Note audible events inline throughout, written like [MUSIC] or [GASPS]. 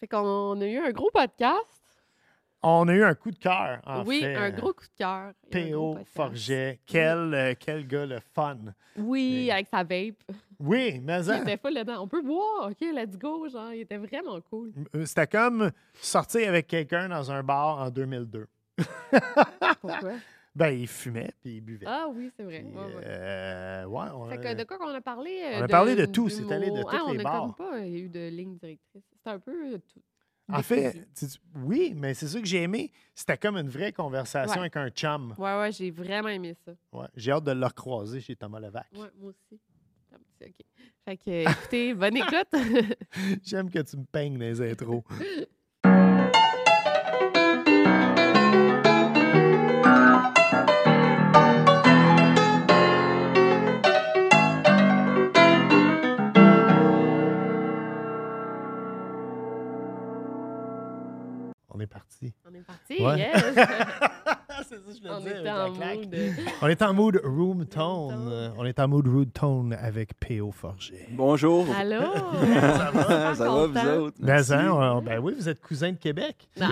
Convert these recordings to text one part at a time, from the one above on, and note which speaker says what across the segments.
Speaker 1: Fait qu'on a eu un gros podcast.
Speaker 2: On a eu un coup de cœur, en
Speaker 1: oui,
Speaker 2: fait.
Speaker 1: un gros coup de cœur. et un
Speaker 2: P.O.
Speaker 1: gros podcast.
Speaker 2: Forget. Quel, euh, quel gars le fun.
Speaker 1: Oui,
Speaker 2: Mais-
Speaker 1: avec
Speaker 2: [LAUGHS]
Speaker 1: sa vape.
Speaker 2: Oui, mais
Speaker 1: Il
Speaker 2: hein,
Speaker 1: était full dedans. On peut boire. OK, let's go. Genre, il était vraiment cool.
Speaker 2: euh, c'était comme sortir avec quelqu'un dans un bar en 2002.
Speaker 1: Pourquoi?
Speaker 2: [LAUGHS] ben, il fumait puis il buvait.
Speaker 1: ah oui, c'est vrai.
Speaker 2: Puis,
Speaker 1: Ouais, ouais.
Speaker 2: euh, ouais, on
Speaker 1: Fait
Speaker 2: a-
Speaker 1: que de quoi qu'on a parlé? euh,
Speaker 2: on a parlé de tout,
Speaker 1: d'humour.
Speaker 2: c'est allé de
Speaker 1: ah,
Speaker 2: tous les
Speaker 1: on a
Speaker 2: bords.
Speaker 1: comme pas eu de ligne directrice. C'était un peu euh, tout.
Speaker 2: En fait,
Speaker 1: décousu.
Speaker 2: tu- oui, mais c'est ça que j'ai aimé. C'était comme une vraie conversation
Speaker 1: Ouais.
Speaker 2: avec un chum.
Speaker 1: Ouais, ouais, j'ai vraiment aimé ça.
Speaker 2: Ouais, J'ai hâte de le recroiser chez Thomas Levac.
Speaker 1: Ouais, moi aussi. Comme ça, OK. Fait que, euh, écoutez,
Speaker 2: [LAUGHS]
Speaker 1: bonne écoute. [LAUGHS]
Speaker 2: J'aime que tu me peignes dans les intros. On est parti.
Speaker 1: on est parti.
Speaker 2: Ouais.
Speaker 1: Yes.
Speaker 2: Ah, C'est ça que je voulais
Speaker 1: on
Speaker 2: dire,
Speaker 1: était en
Speaker 2: avec la claque.
Speaker 1: mood.
Speaker 2: [LAUGHS] On est en mood room tone.
Speaker 1: tone.
Speaker 2: Euh, On est en mood room tone avec P.O. Forger.
Speaker 3: Bonjour.
Speaker 1: Allô?
Speaker 3: [LAUGHS]
Speaker 2: Ça va?
Speaker 3: Ah, ça va, vous autres?
Speaker 2: Mais hein, on- ben oui, vous êtes cousin de Québec.
Speaker 3: Euh,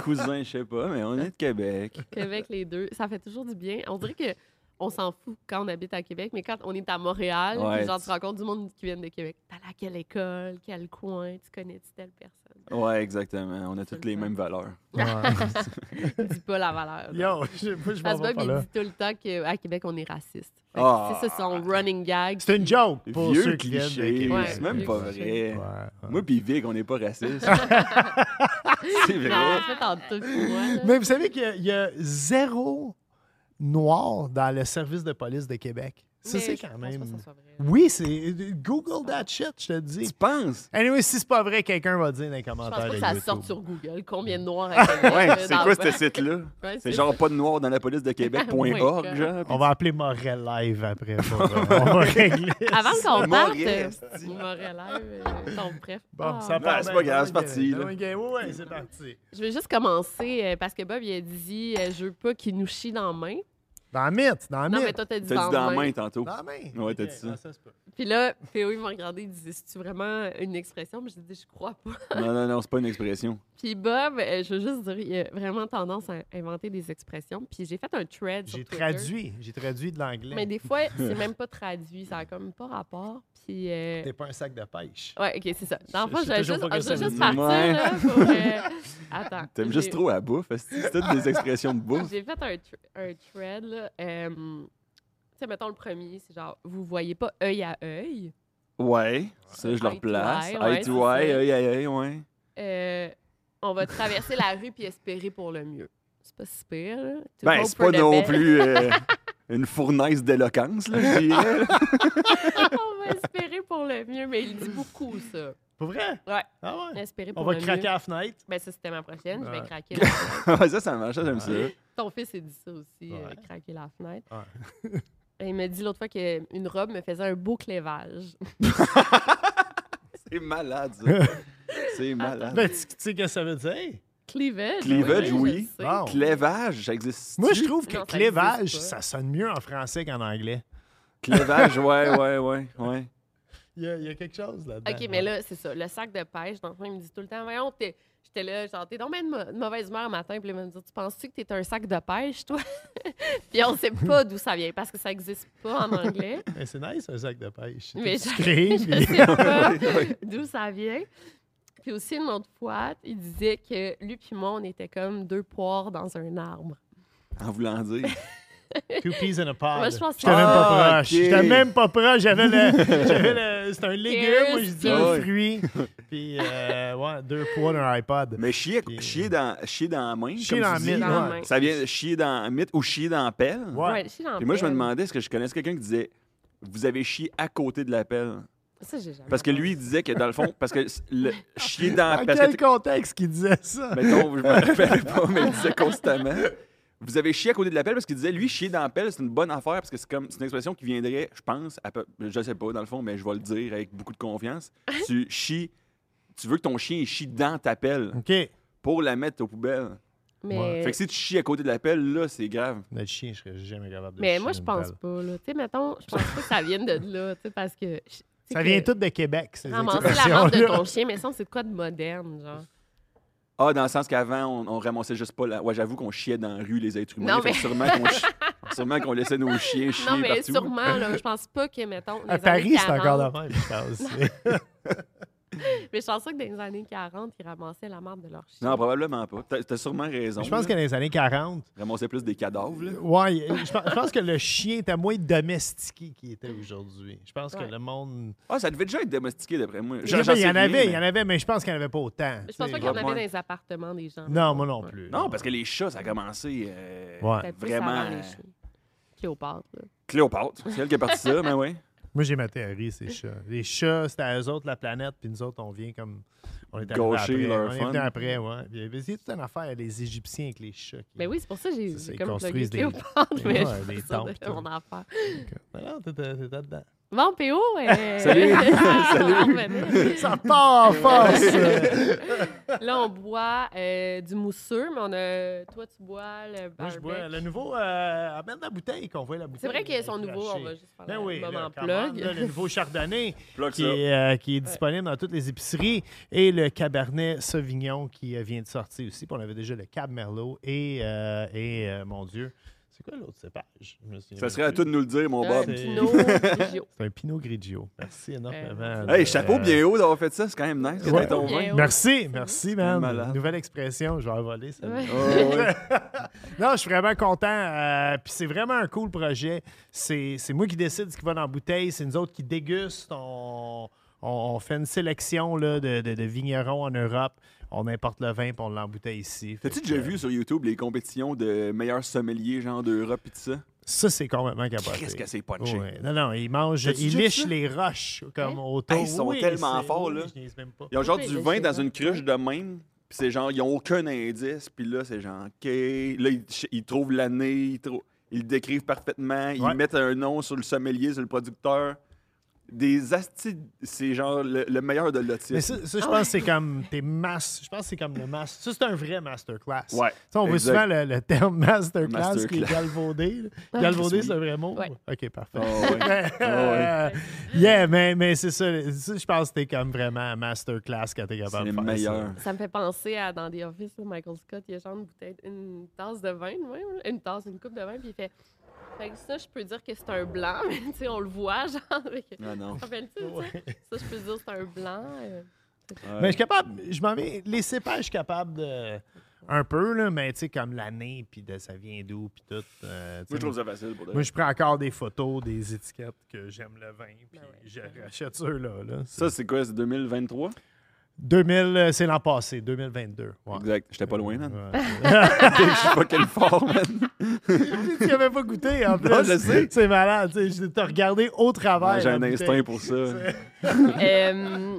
Speaker 3: [LAUGHS] cousin, je sais pas, mais on est de Québec.
Speaker 1: Québec, les deux. Ça fait toujours du bien. On dirait que on s'en fout quand on habite à Québec, mais quand on est à Montréal, puis
Speaker 3: Ouais,
Speaker 1: genre,
Speaker 3: tu-
Speaker 1: tu rencontres du monde qui vient de Québec. T'as à quelle école, quel coin, tu connais-tu telle
Speaker 3: [LAUGHS]
Speaker 1: personne?
Speaker 3: Ouais, exactement. On a toutes les mêmes valeurs.
Speaker 1: Dis pas la valeur. là.
Speaker 2: [LAUGHS] Yo, je- moi, je
Speaker 1: Ça
Speaker 2: m'en
Speaker 1: se
Speaker 2: vais
Speaker 1: voit,
Speaker 2: pas
Speaker 1: puis il
Speaker 2: là.
Speaker 1: dit tout le temps qu'à Québec, on est raciste. Fait que
Speaker 3: Ah.
Speaker 1: C'est ça son running gag.
Speaker 2: C'est une joke pour ceux
Speaker 3: Vieux
Speaker 2: qui viennent de
Speaker 3: cliché.
Speaker 2: Québec.
Speaker 1: Ouais,
Speaker 3: c'est même
Speaker 1: vieux
Speaker 3: pas
Speaker 1: cliché.
Speaker 3: vrai.
Speaker 2: Ouais, ouais.
Speaker 3: Moi pis Vic, on n'est pas
Speaker 1: [LAUGHS]
Speaker 3: racistes. c'est vrai.
Speaker 1: Ah, fait en tout pour moi. là.
Speaker 2: Mais vous savez qu'il y a- il y, a zéro noir dans le service de police de Québec. Ça,
Speaker 1: Mais
Speaker 2: c'est
Speaker 1: je
Speaker 2: quand
Speaker 1: pense
Speaker 2: même.
Speaker 1: pas que ça soit vrai.
Speaker 2: Oui, c'est. Google that shit, je te dis.
Speaker 3: Tu
Speaker 1: [LAUGHS]
Speaker 3: penses?
Speaker 2: Anyway, si c'est pas vrai, quelqu'un va dire dans les
Speaker 1: Je
Speaker 2: commentaires.
Speaker 1: pense pas que
Speaker 2: de
Speaker 1: ça
Speaker 2: YouTube.
Speaker 1: sorte sur Google. Combien de noirs
Speaker 3: [LAUGHS]
Speaker 1: à Québec?
Speaker 3: Ouais,
Speaker 1: euh,
Speaker 3: c'est
Speaker 1: dans
Speaker 3: quoi
Speaker 1: le-
Speaker 3: ce site-là?
Speaker 1: Ouais,
Speaker 3: C'est genre pas de noir dans la police de
Speaker 1: [LAUGHS] Oh my
Speaker 3: Québec.org,
Speaker 1: God.
Speaker 3: genre.
Speaker 2: On va appeler Morel Live après. pour, euh,
Speaker 3: [LAUGHS]
Speaker 2: on va
Speaker 1: [LAUGHS]
Speaker 2: régler.
Speaker 1: Avant qu'on parte,
Speaker 3: Montréal,
Speaker 1: euh, Montréal, euh, ton bref.
Speaker 2: Bon,
Speaker 1: Ah.
Speaker 2: ça
Speaker 3: Non,
Speaker 2: part
Speaker 3: c'est
Speaker 2: bien.
Speaker 3: pas grave, c'est parti,
Speaker 2: Ok,
Speaker 3: là.
Speaker 2: ok, ouais, ouais, c'est parti.
Speaker 1: Je vais juste commencer euh, parce que Bob, il a dit euh, Je veux pas qu'il nous chie dans la main.
Speaker 2: Dans la mythe, dans la
Speaker 1: Non, mais
Speaker 2: mythe.
Speaker 1: toi, t'as dit
Speaker 3: T'as
Speaker 1: dans
Speaker 3: dit dans
Speaker 1: la
Speaker 3: la
Speaker 1: main.
Speaker 3: main tantôt.
Speaker 2: Dans la main.
Speaker 3: Ouais,
Speaker 2: Ok,
Speaker 3: t'as dit ça.
Speaker 2: ah, se peut.
Speaker 1: Puis là, PO, il m'a regardé, il dit C'est-tu vraiment une expression Puis j'ai dit Je crois pas. [LAUGHS]
Speaker 3: Non, non, non, c'est pas une expression.
Speaker 1: Puis Bob, euh, je veux juste dire, il a vraiment tendance à inventer des expressions. Puis j'ai fait un thread. sur
Speaker 2: J'ai
Speaker 1: Twitter.
Speaker 2: traduit. J'ai traduit de l'anglais.
Speaker 1: Mais
Speaker 2: [LAUGHS]
Speaker 1: des fois, c'est même pas traduit. Ça a comme pas rapport. Puis. euh,
Speaker 2: T'es pas un sac de pêche.
Speaker 1: Ouais, ok, c'est ça. Dans le
Speaker 2: Je-
Speaker 1: fond,
Speaker 2: je sais
Speaker 1: je vais
Speaker 2: toujours
Speaker 1: juste,
Speaker 2: pas que
Speaker 1: je vais
Speaker 2: ça
Speaker 1: juste
Speaker 3: veut
Speaker 1: partir,
Speaker 3: dire. Ouais.
Speaker 1: là, pour...
Speaker 3: [LAUGHS]
Speaker 1: euh, Attends.
Speaker 3: T'aimes
Speaker 1: j'ai-
Speaker 3: juste trop à bouffe. parce que C'est toutes
Speaker 1: [LAUGHS]
Speaker 3: des expressions de bouffe.
Speaker 1: J'ai fait un, tr- un thread, là. euh, tu sais, mettons le premier, c'est genre, vous voyez pas œil à œil.
Speaker 3: Ouais, ça, je
Speaker 1: Eye
Speaker 3: leur
Speaker 1: to
Speaker 3: place.
Speaker 1: eye, ouais,
Speaker 3: Eye
Speaker 1: c'est
Speaker 3: to
Speaker 1: ça.
Speaker 3: eye, œil à œil, ouais.
Speaker 1: Euh, on va traverser la rue puis espérer pour le mieux. C'est pas si pire, là. To
Speaker 3: Ben,
Speaker 1: hope
Speaker 3: c'est
Speaker 1: for
Speaker 3: pas
Speaker 1: the
Speaker 3: non
Speaker 1: best.
Speaker 3: plus euh, une fournaise d'éloquence, là, je dirais. là.
Speaker 1: [LAUGHS] on va espérer pour le mieux, mais il dit beaucoup, ça.
Speaker 2: Pour
Speaker 3: Hein?
Speaker 2: vrai?
Speaker 1: Ouais,
Speaker 2: Ah ouais?
Speaker 1: espérer
Speaker 2: On
Speaker 1: pour
Speaker 2: va
Speaker 1: le mieux.
Speaker 2: craquer à la fenêtre.
Speaker 1: Ben, ça, c'était ma prochaine. Je vais
Speaker 2: Ouais.
Speaker 3: [LAUGHS]
Speaker 1: craquer la
Speaker 3: Ah, Ouais, ça, ça marche, ça, j'aime ça.
Speaker 1: Ton fils, il dit ça aussi, euh,
Speaker 2: Ouais.
Speaker 1: craquer la fenêtre.
Speaker 2: Ouais.
Speaker 1: Et il m'a dit l'autre fois qu'une robe me faisait un beau clévage. [LAUGHS]
Speaker 3: C'est malade, ça. C'est malade.
Speaker 2: Ben, tu tu sais ce que ça veut dire?
Speaker 1: Cleavage.
Speaker 3: Cleavage, oui.
Speaker 1: je sais.
Speaker 2: Wow.
Speaker 3: Clévage, ça existe.
Speaker 2: Moi, [LAUGHS] je trouve que
Speaker 1: Non, ça
Speaker 2: clévage,
Speaker 1: existe
Speaker 2: ça
Speaker 1: pas.
Speaker 2: sonne mieux en français qu'en anglais.
Speaker 3: Clévage, ouais, ouais, ouais, ouais.
Speaker 2: Il y a, il y a quelque chose là-dedans.
Speaker 1: OK, mais là, c'est ça. Le sac de pêche, dans le fond, il me dit tout le temps, voyons, t'es- J'étais là, genre, t'es donc bien de mau- de mauvaise humeur le matin. Puis là, il me dit, tu penses-tu que t'es un sac de pêche, toi? [LAUGHS] puis on sait pas d'où ça vient parce que ça existe pas en
Speaker 2: [LAUGHS]
Speaker 1: anglais.
Speaker 2: Mais c'est nice, un sac de pêche.
Speaker 1: Mais
Speaker 2: Tu
Speaker 1: je-
Speaker 2: crées, [LAUGHS]
Speaker 1: je [LAUGHS]
Speaker 2: puis-
Speaker 1: sais pas d'où ça vient. Puis aussi, une autre fois, il disait que lui puis moi, on était comme deux poires dans un arbre.
Speaker 3: En voulant dire.
Speaker 2: Two peas in a pod.
Speaker 1: Moi, je pense que-
Speaker 2: Ah, J'étais même pas
Speaker 3: Ah,
Speaker 2: proche.
Speaker 3: ok.
Speaker 2: J'étais même pas proche. J'avais [LAUGHS] le. j'avais le- C'est un légume, moi, je dis un
Speaker 3: Ouais.
Speaker 2: fruit. [LAUGHS] Puis, euh, ouais, deux poids d'un iPod.
Speaker 3: Mais chier,
Speaker 2: Puis-
Speaker 3: chier, dans, chier dans la main.
Speaker 2: Chier
Speaker 3: comme
Speaker 2: dans
Speaker 3: tu
Speaker 2: la
Speaker 3: dis,
Speaker 2: mine,
Speaker 1: Dans la
Speaker 2: ouais.
Speaker 1: main.
Speaker 3: Ça vient de chier dans la mythe ou chier dans la pelle.
Speaker 2: Ouais.
Speaker 1: Ouais, je suis dans
Speaker 3: Puis moi, je me
Speaker 1: pelle.
Speaker 3: demandais, est-ce que je connaissais quelqu'un qui disait Vous avez chié à côté de la pelle
Speaker 1: Ça, j'ai jamais
Speaker 3: Parce que lui,
Speaker 1: entendu.
Speaker 3: il disait que dans le fond, parce que c- le chier dans
Speaker 2: Dans
Speaker 3: parce
Speaker 2: quel
Speaker 3: que t-
Speaker 2: contexte qu'il disait ça?
Speaker 3: Mettons,
Speaker 1: [LAUGHS]
Speaker 3: je me rappelle pas, mais il disait constamment. Vous avez chié à côté de la pelle parce qu'il disait, lui, chier dans la pelle, c'est une bonne affaire parce que c'est comme c'est une expression qui viendrait, je pense, à peu- je sais pas dans le fond, mais je vais le dire avec beaucoup de
Speaker 1: [LAUGHS]
Speaker 3: confiance. Tu chies, tu veux que ton chien il chie dans ta pelle
Speaker 2: OK.
Speaker 3: pour la mettre aux poubelles.
Speaker 1: Mais,
Speaker 2: Ouais.
Speaker 3: Fait que si tu chies à côté de la pelle, là, c'est grave.
Speaker 2: Notre chien, je serais jamais capable de
Speaker 1: mais
Speaker 2: chier
Speaker 1: moi, je
Speaker 2: une
Speaker 1: pense
Speaker 2: pelle.
Speaker 1: pas. Là. Tu sais, mettons, je pense pas que ça vienne de là. tu sais, Parce que. je- tu sais
Speaker 2: Ça
Speaker 1: que
Speaker 2: vient tout de Québec, ces
Speaker 1: Ramasser la marque de
Speaker 2: [LAUGHS] expressions-là.
Speaker 1: ton chien, mais ça, c'est de quoi de moderne, genre?
Speaker 3: Ah, dans le sens qu'avant, on, on ramassait juste pas la. Ouais, j'avoue qu'on chiait dans la rue, les êtres humains.
Speaker 1: Non,
Speaker 3: Fait que
Speaker 1: mais-
Speaker 3: sûrement qu'on
Speaker 1: [LAUGHS]
Speaker 3: chi- sûrement qu'on laissait nos chiens chier
Speaker 1: Non, mais
Speaker 3: partout.
Speaker 1: sûrement, là, je pense pas que, mettons. les
Speaker 2: À
Speaker 1: années
Speaker 2: Paris, c'est
Speaker 1: 40,
Speaker 2: encore de même, je
Speaker 1: [LAUGHS]
Speaker 2: pense.
Speaker 1: Mais je pense pas que dans les années 40, ils ramassaient la marque de leur chien.
Speaker 3: Non, probablement pas. T'as t'as sûrement raison.
Speaker 2: Je pense que
Speaker 3: là.
Speaker 2: dans les années 40,
Speaker 3: Ramassait plus des cadavres, là.
Speaker 2: ouais, je pense, je
Speaker 3: [LAUGHS]
Speaker 2: pense que le chien était moins domestiqué qu'il était aujourd'hui. Je pense
Speaker 1: Ouais.
Speaker 2: que le monde.
Speaker 3: Ah, ça devait déjà être domestiqué, d'après moi.
Speaker 2: Il
Speaker 3: J'en-
Speaker 2: y en
Speaker 3: j'en
Speaker 2: avait, il y
Speaker 3: sais
Speaker 2: en
Speaker 3: rien,
Speaker 2: avait,
Speaker 3: mais-
Speaker 2: il y en avait, mais je pense qu'il n'y en avait pas autant.
Speaker 1: Mais je pense
Speaker 2: tu
Speaker 1: pas
Speaker 2: sais.
Speaker 1: qu'il y en avait
Speaker 3: Ouais.
Speaker 1: dans les appartements des gens.
Speaker 2: Non, moi non plus.
Speaker 3: Non, parce que les chats, ça a commencé euh,
Speaker 2: Ouais.
Speaker 1: Peut-être plus
Speaker 3: vraiment.
Speaker 1: avant les chiens. Cléopâtre, là.
Speaker 3: Cléopâtre, c'est elle qui a parti ça,
Speaker 2: [LAUGHS]
Speaker 3: mais oui.
Speaker 2: Moi, j'ai ma théorie, c'est chats. Les chats, c'était à eux autres la planète, puis nous autres, on vient comme. On est arrivés
Speaker 3: Gaucher
Speaker 2: après.
Speaker 3: leur
Speaker 2: on est
Speaker 3: fun.
Speaker 2: venus après, ouais. Puis, mais C'est toute une affaire, les Égyptiens avec les chats. qui-
Speaker 1: Mais Ben oui, c'est pour ça que j'ai
Speaker 2: Ça, c'est
Speaker 1: j'ai comme plugué
Speaker 2: construisent des-
Speaker 1: Cléopâtre,
Speaker 2: des-
Speaker 1: mais
Speaker 2: ouais,
Speaker 1: je
Speaker 2: des
Speaker 1: suis sûre
Speaker 2: temples,
Speaker 1: de
Speaker 2: tout.
Speaker 1: mon affaire.
Speaker 2: ben Non, non, t'es t'es- t'es dedans.
Speaker 1: Bon, PO,
Speaker 2: [LAUGHS]
Speaker 1: euh, [LAUGHS]
Speaker 3: Salut.
Speaker 1: on revenait.
Speaker 2: Ça part en force!
Speaker 1: Là, on boit euh, du mousseux, mais on a. Toi, tu bois le
Speaker 2: Moi, je
Speaker 1: barbecue.
Speaker 2: bois le nouveau. Euh, amène la bouteille, qu'on voit la bouteille.
Speaker 1: C'est vrai qu'ils sont
Speaker 2: euh,
Speaker 1: nouveaux, on
Speaker 2: flashée.
Speaker 1: va juste faire
Speaker 2: Ben
Speaker 1: le
Speaker 2: oui,
Speaker 1: moment
Speaker 2: là, come
Speaker 1: plug.
Speaker 2: on, là, le nouveau chardonnay
Speaker 3: [LAUGHS] Plug
Speaker 2: qui
Speaker 3: ça.
Speaker 2: est, euh, qui est disponible dans toutes les épiceries et le cabernet sauvignon qui euh, vient de sortir aussi. Puis on avait déjà le cab merlot et, euh, et euh, mon Dieu, c'est quoi l'autre cépage? Je me souviens
Speaker 3: Ça
Speaker 2: même
Speaker 3: serait à
Speaker 2: plus.
Speaker 3: toi de nous le dire, mon
Speaker 1: Un
Speaker 3: Bob.
Speaker 2: c'est- [LAUGHS]
Speaker 1: Pinot Grigio.
Speaker 2: C'est un Pinot Grigio.
Speaker 1: Euh,
Speaker 2: Merci énormément.
Speaker 3: Hey,
Speaker 2: de-
Speaker 3: chapeau bien haut d'avoir fait ça, c'est quand même nice que
Speaker 2: Ouais.
Speaker 3: t'aies ton
Speaker 1: Bien
Speaker 3: vin.
Speaker 1: haut.
Speaker 2: Merci, merci, man.
Speaker 3: malade.
Speaker 2: Nouvelle expression, je vais voler ça.
Speaker 1: Ouais.
Speaker 3: Oh,
Speaker 2: [LAUGHS]
Speaker 3: ouais.
Speaker 2: non, je suis vraiment content. euh, Puis c'est vraiment un cool projet. C'est c'est moi qui décide ce qui va dans la bouteille. C'est nous autres qui dégustent. On, on- on fait une sélection là, de, de- de vignerons en Europe. On importe le vin puis on l'embouteille ici. Fait
Speaker 3: T'as-tu
Speaker 2: que,
Speaker 3: déjà
Speaker 2: euh,
Speaker 3: vu sur YouTube les compétitions de meilleurs sommeliers, genre d'Europe et tout ça?
Speaker 2: Ça, c'est complètement capoté.
Speaker 3: Qu'est-ce que c'est punché?
Speaker 2: Ouais. Non, non, ils mangent,
Speaker 3: T'as-tu
Speaker 2: ils
Speaker 3: déjà vu
Speaker 2: lichent
Speaker 3: ça?
Speaker 2: les roches comme
Speaker 1: Hein?
Speaker 2: autour.
Speaker 3: Hey, ils sont
Speaker 2: Oui,
Speaker 3: tellement
Speaker 2: c'est-
Speaker 3: forts,
Speaker 2: oui,
Speaker 3: là.
Speaker 2: je niaise même pas.
Speaker 3: Ils ont genre
Speaker 1: Oui,
Speaker 3: du
Speaker 1: mais
Speaker 3: vin
Speaker 1: c'est
Speaker 3: dans
Speaker 1: vrai.
Speaker 3: une cruche de même. Puis c'est genre, ils ont aucun indice. Puis là, c'est genre, OK. Là, ils, ils trouvent l'année. Ils, trou- ils le décrivent parfaitement. Ils
Speaker 2: Ouais.
Speaker 3: mettent un nom sur le sommelier, sur le producteur. Des astis. C'est genre le, le meilleur de l'autisme.
Speaker 2: Mais ça, ça,
Speaker 1: Ah
Speaker 2: je pense que c'est comme tes masses. Je pense que c'est comme le masses. Ça, c'est un vrai masterclass.
Speaker 3: Ouais,
Speaker 2: Tu sais, on voit
Speaker 3: exact.
Speaker 2: souvent le, le terme [LAUGHS] masterclass, qui est
Speaker 3: Masterclass.
Speaker 1: [LAUGHS]
Speaker 2: galvaudé. là. Galvaudé, c'est un vrai mot?
Speaker 1: Ouais.
Speaker 2: OK, parfait.
Speaker 3: Ah
Speaker 2: [LAUGHS]
Speaker 3: ouais.
Speaker 2: Euh, yeah, mais, mais c'est ça. ça, Je pense que t'es comme vraiment masterclass quand t'es
Speaker 3: C'est
Speaker 2: capable
Speaker 3: le
Speaker 2: de faire ça.
Speaker 3: meilleur.
Speaker 1: Ça me fait penser à dans des offices où Michael Scott, il y a genre une bouteille, une tasse de vin, de même, là, une tasse, une coupe de vin, puis il fait. Fait que ça, je peux dire que c'est un blanc, [LAUGHS] mais tu sais, on le voit, genre. Avec...
Speaker 3: Ah non.
Speaker 1: Rappelles-tu ça? Ça, je peux dire c'est un blanc. euh,
Speaker 2: Mais je suis capable, je m'en vais, les cépages, je suis capable de, un peu, là, mais tu sais, comme l'année, puis de ça vient d'où, puis tout. euh, tu sais,
Speaker 3: Moi, je trouve ça facile pour de
Speaker 2: Moi,
Speaker 3: vrai.
Speaker 2: je prends encore des photos, des étiquettes que j'aime le vin, puis
Speaker 1: Ben ouais.
Speaker 2: je rachète ceux-là. Là.
Speaker 3: Ça, c'est quoi? C'est 2023?
Speaker 2: 2000, euh, c'est l'an passé, 2022. Ouais.
Speaker 3: Exact. J'étais pas loin, man. [LAUGHS]
Speaker 2: Ouais.
Speaker 3: Je suis pas quel fort, man.
Speaker 2: tu n'avais pas goûté,
Speaker 3: [LAUGHS]
Speaker 2: en plus.
Speaker 3: je sais.
Speaker 2: C'est malade. tu sais, Je t'ai regardé au travers.
Speaker 3: J'ai
Speaker 2: la
Speaker 3: un
Speaker 2: bouteille.
Speaker 3: instinct pour ça.
Speaker 2: [LAUGHS]
Speaker 1: Euh,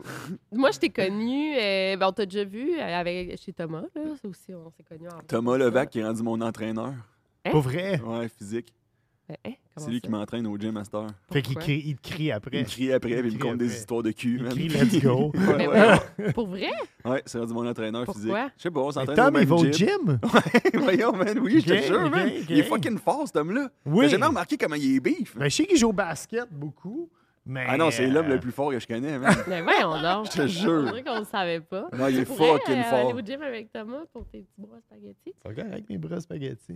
Speaker 1: moi, je t'ai connu, euh, ben, on t'a déjà vu euh, avec, chez Thomas, là, ça aussi, on s'est connus en
Speaker 3: Thomas Levac, qui est rendu mon entraîneur.
Speaker 2: Pour vrai.
Speaker 3: Ouais, physique.
Speaker 1: Ben, hein, comment
Speaker 3: C'est lui
Speaker 1: ça?
Speaker 3: qui m'entraîne au gym, Master.
Speaker 2: Fait qu'il
Speaker 1: Pourquoi?
Speaker 2: crie- il te crie
Speaker 3: Il
Speaker 2: après.
Speaker 3: me crie après, puis il me
Speaker 2: crie
Speaker 3: compte
Speaker 2: après.
Speaker 3: des histoires de cul,
Speaker 2: Il
Speaker 3: man. [LAUGHS]
Speaker 2: crie, let's go.
Speaker 3: Ouais, ouais.
Speaker 1: Mais voyons, [LAUGHS] pour vrai?
Speaker 3: Ouais, c'est rendu mon entraîneur
Speaker 1: Pourquoi?
Speaker 3: physique. Je sais pas, on
Speaker 2: Mais
Speaker 3: s'entraîne au
Speaker 2: Tom,
Speaker 3: même
Speaker 2: il va au
Speaker 3: gym.
Speaker 2: gym.
Speaker 3: [LAUGHS] Voyons, man, oui, je
Speaker 2: Ok,
Speaker 3: te jure,
Speaker 2: ok,
Speaker 3: man.
Speaker 2: ok.
Speaker 3: Il est fucking fort, cet homme-là.
Speaker 2: Oui.
Speaker 3: J'ai jamais remarqué comment il est beef.
Speaker 2: Ben, je sais qu'il joue au basket beaucoup. Mais,
Speaker 3: Ah non, c'est l'homme
Speaker 2: euh,
Speaker 3: le plus fort que je connais, man. [LAUGHS]
Speaker 1: Mais voyons donc.
Speaker 3: Je te jure.
Speaker 1: C'est vrai qu'on le savait pas.
Speaker 3: Non, il est
Speaker 1: Tu pourrais,
Speaker 3: fucking
Speaker 1: euh,
Speaker 3: fort.
Speaker 1: aller au gym avec Thomas pour tes petits bras spaghettis.
Speaker 2: C'est encore avec mes bras spaghettis.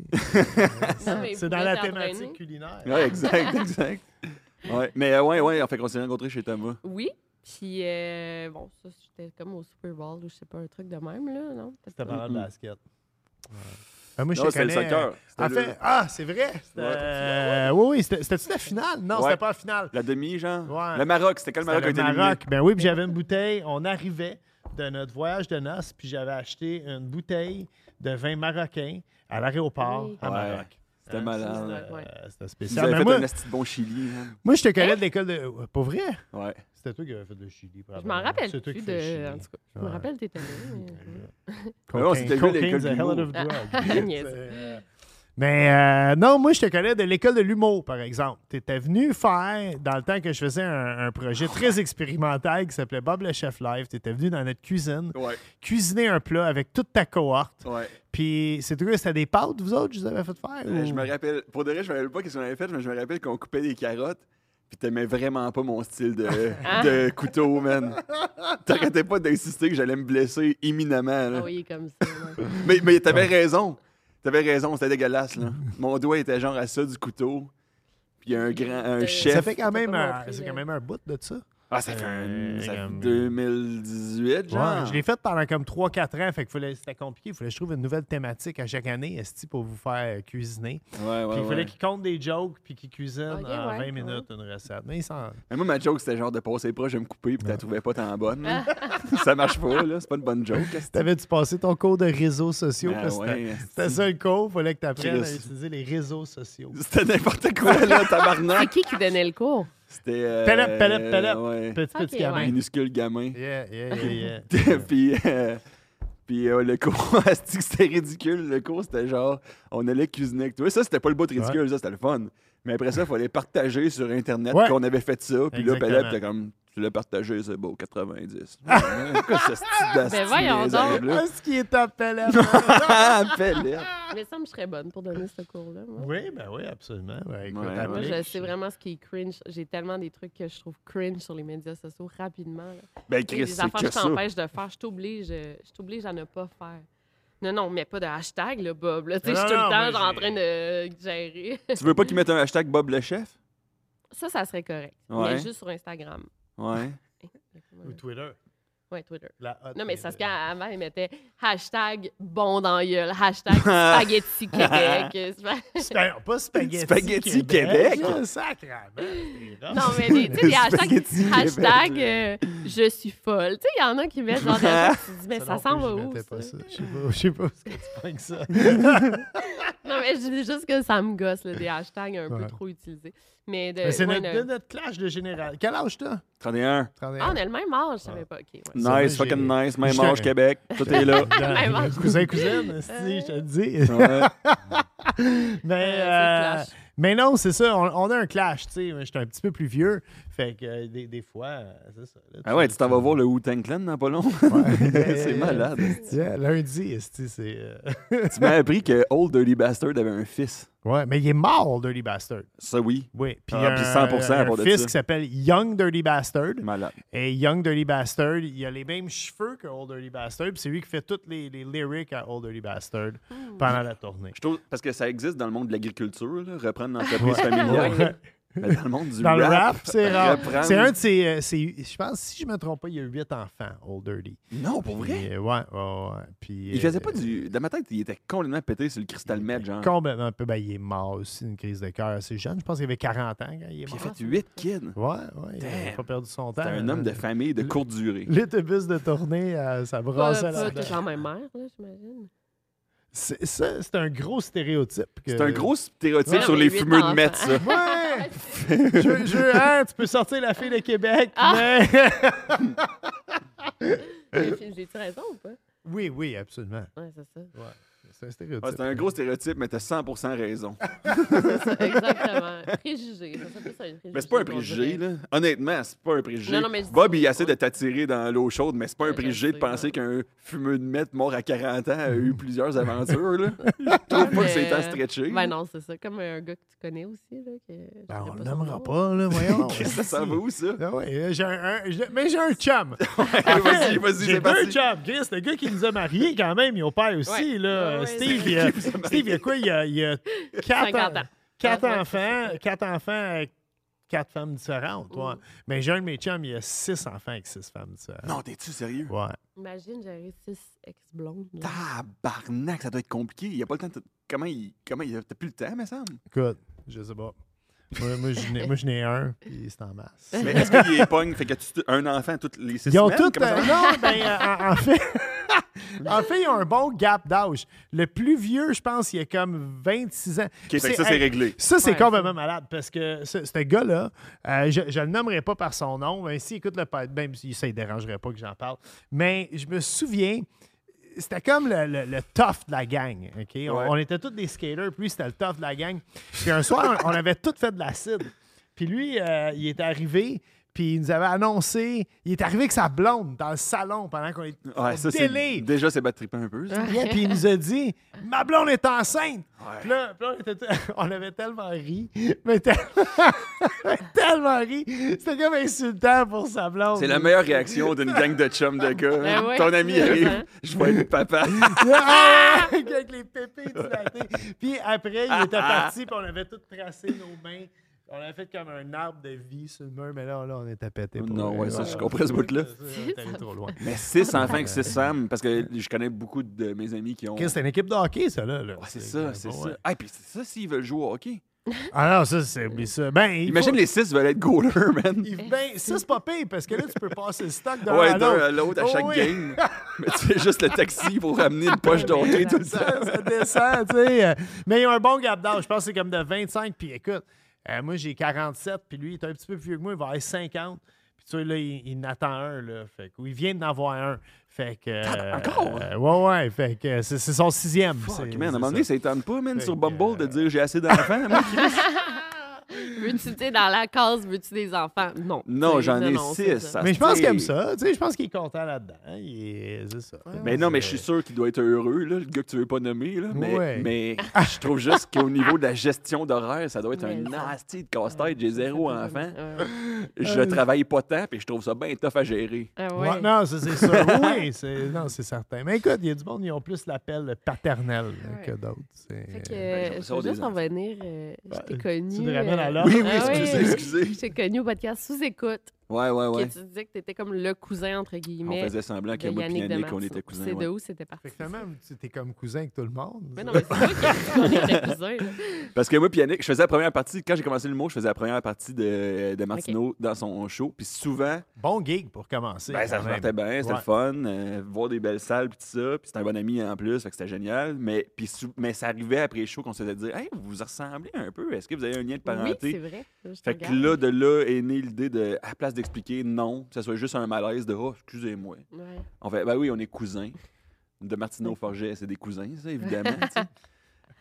Speaker 1: Non, mais il
Speaker 2: c'est dans
Speaker 1: pourrait
Speaker 2: la
Speaker 1: t'entraîner.
Speaker 2: thématique culinaire.
Speaker 3: Ouais, exact, [LAUGHS] exact. Ouais. Mais euh, ouais, ouais, en fait qu'on s'est rencontrés chez Thomas.
Speaker 1: Oui. Puis, euh, bon, ça, c'était comme au Super Bowl ou je sais pas, un truc de même, là, non? Peut-être
Speaker 2: C'était
Speaker 1: pas.
Speaker 2: parlant
Speaker 3: Mhm.
Speaker 2: de basket. Ouais. Ah, moi, je
Speaker 3: Non,
Speaker 2: te
Speaker 3: c'était le
Speaker 2: connais,
Speaker 3: soccer. C'était
Speaker 2: En
Speaker 3: le-
Speaker 2: fait, ah, c'est vrai. c'était-
Speaker 3: Ouais.
Speaker 2: euh, oui, oui, c'était- c'était-tu la finale? Non,
Speaker 3: Ouais.
Speaker 2: c'était pas la finale.
Speaker 3: La demi, genre.
Speaker 2: Ouais.
Speaker 3: Le Maroc, c'était quand le Maroc a
Speaker 2: C'était
Speaker 3: été
Speaker 2: le
Speaker 3: éliminé?
Speaker 2: Maroc. Ben oui, puis j'avais une bouteille. On arrivait de notre voyage de noces, puis j'avais acheté une bouteille de vin marocain à l'aéroport
Speaker 1: Oui.
Speaker 2: à
Speaker 3: Ah, Ouais.
Speaker 2: Maroc.
Speaker 3: C'était
Speaker 2: Hein,
Speaker 3: malade.
Speaker 1: ça, ouais. Hein?
Speaker 2: euh, C'était
Speaker 3: Vous
Speaker 2: spécial.
Speaker 3: avez
Speaker 2: Mais
Speaker 3: fait
Speaker 2: moi,
Speaker 3: un asti de bon Chili, man.
Speaker 2: moi, je te connais de l'école de. ouais, Pas vrai?
Speaker 3: Ouais.
Speaker 2: C'était toi qui avais fait le Chili.
Speaker 1: Je m'en rappelle
Speaker 2: C'est toi
Speaker 1: plus
Speaker 2: qui fais le
Speaker 1: de.
Speaker 2: Chili.
Speaker 1: En tout cas, je me
Speaker 2: Ouais.
Speaker 1: rappelle
Speaker 2: [LAUGHS]
Speaker 1: t'étais là.
Speaker 3: Mais bon, c'était
Speaker 2: Cocaine,
Speaker 3: lui, l'école
Speaker 2: cocaine's a
Speaker 3: de
Speaker 2: hell out
Speaker 3: l'humour.
Speaker 2: of
Speaker 1: [LAUGHS]
Speaker 2: drug.
Speaker 1: Ah, niaise.
Speaker 2: Euh, Mais euh, non, moi, je te connais de l'école de l'humour, par exemple. Tu étais venu faire, dans le temps que je faisais un, un
Speaker 3: Ah,
Speaker 2: projet très expérimental qui s'appelait Bob le Chef Live, tu étais venu dans notre cuisine,
Speaker 3: Ouais.
Speaker 2: cuisiner un plat avec toute ta cohorte.
Speaker 3: Ouais.
Speaker 2: Puis, c'était quoi? C'était des pâtes, vous autres, je vous avais fait faire?
Speaker 3: Euh,
Speaker 2: ou-
Speaker 3: Je
Speaker 1: Hmm.
Speaker 3: me rappelle, pour de vrai, je me rappelle pas qu'est-ce qu'on avait fait, mais je me rappelle qu'on coupait des carottes. Puis t'aimais vraiment pas mon style de,
Speaker 1: Ah.
Speaker 3: de couteau, man. T'arrêtais pas d'insister que j'allais me blesser imminemment. là.
Speaker 1: Ah oui, comme ça. ouais.
Speaker 3: Mais, mais
Speaker 2: Ah.
Speaker 3: t'avais raison. T'avais raison, c'était dégueulasse, là. Mon doigt était genre à ça du couteau. Puis il y a un grand, un
Speaker 1: Ça
Speaker 3: chef.
Speaker 2: Ça fait quand
Speaker 1: T'as
Speaker 2: même,
Speaker 1: pas
Speaker 2: un,
Speaker 1: compris,
Speaker 2: c'est
Speaker 1: là.
Speaker 2: quand même un bout de ça.
Speaker 3: Ah, ça fait, un,
Speaker 2: Euh,
Speaker 3: ça fait
Speaker 2: comme-
Speaker 3: 2018, genre.
Speaker 2: Ouais, je l'ai fait pendant comme 3-4 ans, fait que fallait- c'était compliqué. Il fallait que je trouve une nouvelle thématique à chaque année, esti, pour vous faire euh, cuisiner.
Speaker 3: Ouais, ouais,
Speaker 2: Puis il
Speaker 3: ouais.
Speaker 2: fallait qu'il compte des jokes puis qu'il cuisine
Speaker 1: Ok,
Speaker 2: en
Speaker 1: ouais,
Speaker 2: 20 minutes une recette. Mais il s'en.
Speaker 3: Mais moi, ma joke, c'était genre de passer proche, je vais me couper, puis t'as trouvé pas tant bonne.
Speaker 1: Ah.
Speaker 3: là. ça marche pas, là. C'est pas une bonne joke.
Speaker 1: [LAUGHS]
Speaker 3: là.
Speaker 2: T'avais-tu passé ton cours de réseaux sociaux?
Speaker 3: Ben
Speaker 2: parce que
Speaker 3: ouais,
Speaker 2: c'était-
Speaker 3: esti.
Speaker 2: c'était ça le cours, fallait que t'apprennes à
Speaker 3: Christ. Euh,
Speaker 2: utiliser les réseaux sociaux.
Speaker 3: C'était n'importe quoi,
Speaker 1: [LAUGHS]
Speaker 3: là,
Speaker 1: C'est
Speaker 3: tabarnak.
Speaker 1: qui qui donnait le cours?
Speaker 3: C'était. euh,
Speaker 2: Pellet, pellet, pellet.
Speaker 3: ouais.
Speaker 2: Petit,
Speaker 1: Ok,
Speaker 2: petit gamin.
Speaker 1: ouais.
Speaker 3: Minuscule gamin.
Speaker 2: Yeah, yeah, yeah,
Speaker 3: [LAUGHS]
Speaker 2: yeah.
Speaker 3: puis euh, puis euh, le cours, [LAUGHS] asti que c'était ridicule. Le cours, c'était genre, on allait cuisiner avec toi. Ça, c'était pas le bout de ridicule, ça, c'était le fun. Mais après ça, il fallait partager sur Internet
Speaker 2: Ouais.
Speaker 3: qu'on avait fait ça. Puis là,
Speaker 2: Exactement.
Speaker 3: Pellet, t'es comme, tu l'as partagé, c'est beau,
Speaker 2: [LAUGHS]
Speaker 3: 90. Pourquoi ce style
Speaker 1: Ben voyons donc. [LAUGHS]
Speaker 3: là
Speaker 2: Est-ce qu'il Ah, est en pellet?
Speaker 3: [LAUGHS] Ah, Pellet.
Speaker 1: Mais ça me je serais bonne pour donner ce cours-là. moi.
Speaker 2: oui, ben oui, absolument. Ouais, écoute,
Speaker 3: Ouais, ouais.
Speaker 1: Moi,
Speaker 2: applique.
Speaker 1: je sais vraiment ce qui est cringe. J'ai tellement des trucs que je trouve cringe sur les médias sociaux rapidement. là.
Speaker 3: Ben,
Speaker 1: Il y a
Speaker 3: Chris,
Speaker 1: des
Speaker 3: c'est
Speaker 1: affaires que
Speaker 3: que
Speaker 1: je
Speaker 3: ça.
Speaker 1: t'empêche de faire. Je t'oblige, euh, je t'oblige à ne pas faire. Non, non, mais pas de hashtag, là, Bob. là. Tu sais, je
Speaker 2: Non,
Speaker 1: suis tout
Speaker 2: non,
Speaker 1: le temps
Speaker 2: moi,
Speaker 1: genre, en
Speaker 2: j'ai-
Speaker 1: train de gérer.
Speaker 3: Tu veux pas qu'ils mettent un hashtag Bob le chef?
Speaker 1: Ça, ça serait correct.
Speaker 3: Ouais.
Speaker 1: Mais juste sur Instagram.
Speaker 3: Ouais.
Speaker 2: Ou Twitter.
Speaker 1: Ouais, Twitter.
Speaker 2: La hot
Speaker 1: Non, mais c'est parce
Speaker 2: Twitter.
Speaker 1: qu'avant, ils mettaient hashtag bon dans la gueule,
Speaker 3: [LAUGHS]
Speaker 1: hashtag spaghetti Québec.
Speaker 2: C'était pas Spaghetti,
Speaker 3: Spaghetti Québec.
Speaker 2: là, sacrément,
Speaker 1: [LAUGHS]
Speaker 2: c'est drôle.
Speaker 1: non, mais des- tu sais, des hashtags.
Speaker 3: Spaghetti Québec,
Speaker 1: Hashtag
Speaker 3: là.
Speaker 1: euh, je suis folle. Tu sais, il y en a qui mettent genre des hashtags, tu te dis, mais ça,
Speaker 2: non
Speaker 1: s'en
Speaker 2: plus,
Speaker 1: va
Speaker 2: j'y
Speaker 1: où?
Speaker 2: mettais pas
Speaker 1: ça? Euh,
Speaker 2: ça. Je sais pas- je sais pas où est-ce que tu prends que ça.
Speaker 1: Non, mais je dis juste que ça me gosse, là, des hashtags un
Speaker 2: Ouais.
Speaker 1: peu trop utilisés. Mais de.
Speaker 2: Mais c'est
Speaker 1: ouais,
Speaker 2: notre,
Speaker 1: de-
Speaker 2: de notre clash de général. Quel âge t'as?
Speaker 3: 31.
Speaker 2: 31.
Speaker 1: Ah, on a le même âge, je savais pas. OK, ouais.
Speaker 2: Ça, moi,
Speaker 3: Nice, fucking
Speaker 2: j'ai-
Speaker 3: nice. Même
Speaker 2: J'étais-
Speaker 3: âge, Québec. Tout
Speaker 2: [LAUGHS]
Speaker 3: est là.
Speaker 1: Même âge.
Speaker 2: cousin, cousine, si, je te le dis.
Speaker 3: Ouais.
Speaker 2: [LAUGHS] Mais,
Speaker 1: c'est
Speaker 2: euh,
Speaker 1: clash.
Speaker 2: mais non, c'est ça, on, on a un clash, tu sais. Je suis un petit peu plus vieux, fait que euh, des, des fois, euh, c'est ça. là,
Speaker 3: Ah ouais, tu t'en vas voir le Wu-Tang Clan dans pas long. [LAUGHS] c'est malade.
Speaker 2: Yeah, lundi, esti, c'est... euh, [LAUGHS]
Speaker 3: tu m'as appris que Old Dirty Bastard avait un fils.
Speaker 2: ouais, mais il est mort, Dirty Bastard.
Speaker 3: Ça, oui.
Speaker 2: Oui, puis
Speaker 3: Ah,
Speaker 2: il y a
Speaker 3: puis
Speaker 2: un-
Speaker 3: 100% à
Speaker 2: un,
Speaker 3: part de
Speaker 2: fils
Speaker 3: ça.
Speaker 2: qui s'appelle Young Dirty Bastard.
Speaker 3: Malade.
Speaker 2: Et Young Dirty Bastard, il a les mêmes cheveux que Old Dirty Bastard, puis c'est lui qui fait toutes les, les lyrics à Old Dirty Bastard
Speaker 1: Hmm.
Speaker 2: pendant la tournée.
Speaker 3: Je trouve, parce que ça existe dans le monde de l'agriculture, là, reprendre l'entreprise familiale.
Speaker 2: [LAUGHS] Ouais.
Speaker 3: [LAUGHS] Mais dans le monde du
Speaker 2: Dans
Speaker 3: rap,
Speaker 2: le rap, c'est rare.
Speaker 3: reprendre-
Speaker 2: C'est un de ses. euh, ses- je pense, si je me trompe pas, il y a huit enfants, Old Dirty.
Speaker 3: Non, pour vrai.
Speaker 2: Puis, euh, ouais, ouais, ouais. Puis,
Speaker 3: Il faisait
Speaker 2: euh,
Speaker 3: pas du. Dans ma tête, il était complètement pété sur le cristal med, genre.
Speaker 2: Complètement un peu. Ben, il est mort aussi, une crise de cœur assez jeune. Je pense qu'il avait 40 ans quand il est
Speaker 3: Puis il
Speaker 2: mort.
Speaker 3: a fait 8 kids.
Speaker 2: Ouais, ouais. Il n'a
Speaker 3: Damn.
Speaker 2: pas perdu son temps. hein.
Speaker 3: C'était un homme de famille de courte durée.
Speaker 2: L'autobus de tournée, euh, ça
Speaker 1: Pas,
Speaker 2: brassait
Speaker 1: pas
Speaker 2: la
Speaker 1: de genre même mère, là,
Speaker 2: [LAUGHS]
Speaker 1: j'imagine.
Speaker 2: C'est ça, c'est un gros stéréotype. que-
Speaker 3: C'est un gros stéréotype
Speaker 1: Ouais,
Speaker 3: sur
Speaker 1: mais
Speaker 3: les
Speaker 1: huit
Speaker 3: fumeux de
Speaker 1: enfants.
Speaker 2: [LAUGHS]
Speaker 3: meth, ça.
Speaker 2: Ouais! je, je, hein, tu peux sortir la fille de Québec,
Speaker 1: Ah!
Speaker 2: mais. [LAUGHS]
Speaker 1: J'ai- J'ai-tu raison ou pas?
Speaker 2: oui, oui, absolument.
Speaker 1: Ouais, c'est ça.
Speaker 2: Ouais, c'est
Speaker 4: c'est un stéréotype.
Speaker 3: Ah, c'est un gros stéréotype, mais t'as 100% raison.
Speaker 1: Exactement. Préjugé. Ça, ça peut être un préjugé.
Speaker 3: Mais c'est pas un
Speaker 1: qu'on
Speaker 3: préjugé,
Speaker 1: dirait.
Speaker 3: là. Honnêtement, c'est pas un préjugé.
Speaker 1: Non, non, mais je dis-
Speaker 3: Bob, il essaie de t'attirer dans l'eau chaude, mais c'est pas un
Speaker 1: Ouais, je
Speaker 3: préjugé de
Speaker 1: sais,
Speaker 3: penser
Speaker 1: ouais.
Speaker 3: qu'un fumeux de mètre mort à 40 ans a eu
Speaker 2: Mm-hmm.
Speaker 3: plusieurs aventures,
Speaker 1: [LAUGHS]
Speaker 3: là. Je trouve pas que c'est tant
Speaker 1: Euh,
Speaker 3: stretché.
Speaker 1: Ben non, c'est ça. Comme un gars que tu connais aussi. Là, que je
Speaker 2: Ben,
Speaker 1: dirais
Speaker 2: on le
Speaker 1: son
Speaker 2: nommera
Speaker 1: nom.
Speaker 2: pas, là, voyons.
Speaker 3: Ah Ça, ça va où, ça?
Speaker 2: Ah ouais, euh, j'ai un- un- j'ai- mais j'ai un chum.
Speaker 3: Allez, [LAUGHS] [LAUGHS] vas-y, vas-y,
Speaker 2: J'ai deux
Speaker 3: c'est parti.
Speaker 2: chums, Chris. Le gars qui nous a mariés, quand même, il opère aussi.
Speaker 1: Ouais.
Speaker 2: Là.
Speaker 1: Ouais, ouais,
Speaker 2: Steve,
Speaker 1: c'est
Speaker 2: il a, Steve, il a quoi? Il a, il a quatre,
Speaker 1: 50 ans.
Speaker 2: quatre
Speaker 1: Ouais, ouais,
Speaker 2: enfants. Quatre enfants avec quatre femmes différentes. ouais. Mais j'ai un de mes chums, il a six enfants avec six femmes différentes.
Speaker 3: Non, t'es-tu sérieux?
Speaker 2: Ouais.
Speaker 1: Imagine, j'aurais six ex-blondes. là.
Speaker 3: Tabarnak, ça doit être compliqué. Il y a pas le temps de... Comment il... Comment il... T'as plus le temps, me semble.
Speaker 2: Écoute, je sais pas. Moi, moi, je n'ai- moi, je n'ai un, puis c'est en masse.
Speaker 3: [LAUGHS] Mais est-ce qu'il est pogne? Fait que tu un enfant toutes les six
Speaker 2: Ils ont
Speaker 3: semaines?
Speaker 2: tous.
Speaker 3: Comment ça
Speaker 2: euh,
Speaker 3: marche?
Speaker 2: non,
Speaker 3: [LAUGHS]
Speaker 2: ben, euh, en- en fait. [LAUGHS] En fait, ils ont un bon gap d'âge. Le plus vieux, je pense, il a comme 26 ans.
Speaker 3: OK, fait que ça, c'est
Speaker 2: hey,
Speaker 3: réglé.
Speaker 2: Ça, c'est
Speaker 1: Ouais,
Speaker 2: complètement malade parce que ce, ce gars-là, euh, je ne le nommerai pas par son nom. Ben, S'il écoute le pod- même si ça ne dérangerait pas que j'en parle. Mais je me souviens, c'était comme le, le, le tough de la gang. ok? On,
Speaker 3: Ouais.
Speaker 2: on était tous des skaters, puis lui, c'était le tough de la gang. Puis un soir, on, on avait tous fait de l'acide. Puis lui, euh, il est arrivé, puis il nous avait annoncé, il est arrivé avec sa blonde dans le salon pendant qu'on était au
Speaker 3: Ouais, ça, c'est...
Speaker 2: délire.
Speaker 3: Déjà, c'est battre un peu,
Speaker 1: [LAUGHS]
Speaker 3: ça.
Speaker 2: Yeah, puis il nous a dit Ma blonde est enceinte. Puis là, puis là, on, était- [LAUGHS] on avait tellement ri, mais tellement, [LAUGHS] tellement ri. C'était comme insultant pour sa blonde.
Speaker 3: C'est la meilleure réaction d'une gang de chums de gars.
Speaker 1: Ben ouais,
Speaker 3: Ton ami
Speaker 1: c'est
Speaker 3: arrive,
Speaker 1: vrai.
Speaker 3: je vais
Speaker 2: [LAUGHS]
Speaker 3: être papa.
Speaker 2: Ah! [LAUGHS] Avec les pépés dilatés. Puis après, il
Speaker 3: Ah,
Speaker 2: était parti, puis on avait tout tracé nos mains. On avait fait comme un arbre de vie sur le mur, mais là, là, on était pété. pour
Speaker 3: Non,
Speaker 2: vrai.
Speaker 3: ouais, ça, je comprends ce bout-là.
Speaker 2: Ça, on est allé trop loin.
Speaker 3: Mais six enfants que six femmes, parce que je connais beaucoup de mes amis qui ont.
Speaker 2: Chris, c'est une équipe de hockey, ça, là. là.
Speaker 3: Ouais, c'est ça, c'est
Speaker 2: bon,
Speaker 3: ça.
Speaker 2: ouais.
Speaker 3: Ah, puis c'est ça s'ils veulent jouer au hockey.
Speaker 2: Ah non, ça, c'est oublie ça. Ben, il
Speaker 3: Imagine
Speaker 2: faut-
Speaker 3: les six veulent être goalers, man.
Speaker 2: il- Ben, ça, c'est pas pire, parce que là, tu peux passer le stock d'un
Speaker 3: Ouais,
Speaker 2: à
Speaker 3: d'un
Speaker 2: l'autre.
Speaker 3: à l'autre à
Speaker 2: Oh,
Speaker 3: chaque
Speaker 2: oui.
Speaker 3: game. Mais tu fais juste le taxi pour ramener une poche de hockey [LAUGHS] tout le temps.
Speaker 2: ça, ça descend, tu sais. euh, Mais ils ont un bon gap d'âge. Je pense que c'est comme de 25. Puis écoute, euh, moi, j'ai 47, puis lui, il est un petit peu plus vieux que moi. Il va avoir 50. Puis tu sais, là, il, il en attend un, là. Fait que, ou il vient d'en avoir un. Fait que... euh,
Speaker 3: encore?
Speaker 2: euh, ouais, ouais. Fait que euh, c'est c'est son sixième.
Speaker 3: Fuck,
Speaker 2: [LAUGHS] c'est-
Speaker 3: man, à
Speaker 2: c'est
Speaker 3: un moment
Speaker 2: ça.
Speaker 3: donné, ça étonne pas, man,
Speaker 2: Fait
Speaker 3: sur
Speaker 2: que,
Speaker 3: Bumble de
Speaker 2: euh,
Speaker 3: dire j'ai assez d'enfants. moi, Chris.
Speaker 1: Veux-tu, tu sais, dans la case, veux-tu des enfants? [LAUGHS] Non.
Speaker 3: Non,
Speaker 1: Tu sais,
Speaker 3: j'en ai
Speaker 1: c'est
Speaker 3: six.
Speaker 1: ça.
Speaker 3: ça
Speaker 2: Mais
Speaker 3: se
Speaker 2: je pense
Speaker 3: tire.
Speaker 2: qu'il aime ça. Tu sais, je pense qu'il est content là-dedans. Hein, Il est- Ah, C'est ça.
Speaker 3: Mais Ben non, mais je suis sûr qu'il doit être heureux, là, le gars que tu veux pas nommer. Là, mais
Speaker 2: Ouais.
Speaker 3: mais
Speaker 2: [LAUGHS]
Speaker 3: je trouve juste qu'au niveau de la gestion d'horaire, ça doit être un
Speaker 1: Mais ça-
Speaker 3: nasty de casse-tête. J'ai zéro enfant.
Speaker 1: Ouais.
Speaker 2: Ah
Speaker 3: Je travaille pas tant, puis je trouve ça bien tough à gérer.
Speaker 1: Ah ouais.
Speaker 2: Ouais, non, Ben, ça, c'est
Speaker 3: [LAUGHS]
Speaker 2: sûr. oui, c'est- non, c'est certain. Mais écoute, il y a du monde, ils ont plus l'appel paternel là,
Speaker 1: Ouais.
Speaker 2: que d'autres. c'est-
Speaker 1: Fait que,
Speaker 3: Ben,
Speaker 1: euh,
Speaker 3: j'aimerais
Speaker 1: je
Speaker 3: ça
Speaker 1: veux
Speaker 3: des
Speaker 1: juste
Speaker 3: enfants.
Speaker 1: en venir. euh, je
Speaker 2: Ouais,
Speaker 1: t'ai
Speaker 2: Ben,
Speaker 1: connu.
Speaker 2: tu nous ramènes à
Speaker 1: euh,
Speaker 2: l'ordre. Oui,
Speaker 3: oui,
Speaker 1: ah
Speaker 3: excusez, excusez.
Speaker 1: Je t'ai connu au podcast Sous Écoute.
Speaker 3: Ouais, ouais,
Speaker 1: que
Speaker 3: ouais.
Speaker 1: tu disais que t'étais comme le cousin, entre
Speaker 3: On
Speaker 1: guillemets.
Speaker 3: faisait semblant
Speaker 1: de
Speaker 3: qu'il y a
Speaker 1: Yannick
Speaker 3: Yannick,
Speaker 1: Demarce.
Speaker 3: qu'on était cousins.
Speaker 1: C'est
Speaker 3: ouais.
Speaker 1: de où c'était
Speaker 2: Fait
Speaker 1: parti?
Speaker 2: que finalement, tu t'es comme cousin avec tout le monde. ça.
Speaker 1: Mais Ben non, mais c'est toi qui es le cousin. là.
Speaker 3: Parce que moi, puis Yannick, je faisais la première partie, quand j'ai commencé l'humour, je faisais la première partie de, de Martineau dans son show. Puis souvent,
Speaker 2: Bon gig pour commencer.
Speaker 3: ben, ça
Speaker 2: quand
Speaker 3: se
Speaker 2: même.
Speaker 3: portait bien, c'était
Speaker 2: Ouais.
Speaker 3: le fun, euh, voir des belles salles, puis tout ça. Puis c'était un bon ami en plus, fait que c'était génial. Mais, puis sou- mais ça arrivait après les shows qu'on se faisait dire Hey, vous vous ressemblez un peu, est-ce que vous avez un lien de
Speaker 1: Oui,
Speaker 3: parenté
Speaker 1: c'est vrai. Je te
Speaker 3: Fait que
Speaker 1: regarde.
Speaker 3: là, de là est née l'idée de, à place d'expliquer non, que ça soit juste un malaise de, oh, excusez-moi.
Speaker 1: Ouais.
Speaker 3: On fait, ben oui, on est cousins. De Martineau Forget, c'est des cousins, ça,
Speaker 1: [LAUGHS]
Speaker 3: évidemment. tu sais.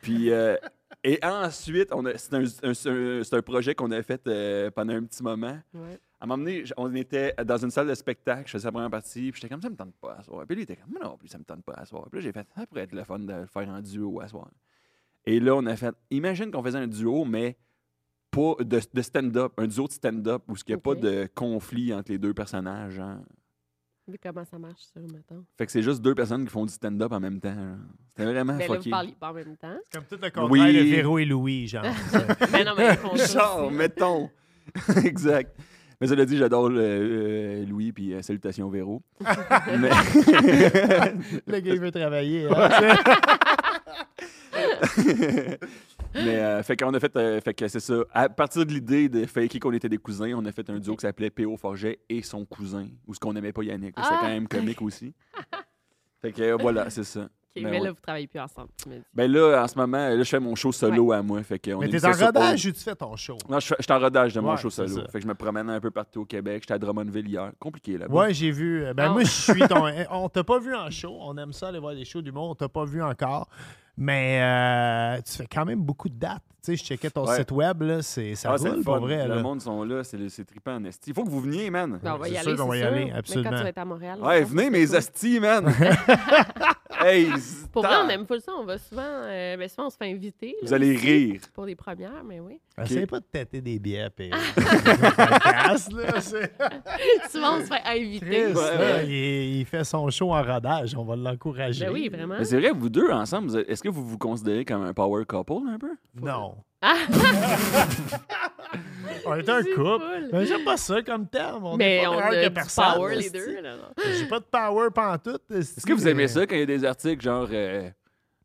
Speaker 3: Puis, euh, et ensuite, on a- c'est un, un- c'est un- c'est un projet qu'on a fait euh, pendant un petit moment.
Speaker 1: Ouais.
Speaker 3: À un moment donné, j- on était dans une salle de spectacle, je faisais la première partie, puis j'étais comme ça me tente pas à soir. Puis lui, il était comme moi non plus, ça me tente pas à soir. Puis là, j'ai fait, ça pourrait être le fun de le faire en duo à soir. Et là, on a fait, imagine qu'on faisait un duo, mais pas de, de stand-up, un duo de stand-up où il n'y a pas
Speaker 1: Ok.
Speaker 3: de conflit entre les deux personnages. genre.
Speaker 1: Mais comment ça marche, ça, mettons?
Speaker 3: Fait que c'est juste deux personnes qui font du stand-up en même temps. genre. C'était vraiment
Speaker 1: Ben là, vous
Speaker 3: fucké.
Speaker 1: parlez
Speaker 3: [LAUGHS]
Speaker 1: pas en même temps.
Speaker 2: Comme tout le contraire
Speaker 3: Oui.
Speaker 2: de Véro et Louis,
Speaker 3: [LAUGHS]
Speaker 2: genre.
Speaker 1: Ben non, mais ils font ça
Speaker 3: Genre,
Speaker 1: aussi.
Speaker 3: mettons. [LAUGHS] exact. Mais cela dit, j'adore le- euh, Louis, puis euh, salutations
Speaker 1: [LAUGHS]
Speaker 3: Véro. Mais-
Speaker 2: le gars, il veut travailler. hein.
Speaker 3: Mais euh, fait qu'on a fait, euh, fait que c'est ça. À partir de l'idée de faker qu'on était des cousins, on a fait un duo qui s'appelait P.O. Forget et son cousin, ou ce qu'on aimait pas Yannick. C'est
Speaker 1: Ah!
Speaker 3: quand même comique
Speaker 1: [LAUGHS]
Speaker 3: aussi. Fait que euh, voilà, c'est ça.
Speaker 1: Ok,
Speaker 3: Ben
Speaker 1: mais
Speaker 3: ouais.
Speaker 1: là, vous travaillez plus ensemble, tu me dis.
Speaker 3: Ben là, en ce moment, là, je fais mon show solo à moi. Fait que on
Speaker 2: mais
Speaker 3: a
Speaker 2: t'es
Speaker 3: mis
Speaker 2: en
Speaker 3: ça sur
Speaker 2: rodage ou tu fais ton show?
Speaker 3: pause. Non, je, fais- je suis en rodage de mon
Speaker 2: Ouais,
Speaker 3: show
Speaker 2: c'est
Speaker 3: solo.
Speaker 2: ça.
Speaker 3: Fait que je me promène un peu partout au Québec. J'étais à Drummondville hier. Compliqué là.
Speaker 2: Ouais, j'ai vu. euh, Ben,
Speaker 1: Ah. [LAUGHS]
Speaker 2: moi, je suis ton. On t'a pas vu en show. On aime ça aller voir des shows d'humour. On t'a pas vu encore. Mais euh, tu fais quand même beaucoup de dates. Tu sais, je checkais ton
Speaker 3: Ouais.
Speaker 2: site web, là, c'est, ça
Speaker 3: Ah, c'est
Speaker 2: roule,
Speaker 3: le
Speaker 2: pas
Speaker 3: fun.
Speaker 2: vrai.
Speaker 3: Le
Speaker 2: là.
Speaker 3: monde sont là, c'est, le- c'est trippant en esti. Il faut que vous veniez, man.
Speaker 1: Ben, on va y
Speaker 2: C'est
Speaker 1: aller.
Speaker 2: sûr qu'on va y
Speaker 1: c'est
Speaker 2: aller,
Speaker 1: sûr. Mais
Speaker 2: absolument.
Speaker 1: quand tu vas être à Montréal. hein.
Speaker 3: Ouais,
Speaker 1: on-
Speaker 3: venez, mes astis,
Speaker 1: [LAUGHS]
Speaker 3: man. hey, c'est-
Speaker 1: Pour vrai, on aime full ça. On va souvent. euh, ben, souvent, on se fait inviter. là,
Speaker 3: Vous allez
Speaker 1: aussi,
Speaker 3: rire.
Speaker 1: Pour des premières, mais oui. [LAUGHS]
Speaker 2: Essaye pas de têter des billets, puis... [LAUGHS] Podcast, là, c'est-
Speaker 1: souvent, on se fait inviter.
Speaker 2: Chris,
Speaker 3: Ouais,
Speaker 2: là,
Speaker 3: ouais.
Speaker 2: Il, est- il fait son show en rodage, on va l'encourager.
Speaker 1: Ben oui, vraiment.
Speaker 3: Mais c'est vrai, vous deux ensemble, vous êtes- est-ce que vous vous considérez comme un power couple un peu?
Speaker 2: Non.
Speaker 1: Ah!
Speaker 2: [LAUGHS] on est un
Speaker 1: C'est
Speaker 2: couple.
Speaker 1: full.
Speaker 2: Ben, J'aime pas ça comme terme. On est
Speaker 1: mais
Speaker 2: pas
Speaker 1: on
Speaker 2: meilleur
Speaker 1: a
Speaker 2: que
Speaker 1: du
Speaker 2: personne,
Speaker 1: power, les
Speaker 2: esti.
Speaker 1: deux. là, non?
Speaker 2: J'ai pas de power pantoute.
Speaker 3: Est-ce que vous aimez ça quand il y a des articles genre euh,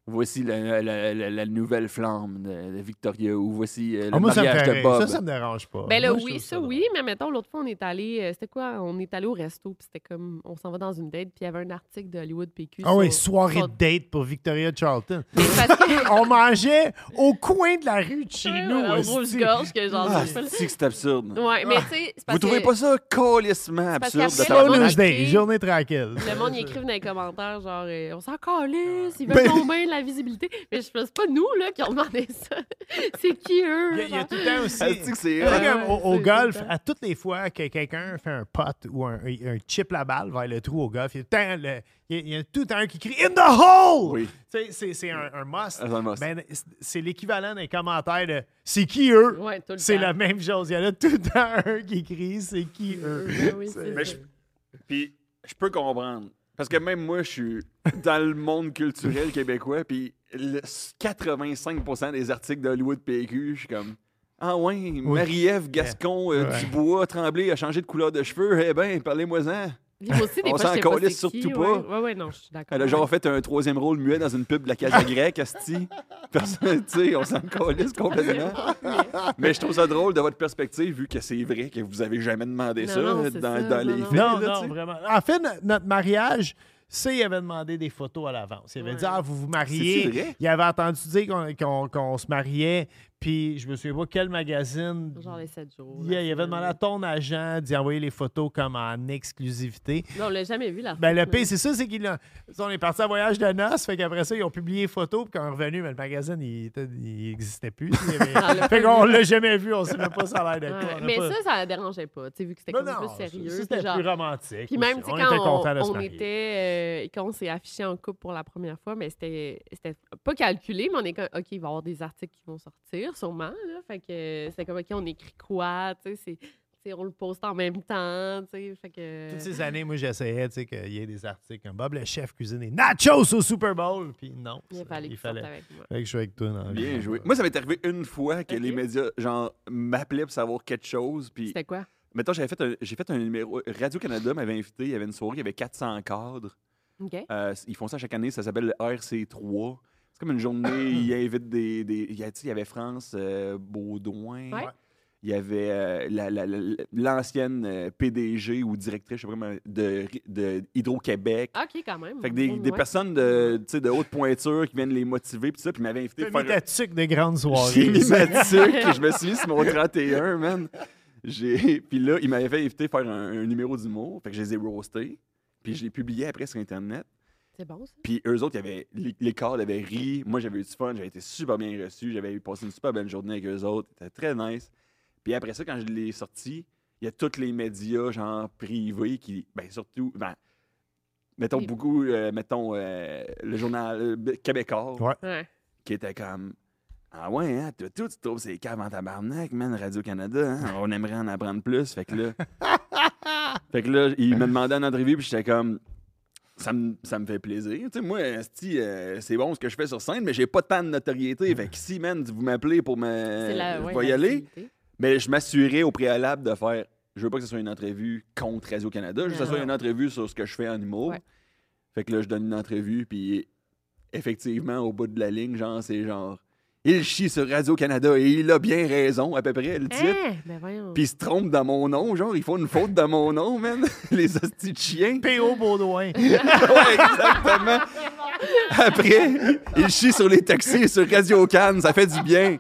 Speaker 3: Voici la, la- la- la nouvelle flamme de, de Victoria ou voici euh, le
Speaker 2: Ah, moi, ça me,
Speaker 3: mariage
Speaker 2: fait
Speaker 3: de
Speaker 2: rire.
Speaker 3: Bob?
Speaker 2: ça, ça me dérange pas.
Speaker 1: Ben là,
Speaker 2: Ah, Moi, je
Speaker 1: oui,
Speaker 2: trouve
Speaker 1: ça,
Speaker 2: drôle.
Speaker 1: oui, mais mettons, l'autre fois, on est allé, euh, c'était quoi? On est allé au resto, puis c'était comme, on s'en va dans une date, puis il y avait un article de Hollywood PQ.
Speaker 2: Ah oui,
Speaker 1: sur-
Speaker 2: soirée de
Speaker 1: sur-
Speaker 2: date pour Victoria Charlton. [LAUGHS]
Speaker 1: Mais c'est parce que...
Speaker 2: on mangeait au coin de la rue de chez
Speaker 1: Ouais,
Speaker 2: nous.
Speaker 1: voilà, au
Speaker 2: esti.
Speaker 1: rouge-gorge, que genre...
Speaker 3: Ah,
Speaker 1: c'est pas le-
Speaker 3: c'est que c'est absurde.
Speaker 1: Ouais,
Speaker 2: Ah,
Speaker 1: mais tu sais, c'est parce
Speaker 3: Vous trouvez
Speaker 1: que
Speaker 3: pas ça colissement
Speaker 1: parce
Speaker 3: absurde de
Speaker 1: qu'après,
Speaker 3: ta
Speaker 1: le monde-
Speaker 3: part?
Speaker 2: Bonus day,
Speaker 1: écrit-
Speaker 2: journée tranquille.
Speaker 1: Le monde y écrive dans les commentaires, genre, euh, on s'en calisse, ils
Speaker 2: Ben-
Speaker 1: veulent tomber de la visibilité. Mais je pense pas nous, là, qui ont demandé ça. [LAUGHS] c'est qui, eux?
Speaker 2: Il y a- il y a
Speaker 1: genre?
Speaker 2: tout le temps aussi.
Speaker 3: Ah, c'est que c'est
Speaker 2: Tu sais,
Speaker 3: hot.
Speaker 2: comme au, au
Speaker 1: c'est
Speaker 2: golf,
Speaker 1: tout le temps.
Speaker 2: à toutes les fois que quelqu'un fait un putt ou un, un chip la balle vers le trou au golf, il y a tout le temps, le- il y a- il y a tout le temps un qui crie In the hole!
Speaker 3: Oui.
Speaker 2: Tu sais, C'est, c'est un, un must.
Speaker 3: Ah, c'est un must.
Speaker 2: Ben, c'est- c'est l'équivalent d'un commentaire de C'est qui eux?
Speaker 1: Ouais, tout le
Speaker 2: c'est
Speaker 1: temps.
Speaker 2: la même chose. Il y en a tout le temps un qui crie C'est qui
Speaker 1: [LAUGHS]
Speaker 2: eux? [LAUGHS]
Speaker 1: Ben oui, c'est
Speaker 3: Mais
Speaker 1: ça.
Speaker 3: je, puis, je peux comprendre. Parce que même moi, je suis dans le monde culturel québécois, puis le 85% des articles d'Hollywood PQ, je suis comme... Ah ouais, Marie-Ève Gascon euh,
Speaker 2: Ouais.
Speaker 3: Dubois Tremblay a changé de couleur de cheveux. Eh ben, parlez-moi-en.
Speaker 1: Puis moi aussi, des
Speaker 3: On
Speaker 1: fois, je
Speaker 3: s'en
Speaker 1: sais pas
Speaker 3: calisse
Speaker 1: c'est qui,
Speaker 3: surtout
Speaker 1: ouais.
Speaker 3: pas.
Speaker 1: Ouais, ouais, non, je suis d'accord.
Speaker 3: Elle a genre fait un troisième rôle muet dans une pub de la Casa Grecque, Asti. Personne, tu sais, on s'en calisse complètement. Mais je trouve ça drôle de votre perspective, vu que c'est vrai que vous avez jamais demandé
Speaker 1: Non,
Speaker 3: ça
Speaker 1: non,
Speaker 3: euh,
Speaker 1: c'est
Speaker 3: dans,
Speaker 1: ça,
Speaker 3: dans
Speaker 1: non,
Speaker 3: les
Speaker 1: non.
Speaker 3: films.
Speaker 2: Non,
Speaker 3: là, tu
Speaker 2: non,
Speaker 3: sais.
Speaker 2: vraiment. En fait, no- notre mariage, c'est il avait demandé des photos à l'avance. Il avait
Speaker 1: Ouais.
Speaker 2: dit Ah, vous vous mariez.
Speaker 3: C'est-tu vrai?
Speaker 2: Il avait entendu dire qu'on qu'on- qu'on se mariait. Puis je me souviens pas quel magazine.
Speaker 1: Genre les 7 jours.
Speaker 2: Il,
Speaker 1: là,
Speaker 2: il avait demandé à ton agent d'y envoyer les photos comme en exclusivité.
Speaker 1: Non, on l'a jamais vu, là.
Speaker 2: Ben, le pire, c'est ça, c'est qu'ils l'ont- On est parti en voyage de noces, fait qu'après ça, ils ont publié les photos, puis quand on est revenu, mais le magazine, il, était- il existait plus. Il y
Speaker 1: [LAUGHS]
Speaker 2: avait-
Speaker 1: On l'a
Speaker 2: fait
Speaker 1: pas
Speaker 2: qu'on
Speaker 1: vu.
Speaker 2: l'a jamais vu, on sait même pas ça a l'air de quoi.
Speaker 1: Ah, Ouais,
Speaker 2: on a
Speaker 1: Mais
Speaker 2: pas-
Speaker 1: ça, ça la dérangeait pas, tu sais, vu que c'était
Speaker 2: Ben
Speaker 1: comme
Speaker 2: non,
Speaker 1: plus sérieux.
Speaker 2: ça,
Speaker 1: puis
Speaker 2: C'était
Speaker 1: genre-
Speaker 2: plus romantique.
Speaker 1: Puis même,
Speaker 2: aussi.
Speaker 1: tu sais,
Speaker 2: on
Speaker 1: quand
Speaker 2: était contents de se
Speaker 1: on, on
Speaker 2: marier.
Speaker 1: était, euh, quand on s'est affiché en couple pour la première fois, mais c'était c'était pas calculé, mais on est comme, OK, il va y avoir des articles qui vont sortir, sûrement. Là, fait que euh, c'était comme, OK, on écrit quoi, tu sais, c'est- tu sais, on le poste en même temps, tu sais, fait que...
Speaker 2: Toutes ces années, moi, j'essayais tu sais, qu'il y ait des articles comme Bob le chef cuisine des nachos au Super Bowl. Puis non,
Speaker 1: Il
Speaker 2: ça,
Speaker 1: fallait qu'il sorte avec moi.
Speaker 2: Fait que je suis avec toi. dans la
Speaker 3: Bien
Speaker 2: vie.
Speaker 3: joué. Moi, ça m'est arrivé une fois que
Speaker 1: Ok.
Speaker 3: les médias, genre, m'appelaient pour savoir quelque chose. Puis,
Speaker 1: C'était quoi?
Speaker 3: mettons, j'avais fait un, j'ai fait un numéro. Radio-Canada m'avait invité, il y avait une soirée, il y avait 400 cadres.
Speaker 1: OK.
Speaker 3: Euh, ils font ça chaque année, ça s'appelle le RC3. C'est comme une journée,
Speaker 1: [CLEARS THROAT]
Speaker 3: ils invitent des. des il, y a, tu sais, il y avait France euh, Beaudoin.
Speaker 1: Ouais.
Speaker 3: Il y avait euh, la- la- la- l'ancienne euh, PDG ou directrice, je sais pas comment, de, de Hydro-Québec.
Speaker 1: OK, quand même.
Speaker 3: Fait que des,
Speaker 1: Ah, Ouais,
Speaker 3: des
Speaker 1: ouais.
Speaker 3: personnes de, tu sais, de haute pointure qui viennent les motiver, puis ça, puis ils m'avaient invité
Speaker 2: T'as
Speaker 3: de
Speaker 2: mis
Speaker 3: faire.
Speaker 2: ta
Speaker 3: un-
Speaker 2: tuque de grande
Speaker 3: J'ai
Speaker 2: soirée.
Speaker 3: mis
Speaker 2: [LAUGHS]
Speaker 3: ma tuque, je me suis mis sur mon 31, man. J'ai... Puis là, il m'avait fait éviter de faire un, un numéro d'humour. Fait que je les ai roastés. Puis je l'ai publié après sur Internet.
Speaker 1: C'est bon, ça?
Speaker 3: Puis eux autres, ils avaient, les, les cordes avaient ri. Moi, j'avais eu du fun. J'avais été super bien reçu. J'avais eu passé une super belle journée avec eux autres. C'était très nice. Puis après ça, quand je l'ai sorti, il y a tous les médias, genre privés, qui. Ben, surtout. Ben, mettons
Speaker 1: Oui.
Speaker 3: beaucoup. euh, mettons euh, le journal euh, québécois
Speaker 2: Ouais.
Speaker 1: Ouais.
Speaker 3: qui était comme Ah ouais, hein, toi, toi, tu trouves ces caves en tabarnak, man, Radio-Canada, hein, on aimerait en apprendre plus. Fait que là. fait que là, il me demandait en entrevue, puis j'étais comme ça me, ça me fait plaisir. Tu sais, moi, esti, euh, c'est bon ce que je fais sur scène, mais j'ai pas tant de notoriété. Fait que si, man, vous m'appelez pour me.
Speaker 2: Euh,
Speaker 1: C'est la-
Speaker 3: je
Speaker 1: ouais,
Speaker 3: vais y
Speaker 1: la
Speaker 3: aller.
Speaker 1: visibilité.
Speaker 3: Mais je m'assurais au préalable de faire. Je veux pas que ce soit une entrevue contre Radio-Canada, je veux que ce
Speaker 1: Ah.
Speaker 3: soit une entrevue sur ce que je fais en humour.
Speaker 1: Ouais.
Speaker 3: Fait que là, je donne une entrevue, puis effectivement, au bout de la ligne, genre, c'est genre. Il chie sur Radio-Canada et il a bien raison, à peu près, le titre.
Speaker 1: Hein? Ben voyons.
Speaker 3: Puis il se trompe dans mon nom, genre, ils font une faute dans mon nom, man. [LAUGHS] Les hosties de chiens.
Speaker 1: [LAUGHS]
Speaker 2: P.O.
Speaker 3: [LAUGHS]
Speaker 2: Baudouin.
Speaker 3: Ouais, exactement. Après, il chie sur les taxis et sur Radio Cannes, ça fait du bien.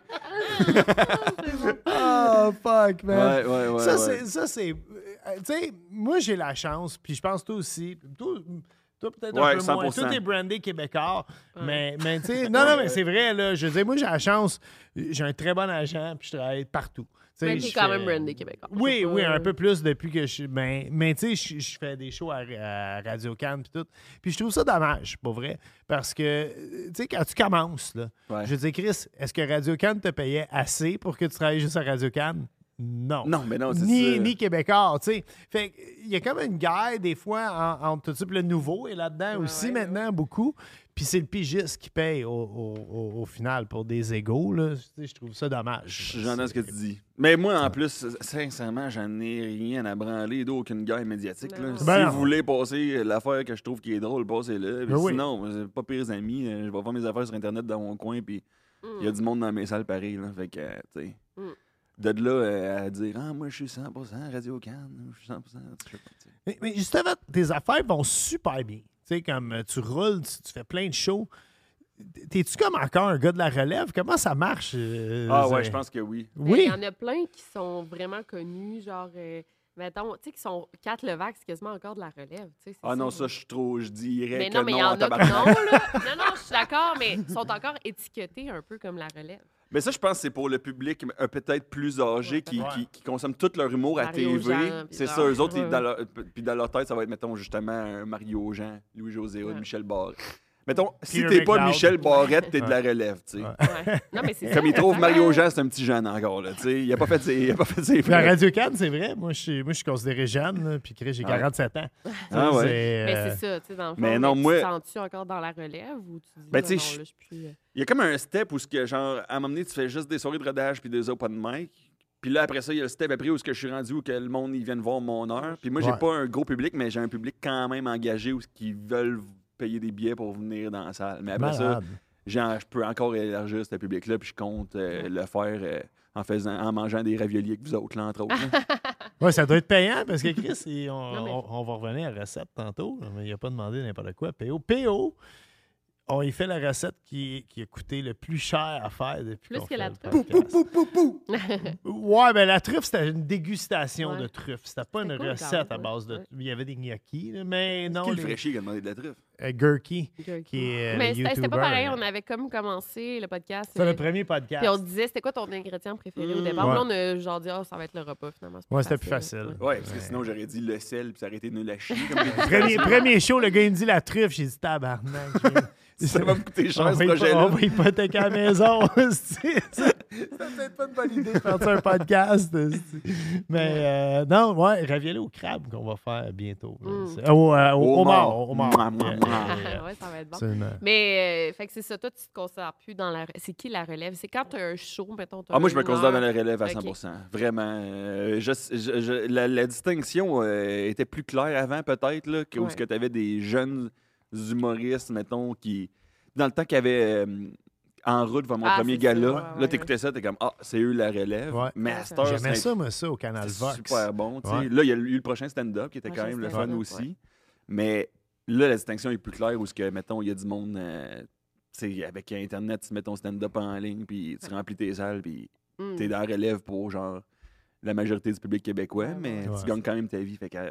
Speaker 2: oh, fuck, man.
Speaker 3: Ouais, ouais, ouais.
Speaker 2: ça,
Speaker 3: ouais.
Speaker 2: c'est. ça, c'est- euh, Tu sais, moi, j'ai la chance, puis je pense toi aussi. toi, Toi, peut-être
Speaker 3: Ouais,
Speaker 2: un peu moins.
Speaker 3: 100%.
Speaker 2: Tout est brandé québécois.
Speaker 1: Ouais.
Speaker 2: Mais, mais tu
Speaker 1: [LAUGHS]
Speaker 2: sais, non, non, mais c'est vrai, là. Je veux dire, moi, j'ai la chance, j'ai un très bon agent, puis je travaille partout. Tu sais,
Speaker 1: Mais t'es
Speaker 2: je
Speaker 1: quand
Speaker 2: fais-
Speaker 1: même brandé québécois.
Speaker 2: Oui,
Speaker 1: Ah, C'est pas- euh,
Speaker 2: oui, un peu plus depuis que je suis. Mais, mais tu sais, je, je fais des shows à, à Radio Cannes puis tout. Puis je trouve ça dommage, pour vrai. Parce que, euh, tu sais, quand tu commences, là,
Speaker 3: Ouais.
Speaker 2: je dis, Chris, est-ce que Radio Cannes te payait assez pour que tu travailles juste à Radio Cannes? Non.
Speaker 3: Non, mais non, c'est
Speaker 2: ni,
Speaker 3: ça.
Speaker 2: ni québécois, tu sais. Fait que, il y a comme une guerre, des fois, en- entre tout ça. Puis le nouveau est là-dedans aussi,
Speaker 1: ouais,
Speaker 2: maintenant, beaucoup. Puis c'est le pigiste qui paye au, au- au- au final pour des égaux, là. Tu sais, Je trouve ça dommage.
Speaker 3: J'entends ce que tu dis. Mais moi, en plus, sincèrement, j'en ai rien à branler d'aucune guerre médiatique. là.
Speaker 1: Non.
Speaker 3: Si
Speaker 2: Ben non.
Speaker 3: vous voulez passer l'affaire que je trouve qui est drôle, passez-le. Puis
Speaker 2: Ben oui.
Speaker 3: Sinon, euh, pas pires amis. euh, Je vais faire mes affaires sur Internet dans mon coin, puis il y a du monde dans mes salles pareil. Là. Fait que, euh, tu sais.
Speaker 1: Mm.
Speaker 3: De là euh, à dire, ah, moi, je suis 100% Radio Cannes, je suis 100%. je sais pas, tu sais.
Speaker 2: Mais, mais justement, tes affaires vont super bien. Tu sais, comme euh, tu roules, tu, tu fais plein de shows. T'es-tu comme encore un gars de la relève? Comment ça marche? euh,
Speaker 3: Ah,
Speaker 2: ça-
Speaker 3: ouais, je pense que oui.
Speaker 1: Mais
Speaker 2: Oui.
Speaker 1: Il y en a plein qui sont vraiment connus, genre, euh, mettons, tu sais, qui sont Kat Levac, c'est quasiment encore de la relève. tu sais, c'est
Speaker 3: Ah non, ça, je suis trop, je dirais
Speaker 1: Mais
Speaker 3: que
Speaker 1: non, mais il y
Speaker 3: non
Speaker 1: en
Speaker 3: en
Speaker 1: a que non,
Speaker 3: tabarnak. [LAUGHS]
Speaker 1: là. Non, non, je suis d'accord, mais ils sont encore étiquetés un peu comme la relève.
Speaker 3: Mais ça, je pense que c'est pour le public euh, peut-être plus âgé qui,
Speaker 2: peut-être.
Speaker 3: qui, qui consomme tout leur humour à
Speaker 1: Mario
Speaker 3: TV.
Speaker 1: Jean, puis
Speaker 3: C'est
Speaker 1: genre,
Speaker 3: ça, eux autres, ils-
Speaker 1: ouais.
Speaker 3: dans leur- euh, puis dans leur tête, ça va être, mettons, justement, un Mario Jean, Louis-José Hood,
Speaker 1: Ouais.
Speaker 3: Michel Barrette. Mettons, si
Speaker 2: Peter
Speaker 3: t'es pas
Speaker 2: McLeod.
Speaker 3: Michel Barrette, t'es de la relève, tu sais.
Speaker 1: Ouais. Non, mais c'est
Speaker 3: Comme
Speaker 1: ça,
Speaker 3: ils
Speaker 1: [LAUGHS]
Speaker 3: trouvent
Speaker 1: ça,
Speaker 3: Mario
Speaker 1: euh,
Speaker 3: Jean, c'est un petit jeune encore, là, tu sais. Il a pas fait ses... Il a pas fait ses
Speaker 2: Puis La radio Cannes, c'est vrai. Moi, je suis, moi, je suis considéré jeune, là, puis Chris, j'ai
Speaker 3: Ouais.
Speaker 2: 47 ans.
Speaker 3: Ah, ouais.
Speaker 2: C'est, euh,
Speaker 1: Mais c'est ça, tu sais, dans le fond,
Speaker 3: mais non,
Speaker 1: tu
Speaker 3: moi-
Speaker 1: te sens-tu encore dans la relève ou tu dis, oh
Speaker 3: Ben,
Speaker 1: non,
Speaker 3: tu sais,
Speaker 1: non,
Speaker 3: je-
Speaker 1: là, je suis plus... euh,
Speaker 3: Il y a comme un step où, ce que, genre, à un moment donné, tu fais juste des soirées de rodage puis des open mic. Puis là, après ça, il y a le step après où ce que je suis rendu où que le monde, ils viennent voir mon heure. Puis moi, j'ai
Speaker 2: Ouais.
Speaker 3: pas un gros public, mais j'ai un public quand même engagé où qui veulent payer des billets pour venir dans la salle. Mais après
Speaker 2: malade.
Speaker 3: ça, genre, je peux encore élargir ce public-là puis je compte euh, le faire euh, en, faisant, en mangeant des raviolis avec vous autres, là, entre autres.
Speaker 2: [LAUGHS]
Speaker 3: là.
Speaker 2: Ouais, ça doit être payant parce que Chris, il- on,
Speaker 1: Non, mais-
Speaker 2: on- on va revenir à la recette tantôt, là, mais il n'a pas demandé n'importe quoi. PO. PO, on y fait la recette qui, qui a coûté le plus cher à faire depuis.
Speaker 1: Plus
Speaker 2: qu'on
Speaker 1: que
Speaker 2: fait
Speaker 1: la
Speaker 2: le
Speaker 1: truffe.
Speaker 2: podcast. [LAUGHS] Ouais, ben la truffe, c'était une dégustation
Speaker 1: Ouais.
Speaker 2: de truffe. C'était pas une
Speaker 1: C'était cool, quand
Speaker 2: recette à
Speaker 1: même,
Speaker 2: base de.
Speaker 1: ouais.
Speaker 2: Il y avait des gnocchis, là, mais non.
Speaker 3: Qui le
Speaker 2: les-
Speaker 3: ferait chier qui a demandé de la truffe?
Speaker 2: euh, Gurky,
Speaker 1: Gurky.
Speaker 2: qui est. euh,
Speaker 1: mais
Speaker 2: le
Speaker 1: c'était c'était pas
Speaker 2: YouTuber.
Speaker 1: pareil, on avait comme commencé le podcast.
Speaker 2: C'était
Speaker 1: euh,
Speaker 2: le premier podcast.
Speaker 1: Puis on se disait, c'était quoi ton ingrédient préféré
Speaker 3: Hmm.
Speaker 1: au départ?
Speaker 2: Ouais.
Speaker 1: Puis là, on a genre dit, ah, ça va être le repas finalement. c'est
Speaker 2: Ouais, c'était plus facile.
Speaker 3: Ouais, parce que sinon, j'aurais dit le sel puis ça aurait été nul à chier.
Speaker 2: [LAUGHS]
Speaker 3: comme les-
Speaker 2: Premier, premier show, le gars, il me dit la truffe. J'ai dit tabarnak.
Speaker 3: [LAUGHS] Ça va me coûter cher,
Speaker 2: on
Speaker 3: ce
Speaker 2: va hypo-
Speaker 3: projet-là.
Speaker 2: On va hypothéquer la maison. [LAUGHS] c'est c'est peut-être pas une bonne idée de partir [LAUGHS] un podcast. c'est- Mais euh, non, ouais, raviez au crabe qu'on va faire bientôt. là.
Speaker 1: Mm.
Speaker 2: C'est- Au, euh, au,
Speaker 3: Au
Speaker 2: au
Speaker 3: mort.
Speaker 2: mort. Au
Speaker 3: Mouah,
Speaker 2: mort.
Speaker 3: mouah,
Speaker 2: Euh,
Speaker 3: mouah.
Speaker 2: euh,
Speaker 1: [LAUGHS] ouais, ça va être bon.
Speaker 2: Absolument.
Speaker 1: Mais euh, fait que c'est ça, toi, tu te considères plus dans la. re- C'est qui la relève? C'est quand tu as un show, mettons. t'as
Speaker 3: Ah, moi, je me
Speaker 1: une
Speaker 3: considère
Speaker 1: heure.
Speaker 3: dans la relève à
Speaker 1: Ok.
Speaker 3: 100 Vraiment. Euh, je- je- je- la, la distinction euh, était plus claire avant, peut-être, là, que, où
Speaker 1: Ouais.
Speaker 3: ce que tu avais des jeunes humoristes, mettons, qui. Dans le temps qu'il y avait. euh, en route vers mon
Speaker 1: Ah,
Speaker 3: premier
Speaker 1: c'est ça,
Speaker 3: gala,
Speaker 1: ouais, ouais,
Speaker 3: là,
Speaker 1: ouais.
Speaker 3: t'écoutais ça, t'es comme Ah, c'est eux la relève.
Speaker 2: Ouais.
Speaker 3: Mais
Speaker 1: Ouais,
Speaker 3: à cette
Speaker 1: ça.
Speaker 3: heure,
Speaker 2: J'aimais
Speaker 3: c'est
Speaker 2: ça, moi, ça, au Canal Vox.
Speaker 3: super bon. tu sais.
Speaker 2: Ouais.
Speaker 3: Là, il y a eu le prochain stand-up qui était
Speaker 1: Prochain
Speaker 3: quand même le fun
Speaker 1: stand-up,
Speaker 3: aussi.
Speaker 1: ouais.
Speaker 3: Mais là, la distinction est plus claire où, ce que, mettons, il y a du monde. euh, tu sais, avec Internet, tu mets ton stand-up en ligne, puis tu remplis tes salles, puis
Speaker 1: Mm.
Speaker 3: t'es dans la relève pour genre la majorité du public québécois,
Speaker 1: Ah, Ouais,
Speaker 3: mais
Speaker 2: ouais.
Speaker 3: tu gagnes quand même ta vie. Fait que euh,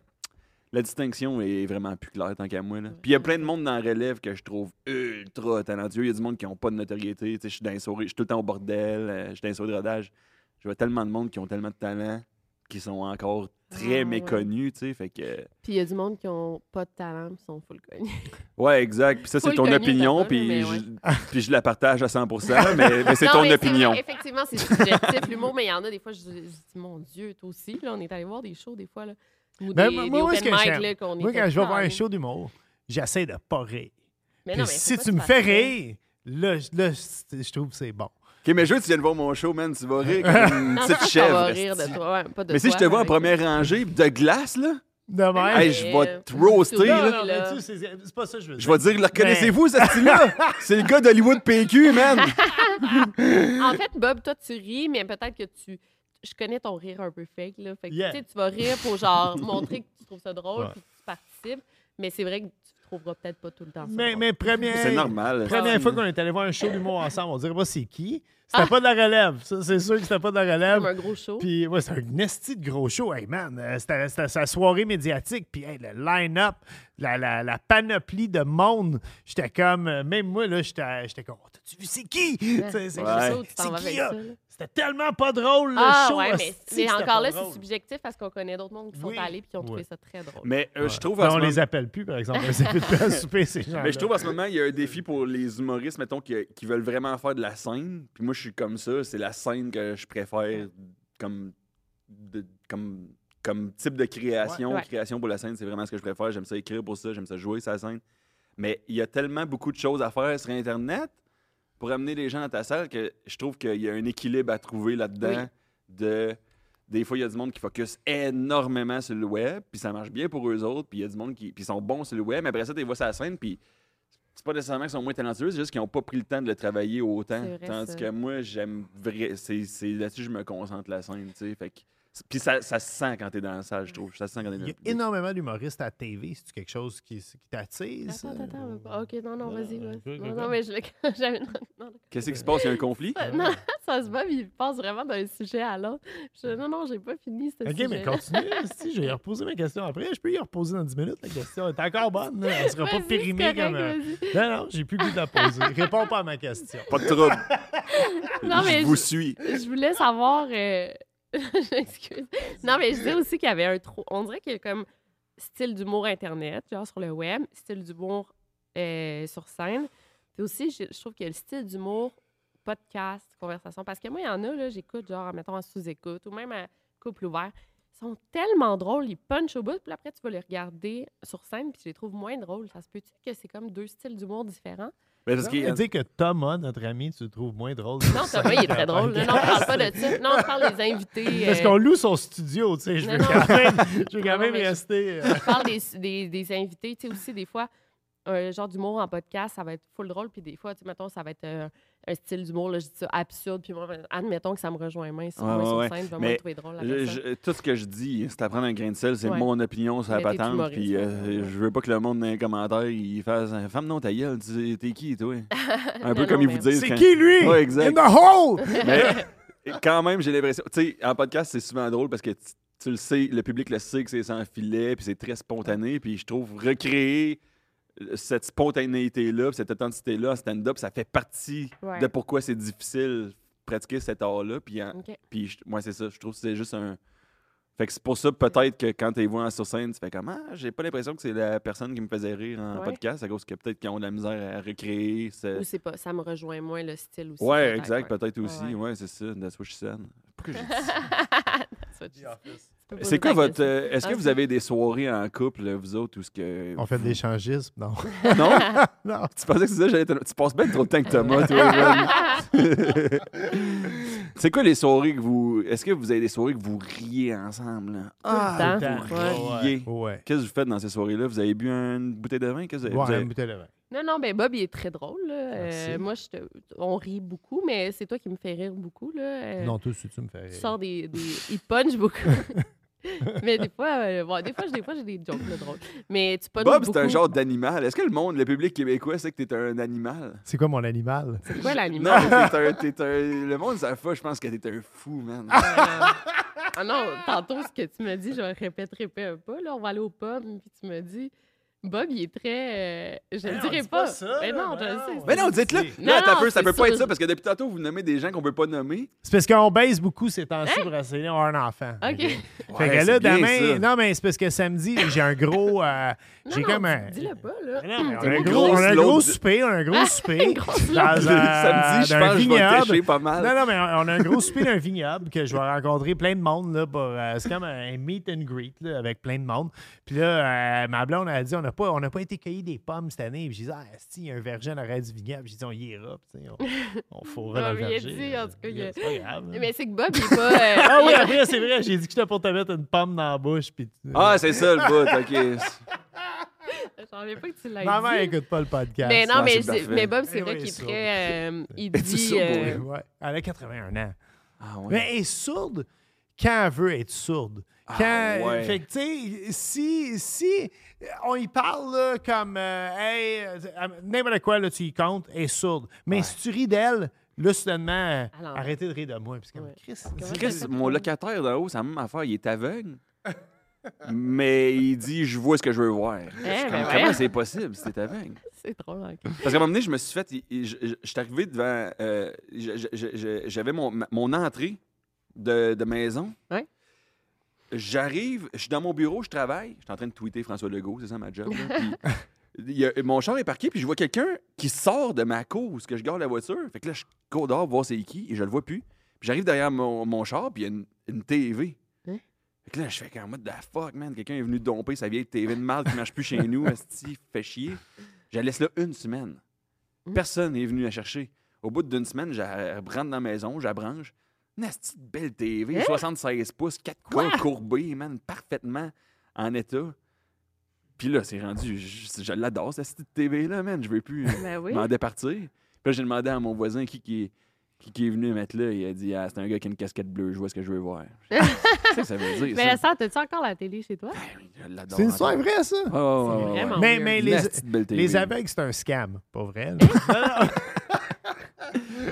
Speaker 3: la distinction est vraiment plus claire tant qu'à moi. là. Puis il y a plein de monde dans la relève que je trouve ultra talentueux. Il y a du monde qui n'ont pas de notoriété. Tu sais, Je suis dans les soirées- je suis tout le temps au bordel, euh, je suis dans les soirées de rodage. Je vois tellement de monde qui ont tellement de talent qui sont encore
Speaker 1: Ah,
Speaker 3: très
Speaker 1: ouais.
Speaker 3: méconnus, tu sais, fait que... euh,
Speaker 1: Puis il y a du monde qui ont pas de talent, qui sont full connus.
Speaker 3: Ouais, exact. Puis ça, c'est
Speaker 1: Full
Speaker 3: ton
Speaker 1: connu,
Speaker 3: opinion,
Speaker 1: t'as pas, là,
Speaker 3: puis
Speaker 1: mais
Speaker 3: je, [LAUGHS] puis je la partage à 100%, mais,
Speaker 1: [LAUGHS]
Speaker 3: mais c'est
Speaker 1: Non,
Speaker 3: ton
Speaker 1: mais vrai,
Speaker 3: opinion.
Speaker 1: effectivement, c'est subjectif, l'humour, mais il y en a des fois, je, je dis, mon Dieu, toi aussi, là, on est allé voir des shows des fois, là. Ou
Speaker 2: Ben,
Speaker 1: des,
Speaker 2: moi,
Speaker 1: des
Speaker 2: moi, ce
Speaker 1: open
Speaker 2: que
Speaker 1: mic,
Speaker 2: j'aime-
Speaker 1: là, qu'on
Speaker 2: Moi,
Speaker 1: était
Speaker 2: quand je vais voir un
Speaker 1: calés.
Speaker 2: show d'humour, j'essaie de pas rire.
Speaker 1: Mais
Speaker 2: Puis
Speaker 1: non, mais
Speaker 2: si
Speaker 1: faut
Speaker 2: tu
Speaker 1: pas
Speaker 2: me
Speaker 1: se
Speaker 2: fais
Speaker 1: faire
Speaker 2: rire, là, je- là, je je trouve que c'est bon.
Speaker 3: OK, mais je veux que tu viennes voir mon show, man. Tu vas rire comme une
Speaker 1: [LAUGHS] Non,
Speaker 3: petite
Speaker 1: ça,
Speaker 3: chèvre.
Speaker 1: ça va rire de
Speaker 3: esti.
Speaker 1: toi, ouais, pas de
Speaker 3: Mais si
Speaker 1: toi,
Speaker 3: je te vois en
Speaker 1: avec-
Speaker 3: première rangée de glace, là,
Speaker 2: De même.
Speaker 1: Ouais,
Speaker 3: hey, je
Speaker 1: mais,
Speaker 3: vais
Speaker 1: euh,
Speaker 3: te roaster.
Speaker 1: c'est
Speaker 2: non,
Speaker 3: là.
Speaker 1: là,
Speaker 2: non, Ah, mais
Speaker 1: là.
Speaker 2: tu sais, c'est c'est pas ça que je veux dire.
Speaker 3: Je vais dire, le reconnaissez-vous, ce [LAUGHS] style-là? C'est le gars d'Hollywood PQ, man!
Speaker 2: [LAUGHS]
Speaker 1: En fait, Bob, toi, tu ris, mais peut-être que tu. Je connais ton rire un peu fake, là. Fait que,
Speaker 2: Yeah. [LAUGHS]
Speaker 1: tu sais, tu vas rire pour, genre, montrer que tu trouves ça drôle,
Speaker 2: Ouais.
Speaker 1: puis que tu participes. Mais c'est vrai que tu trouvera peut-être pas tout le temps. ça
Speaker 2: Mais,
Speaker 1: drôle.
Speaker 2: mais première,
Speaker 3: C'est normal.
Speaker 2: première fois qu'on est allé voir un show d'humour ensemble, on dirait pas c'est qui. C'était pas de la relève. Ça, c'est sûr que c'était pas de la
Speaker 1: Ah. Comme un
Speaker 2: relève.
Speaker 1: gros show.
Speaker 2: Puis, ouais, c'est un nasty de gros show. Hey, man, euh, c'était c'était sa soirée médiatique. Puis, hey, le line-up, la, la- la panoplie de monde. J'étais comme, euh, même moi, là, j'étais j'étais comme, oh, t'as-tu vu, c'est qui? Tu sais, C'est c'est-
Speaker 3: Ouais. C'est
Speaker 1: sûr que tu t'en
Speaker 2: c'est
Speaker 1: vas
Speaker 2: qui,
Speaker 1: avec
Speaker 2: là?
Speaker 1: ça, là.
Speaker 2: C'était tellement pas drôle, le
Speaker 1: Ah,
Speaker 2: show.
Speaker 1: ouais, mais,
Speaker 2: hostie,
Speaker 1: mais
Speaker 2: c'était
Speaker 1: encore
Speaker 2: pas
Speaker 1: là,
Speaker 2: drôle.
Speaker 1: c'est subjectif parce qu'on connaît d'autres mondes qui
Speaker 2: Oui.
Speaker 1: sont allés puis qui ont trouvé
Speaker 2: Ouais.
Speaker 1: ça très drôle.
Speaker 3: Mais euh, je trouve
Speaker 2: Là,
Speaker 3: à
Speaker 2: Ben, on
Speaker 3: ce moment-
Speaker 2: les appelle plus, par exemple. On les appelle plus
Speaker 3: [LAUGHS]
Speaker 2: à souper, ces gens
Speaker 3: Mais je trouve en ce moment, il y a un défi pour les humoristes, mettons, qui, qui veulent vraiment faire de la scène. Puis moi, je suis comme ça. C'est la scène que je préfère comme, de- comme, comme type de création.
Speaker 1: Ouais. Ouais.
Speaker 3: Création pour la scène, c'est vraiment ce que je préfère. J'aime ça écrire pour ça, j'aime ça jouer sur la scène. Mais il y a tellement beaucoup de choses à faire sur Internet pour amener les gens à ta salle que je trouve qu'il y a un équilibre à trouver là-dedans. De, des fois, il y a du monde qui focus énormément sur le web, puis ça marche bien pour eux autres, puis il y a du monde qui puis ils sont bons sur le web, mais après ça, tu les vois sur la scène, puis c'est pas nécessairement qu'ils sont moins talentueux, c'est juste qu'ils n'ont pas pris le temps de le travailler autant.
Speaker 1: C'est vrai,
Speaker 3: Tandis
Speaker 1: ça.
Speaker 3: que moi, j'aime vrai, c'est c'est là-dessus que je me concentre la scène, tu sais. Fait que- Puis ça, ça se sent quand t'es dans la salle, je trouve. Ça se sent quand t'es dans
Speaker 2: Il y
Speaker 3: le
Speaker 2: a
Speaker 3: public.
Speaker 2: énormément d'humoristes à la TV. C'est quelque chose qui, qui t'attire? ça?
Speaker 1: Attends, attends, attends.
Speaker 2: Ou-
Speaker 1: Ok, non, non,
Speaker 2: Non,
Speaker 1: vas-y.
Speaker 2: non,
Speaker 1: vas-y.
Speaker 2: go, go,
Speaker 1: Non,
Speaker 2: go.
Speaker 1: non, mais je le. [LAUGHS] j'avais- non, non,
Speaker 3: Qu'est-ce qui se passe? Il y a un conflit?
Speaker 2: Ah,
Speaker 1: non. Non, [LAUGHS] ça se bat, mais il passe vraiment d'un sujet à l'autre. Je- Non, non, j'ai pas fini ce
Speaker 2: Euh, OK,
Speaker 1: sujet.
Speaker 2: mais continue. si, je vais y reposer ma question après. Je peux y reposer dans 10 minutes. La question est encore bonne. là. Elle sera pas périmée comme... euh, Non, non, j'ai plus le goût de la poser. [LAUGHS] Réponds pas à ma question.
Speaker 3: Pas de trouble.
Speaker 1: [LAUGHS] Non, mais
Speaker 3: je vous
Speaker 1: je-
Speaker 3: suis.
Speaker 1: Je voulais savoir. euh, [LAUGHS] je m'excuse. Non, mais je disais aussi qu'il y avait un trou. On dirait qu'il y a comme style d'humour Internet, genre sur le web, style d'humour euh, sur scène. Puis aussi, je, je trouve qu'il y a le style d'humour podcast, conversation. Parce que moi, il y en a, là, j'écoute, genre, mettons, en sous-écoute ou même à couple ouvert. Ils sont tellement drôles, ils punchent au bout, puis après, tu vas les regarder sur scène, puis je les trouve moins drôles. Ça se peut-tu que c'est comme deux styles d'humour différents?
Speaker 3: Mais parce
Speaker 2: Est-ce
Speaker 3: qu'il y
Speaker 2: qu'il
Speaker 3: a-
Speaker 2: dit que Thomas, notre ami, tu le trouves moins drôle?
Speaker 1: Non, Thomas, il est très drôle. là. Non, on parle pas de ça. Non, on parle des invités.
Speaker 2: Parce
Speaker 1: euh,
Speaker 2: qu'on loue son studio, tu sais. Je veux
Speaker 1: Non, non.
Speaker 2: quand même, je veux
Speaker 1: Non,
Speaker 2: quand
Speaker 1: non,
Speaker 2: même
Speaker 1: mais je-
Speaker 2: rester... euh,
Speaker 1: je parle des, des, des invités, tu sais, aussi, des fois, un genre d'humour en podcast, ça va être full drôle, puis des fois, tu sais, mettons, ça va être euh, un style d'humour, là, je dis ça, absurde, puis moi, ben, admettons que ça me rejoint main sur,
Speaker 3: Ouais,
Speaker 1: moi,
Speaker 3: ouais,
Speaker 1: sur scène, je vais
Speaker 3: Mais
Speaker 1: moins le trouver drôle
Speaker 3: Je-
Speaker 1: après ça.
Speaker 3: je- tout ce que je dis, c'est à prendre un grain de sel, c'est
Speaker 1: Ouais.
Speaker 3: mon opinion sur la
Speaker 1: Mais t'es
Speaker 3: patente.
Speaker 1: humoriste,
Speaker 3: Puis
Speaker 1: ouais.
Speaker 3: euh, je veux pas que le monde dans les commentaires il fasse un femme non ta gueule, tu- t'es qui toi Un
Speaker 1: [LAUGHS] Non,
Speaker 3: peu comme
Speaker 1: non,
Speaker 3: ils vous
Speaker 1: mais-
Speaker 3: disent.
Speaker 2: C'est
Speaker 3: quand-
Speaker 2: qui, lui?
Speaker 3: Ouais, exact.
Speaker 2: In the hole!
Speaker 3: [LAUGHS] Mais quand même, j'ai l'impression. Tu sais, en podcast, c'est souvent drôle parce que tu- tu le sais, le public le sait que c'est sans filet, puis c'est très spontané. Puis je trouve recréer euh, cette spontanéité-là, puis cette authenticité-là en stand-up, ça fait partie
Speaker 1: Ouais.
Speaker 3: de pourquoi c'est difficile de pratiquer cet art-là. Puis en-
Speaker 1: OK.
Speaker 3: puis je- moi, c'est ça. Je trouve que c'est juste un. Fait que c'est pour ça, peut-être que quand tu les vois en sur scène, tu fais comme Ah, j'ai pas l'impression que c'est la personne qui me faisait rire en
Speaker 1: Ouais.
Speaker 3: podcast, à cause que peut-être qu'ils ont de la misère à recréer. ce-
Speaker 1: Ou c'est pas, ça me rejoint moins le style aussi.
Speaker 3: Ouais,
Speaker 1: peut-être,
Speaker 3: exact,
Speaker 1: ouais.
Speaker 3: peut-être aussi.
Speaker 1: Ouais,
Speaker 3: Ouais,
Speaker 1: ouais.
Speaker 3: c'est ça. That's what she said. Pourquoi j'ai dit ça?
Speaker 1: [LAUGHS] That's what she said. Tu peux poser
Speaker 3: C'est quoi
Speaker 1: ta
Speaker 3: votre.
Speaker 1: question.
Speaker 3: euh, Est-ce que
Speaker 1: Ah,
Speaker 3: vous
Speaker 1: c'est-
Speaker 3: avez des soirées en couple, vous autres, ou ce que.
Speaker 2: On fait de l'échangisme, non?
Speaker 3: [LAUGHS] Non?
Speaker 2: [LAUGHS] non.
Speaker 3: tu pensais que c'est ça, j'allais te- Tu passes bien trop de temps que Thomas,
Speaker 1: [LAUGHS]
Speaker 3: toi, Evan. [LAUGHS] C'est quoi les soirées que vous. Est-ce que vous avez des soirées que vous riez ensemble? là?
Speaker 1: Ah,
Speaker 2: Tout le
Speaker 1: vous
Speaker 2: temps.
Speaker 3: riez.
Speaker 2: Ouais.
Speaker 3: Qu'est-ce que vous faites dans ces soirées-là? Vous avez bu une bouteille de vin? Qu'est-ce que vous
Speaker 2: Ouais,
Speaker 3: avez-
Speaker 2: une bouteille de vin.
Speaker 1: Non, non, ben Bob, il est très drôle. là. Euh,
Speaker 2: Merci.
Speaker 1: moi, je te- on rit beaucoup, mais c'est toi qui me fais rire beaucoup. Là. Euh,
Speaker 2: Non, tout si tu me fais
Speaker 1: Tu
Speaker 2: rire.
Speaker 1: sors des. des- il punch beaucoup. [LAUGHS] mais des fois, euh, bon, des fois, j'ai- des fois, j'ai des jokes là, drôles. Mais tu punches
Speaker 3: Bob,
Speaker 1: beaucoup.
Speaker 3: c'est un genre d'animal. Est-ce que le monde, le public québécois, sait que t'es un animal?
Speaker 2: C'est quoi mon animal?
Speaker 1: C'est quoi
Speaker 3: Non,
Speaker 1: l'animal?
Speaker 3: t'es un, t'es un- Le monde, ça fait, je pense que t'es un fou, man.
Speaker 1: Ah non, tantôt, ce que tu me dis, je le répéterai pas, euh, pas, Là, on va aller au pub, puis tu me dis, Bob, il est très. euh, je
Speaker 2: Mais
Speaker 1: le
Speaker 2: non,
Speaker 1: dirais
Speaker 2: dis
Speaker 1: pas.
Speaker 2: pas ça,
Speaker 1: mais
Speaker 2: là,
Speaker 1: non, je
Speaker 2: mais
Speaker 1: le
Speaker 2: non.
Speaker 1: sais.
Speaker 3: Mais Ben non, dites-le.
Speaker 2: Non,
Speaker 3: Là, t'as
Speaker 1: non,
Speaker 3: peu, ça
Speaker 1: c'est
Speaker 3: peut pas
Speaker 1: sûr.
Speaker 3: être ça parce que depuis tantôt, vous nommez des gens qu'on peut pas nommer.
Speaker 2: C'est parce qu'on baise beaucoup ces temps-ci pour essayer d'avoir un enfant.
Speaker 1: Hein? OK.
Speaker 2: [LAUGHS] Fait que
Speaker 3: Ouais, c'est
Speaker 2: là,
Speaker 3: bien,
Speaker 2: demain,
Speaker 3: ça.
Speaker 2: non, mais c'est parce que samedi, j'ai un gros. euh,
Speaker 1: Non,
Speaker 2: j'ai
Speaker 1: non,
Speaker 2: comme un.
Speaker 1: Dis-le Ah, pas, là.
Speaker 2: Non, mais on a
Speaker 3: Dis-le.
Speaker 2: un gros, on a un
Speaker 3: Grosse
Speaker 2: gros
Speaker 3: load.
Speaker 2: souper, on a un gros
Speaker 1: [LAUGHS]
Speaker 2: souper. dans,
Speaker 3: Samedi, je
Speaker 2: dans un
Speaker 3: pense que je vais
Speaker 2: vignoble.
Speaker 3: têcher pas mal.
Speaker 2: Non, non, mais on on a un gros souper d'un vignoble que je vais rencontrer plein de monde. Là, pour, euh, c'est comme un meet and greet là, avec plein de monde. Puis là, euh, ma blonde a dit on n'a pas, on n'a pas été cueillir des pommes cette année. Puis j'ai dit ah, si, il y a un verger en arrêt du vignoble. J'ai dit on y ira. Puis, tu sais, on, on
Speaker 1: [LAUGHS]
Speaker 2: fourra dans le
Speaker 1: Non, mais il
Speaker 2: verger.
Speaker 1: a
Speaker 2: euh,
Speaker 1: dit, en tout cas, il a-
Speaker 2: C'est pas grave. là.
Speaker 1: Mais c'est que Bob, il
Speaker 2: [LAUGHS]
Speaker 1: est pas. euh,
Speaker 2: Ah oui,
Speaker 1: il-
Speaker 2: après, c'est vrai. J'ai dit que j'étais pour te mettre une pomme dans la bouche. Puis, tu-
Speaker 3: Ah, c'est ça le bout, ok.
Speaker 1: [LAUGHS] J'en reviens pas que tu l'aies
Speaker 2: Maman,
Speaker 1: dit.
Speaker 2: elle écoute pas le podcast.
Speaker 1: Mais Ben, non,
Speaker 3: Ouais,
Speaker 1: mais,
Speaker 3: Ah, c'est
Speaker 1: c'est-
Speaker 3: parfait.
Speaker 1: mais Bob, c'est
Speaker 2: Eh
Speaker 1: vrai
Speaker 2: oui,
Speaker 1: qu'il est
Speaker 2: ça.
Speaker 1: très. euh, il
Speaker 3: [LAUGHS] Es-tu
Speaker 1: dit.
Speaker 3: sourd,
Speaker 1: euh,
Speaker 2: Ouais, elle a 81 ans.
Speaker 3: Ah, ouais.
Speaker 2: Mais elle est sourde. quand elle veut être sourde.
Speaker 3: Ah,
Speaker 2: Quand,
Speaker 3: ouais.
Speaker 2: Fait que, tu sais, si, si on y parle là, comme, euh, hey, euh, n'importe quoi, là, tu y comptes, elle est sourde. Mais si tu ris d'elle, là, soudainement,
Speaker 1: Alors.
Speaker 2: arrêtez de rire de moi. Puis c'est comme,
Speaker 1: Ah, Ouais.
Speaker 2: Chris,
Speaker 1: Comment
Speaker 2: dis-
Speaker 1: t'as
Speaker 3: Chris,
Speaker 1: fait
Speaker 3: mon
Speaker 1: pour-
Speaker 3: locataire de haut, c'est la même affaire, il est aveugle. mais il dit Je vois ce que je veux voir. Je suis
Speaker 1: ben
Speaker 3: comme,
Speaker 1: ouais.
Speaker 3: Comment c'est possible si t'es aveugle?
Speaker 1: C'est drôle. hein, ok.
Speaker 3: Parce qu'à un moment donné, je me suis fait. il- il- Je je- je suis arrivé devant. euh, je- je- je- je- J'avais mon, ma- mon entrée de, de maison.
Speaker 1: Ouais.
Speaker 3: J'arrive, je suis dans mon bureau, je travaille. Je suis en train de tweeter François Legault, c'est ça ma job. là. Puis, il y a- mon char est parqué, puis je vois quelqu'un qui sort de ma cause, que je garde la voiture. Fait que là, je cours dehors voir c'est qui, et je le vois plus. Puis j'arrive derrière mon, mon char, puis il y a une, une TV.
Speaker 1: Hein?
Speaker 3: Fait que là, je fais comme, what the fuck, man, quelqu'un est venu domper sa vieille TV de mal qui marche plus chez nous, [LAUGHS] esti, fait chier. Je la laisse là une semaine.
Speaker 1: Hmm.
Speaker 3: Personne n'est venu la chercher. Au bout d'une semaine, je la rentre dans la maison, je la branche. Une esti de belle TV,
Speaker 1: Hein?
Speaker 3: 76 pouces, quatre coins courbés, man, parfaitement en état. Puis là, c'est rendu, je, je l'adore, cette esti de TV-là, man, je veux plus
Speaker 1: Ben oui.
Speaker 3: m'en départir. Puis là, j'ai demandé à mon voisin qui, qui, qui, qui est venu mettre là, il a dit, ah, c'est un gars qui a une casquette bleue, je vois ce que je veux
Speaker 1: [LAUGHS]
Speaker 3: voir. Qu'est-ce que ça veut dire,
Speaker 1: Mais
Speaker 3: ça?
Speaker 1: ça, t'as-tu encore la télé chez toi?
Speaker 3: Ben oui, je l'adore.
Speaker 2: C'est une histoire
Speaker 3: encore.
Speaker 2: vraie, ça.
Speaker 3: Ah, ouais, ouais,
Speaker 1: C'est
Speaker 3: ouais, ouais.
Speaker 1: vraiment
Speaker 2: Mais,
Speaker 1: weird.
Speaker 2: mais
Speaker 3: Une
Speaker 2: les,
Speaker 3: esti de belle TV.
Speaker 2: les aveugles, c'est un scam, pas vrai. là.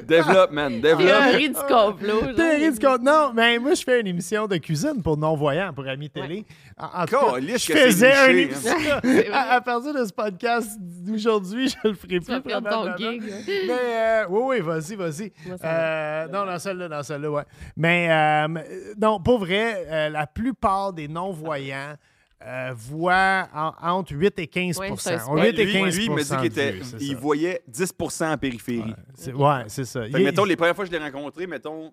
Speaker 3: Développe,
Speaker 1: Ah.
Speaker 3: man, développe.
Speaker 1: Théorie du complot. genre.
Speaker 2: Théorie du compte. Non, mais moi, je fais une émission de cuisine pour non-voyants, pour Amis Télé. En, en tout cas,
Speaker 3: Caliste
Speaker 2: je
Speaker 3: que c'est
Speaker 2: faisais un
Speaker 3: niché, hein.
Speaker 2: épisode. [LAUGHS] à, à partir de ce podcast d'aujourd'hui, je le ferai
Speaker 1: Tu vas
Speaker 2: plus
Speaker 1: perdre ton
Speaker 2: probablement.
Speaker 1: gig. là.
Speaker 2: Mais euh, oui, oui, vas-y, vas-y.
Speaker 1: Moi, ça
Speaker 2: Euh, non, dans celle-là, dans celle-là, ouais. Mais euh, non, pour vrai, euh, la plupart des non-voyants euh, voient en- entre 8 et 15
Speaker 1: Ouais, c'est un
Speaker 2: Entre
Speaker 1: spectre.
Speaker 2: 8 et 15
Speaker 3: lui, lui, me dit qu'il était,
Speaker 2: de vues, c'est
Speaker 3: il
Speaker 2: ça.
Speaker 3: voyait 10 en périphérie.
Speaker 2: C'est- Ouais, c'est ça.
Speaker 3: Fait que, mettons, les premières fois que je l'ai rencontré, mettons,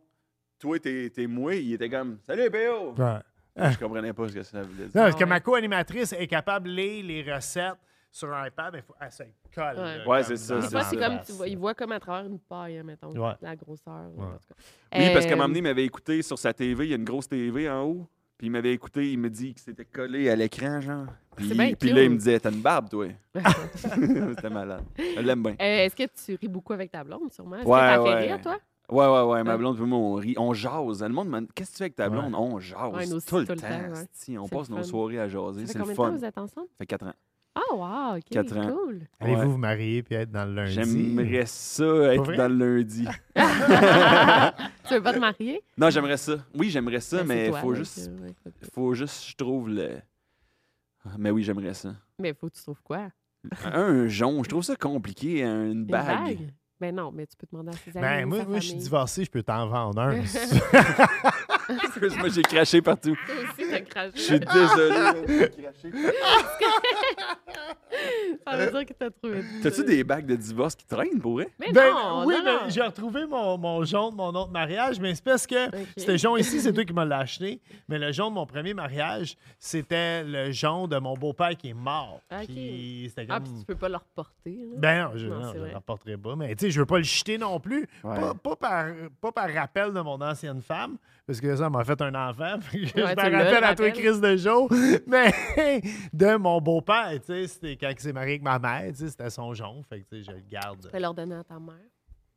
Speaker 3: toi, t'es, t'es moué, il était comme Salut, PO!
Speaker 2: Ouais.
Speaker 3: Je comprenais pas ce que ça voulait
Speaker 2: Non,
Speaker 3: dire.
Speaker 2: parce que
Speaker 1: Ah ouais.
Speaker 2: ma co-animatrice est capable de lire les recettes sur un iPad, mais faut- elle se colle.
Speaker 1: Ouais.
Speaker 2: là,
Speaker 3: Ouais,
Speaker 2: comme
Speaker 3: c'est ça,
Speaker 2: dans-
Speaker 1: Des fois, c'est
Speaker 3: ça.
Speaker 2: dans-
Speaker 1: comme, tu vois, il voit comme à travers une paille, hein, mettons,
Speaker 2: Ouais.
Speaker 1: la grosseur.
Speaker 2: Ouais.
Speaker 1: en tout cas.
Speaker 3: Oui, parce qu'à un
Speaker 1: Euh,
Speaker 3: moment donné, il m'avait écouté sur sa TV, il y a une grosse TV en haut. Puis il m'avait écouté, il me dit qu'il s'était collé à l'écran, genre. Puis,
Speaker 1: Ah, C'est bien
Speaker 3: puis là, il
Speaker 1: cute.
Speaker 3: me disait T'as une barbe,
Speaker 1: [LAUGHS]
Speaker 3: toi. [LAUGHS] C'était malade. Je l'aime bien.
Speaker 1: euh, Est-ce que tu ris beaucoup avec ta blonde, sûrement? Est-ce
Speaker 3: Ouais,
Speaker 1: que t'as
Speaker 3: ouais.
Speaker 1: fait rire, toi?
Speaker 3: Ouais, ouais, ouais, ma
Speaker 1: Ouais.
Speaker 3: blonde, puis moi, on rit, on jase. Le monde me demande Qu'est-ce que tu fais avec ta blonde On jase
Speaker 1: Ouais, nous aussi,
Speaker 3: tout, le
Speaker 1: tout le
Speaker 3: temps.
Speaker 1: temps, ouais.
Speaker 3: asti. On
Speaker 1: C'est le
Speaker 3: passe nos
Speaker 1: fun.
Speaker 3: soirées à jaser.
Speaker 1: Ça fait
Speaker 3: C'est le
Speaker 1: combien de temps
Speaker 3: fun.
Speaker 1: vous êtes ensemble?
Speaker 3: Ça fait 4 ans.
Speaker 1: Ah, wow, OK,
Speaker 3: Quatre ans.
Speaker 1: cool.
Speaker 2: Allez-vous
Speaker 3: Ouais.
Speaker 2: vous marier puis être dans le lundi?
Speaker 3: J'aimerais ça être
Speaker 2: vrai?
Speaker 3: dans le
Speaker 1: Ah.
Speaker 3: lundi.
Speaker 1: Tu veux pas te marier?
Speaker 3: Non, j'aimerais ça. Oui, j'aimerais [LAUGHS] ça,
Speaker 1: Ben, c'est
Speaker 3: mais
Speaker 1: toi,
Speaker 3: faut
Speaker 1: donc,
Speaker 3: juste,
Speaker 1: euh, ouais, faut-
Speaker 3: faut juste, je trouve le. Ah, Mais oui, j'aimerais ça.
Speaker 1: Mais faut que tu trouves quoi?
Speaker 3: Un jonc, je trouve ça compliqué, un- une
Speaker 1: Une
Speaker 3: bague.
Speaker 1: bague? Ben non, mais tu peux demander à ses amis.
Speaker 2: Ben, moi,
Speaker 1: sa
Speaker 2: moi, je suis
Speaker 1: famille. [LAUGHS]
Speaker 2: divorcé, je peux t'en vendre un.
Speaker 3: [LAUGHS] Excuse-moi, j'ai craché partout.
Speaker 1: Toi aussi, t'as
Speaker 3: Je suis
Speaker 1: [LAUGHS] craché.
Speaker 3: désolé. j'ai craché.
Speaker 1: Ça veut dire que t'as trouvé.
Speaker 3: T'as-tu des bagues de divorce qui traînent pour vrai?
Speaker 1: Mais
Speaker 2: Ben,
Speaker 1: non,
Speaker 2: oui,
Speaker 1: non,
Speaker 2: ben,
Speaker 1: non.
Speaker 2: j'ai retrouvé mon, mon jaune de mon autre mariage, mais c'est parce que
Speaker 1: Ok.
Speaker 2: ce jaune ici, c'est toi
Speaker 1: [LAUGHS]
Speaker 2: qui m'as l'acheté. Mais le jaune de mon premier mariage, c'était le jaune de mon beau-père qui est mort.
Speaker 1: Ok.
Speaker 2: Puis c'était
Speaker 1: Ah,
Speaker 2: comme.
Speaker 1: puis tu peux pas le reporter. là.
Speaker 2: Ben non, je
Speaker 1: Non,
Speaker 2: ne
Speaker 1: c'est vrai.
Speaker 2: le rapporterai pas. Mais tu sais, je veux pas le jeter non plus.
Speaker 3: Ouais.
Speaker 2: Pas, pas par, pas par rappel de mon ancienne femme, parce que ça m'a fait un enfant. [LAUGHS] fait que je me
Speaker 1: Ouais, tu l'as,
Speaker 2: rappelle,
Speaker 1: le
Speaker 2: à toi,
Speaker 1: rappel.
Speaker 2: Chris de jour. [LAUGHS] Mais de mon beau-père, tu sais, c'était quand il s'est marié avec ma mère, tu sais, c'était son jaune. Fait que tu sais, je le garde.
Speaker 1: Tu peux leur donner à ta mère.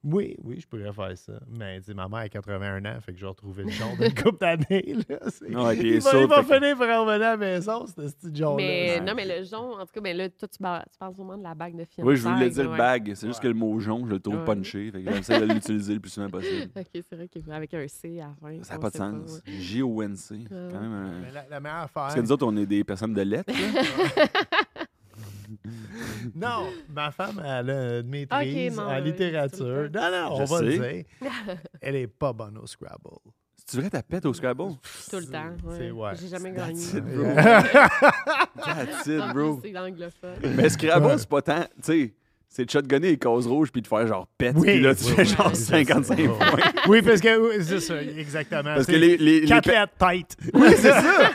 Speaker 2: Oui, oui, je pourrais faire ça. Mais tu sais, ma mère a 81 ans, fait que je vais retrouver le jaune d'une [LAUGHS] couple d'années. là. C'est-
Speaker 3: Ouais, puis il est
Speaker 2: il va, il
Speaker 3: saoul,
Speaker 2: va
Speaker 3: fait que-
Speaker 2: finir par revenir à la maison, ce petit
Speaker 3: Oh,
Speaker 2: jaune-là.
Speaker 1: Mais
Speaker 3: ouais.
Speaker 1: non, mais le jonc, en tout cas, ben là, toi, tu, bar- tu parles vraiment de la bague de fiançailles.
Speaker 3: Oui, je voulais dire
Speaker 1: ouais.
Speaker 3: bague. C'est juste que le mot jonc, je le trouve
Speaker 1: Ouais.
Speaker 3: punché. Fait que j'essaie de l'utiliser le plus souvent possible.
Speaker 1: [LAUGHS] [LAUGHS] Ok, c'est vrai qu'avec un C à la fin.
Speaker 3: Ça n'a
Speaker 1: on
Speaker 3: pas de
Speaker 1: sait
Speaker 3: sens.
Speaker 1: ouais. Euh,
Speaker 3: J-O-N-C. c'est
Speaker 1: Ouais.
Speaker 3: quand même un-
Speaker 2: Mais la, la meilleure affaire.
Speaker 3: Parce que nous autres, on est des personnes de lettres.
Speaker 1: [LAUGHS]
Speaker 3: là.
Speaker 2: Non, ma femme, elle a une maîtrise
Speaker 1: Ok, non,
Speaker 2: en
Speaker 1: oui,
Speaker 2: littérature.
Speaker 1: tout
Speaker 2: Non, non,
Speaker 3: Je
Speaker 2: on va le
Speaker 3: sais.
Speaker 2: dire.
Speaker 1: [LAUGHS]
Speaker 2: Elle est pas bonne au Scrabble.
Speaker 3: C'est vrai, ta pète
Speaker 2: [LAUGHS]
Speaker 3: au Scrabble?
Speaker 1: Tout le temps.
Speaker 2: C'est-
Speaker 1: Ouais.
Speaker 2: ouais.
Speaker 1: J'ai jamais gagné.
Speaker 3: That's it, bro. That's it,
Speaker 1: En
Speaker 3: bro.
Speaker 1: plus, C'est
Speaker 3: [LAUGHS]
Speaker 1: l'anglophone. Euh,
Speaker 3: Mais Scrabble, c'est pas tant. Tu sais, c'est de shotgunner les causes rouges puis de faire genre pète.
Speaker 2: Oui,
Speaker 3: puis là, tu
Speaker 2: oui,
Speaker 3: fais
Speaker 2: oui,
Speaker 3: genre
Speaker 2: oui, c'est ça.
Speaker 3: 55
Speaker 2: Oui,
Speaker 3: points.
Speaker 2: Oui, parce que oui, c'est ça, exactement.
Speaker 3: Parce que
Speaker 2: C'est
Speaker 3: les, les, les
Speaker 2: quatre
Speaker 3: pe-
Speaker 2: lettres tête.
Speaker 3: Oui, c'est ça.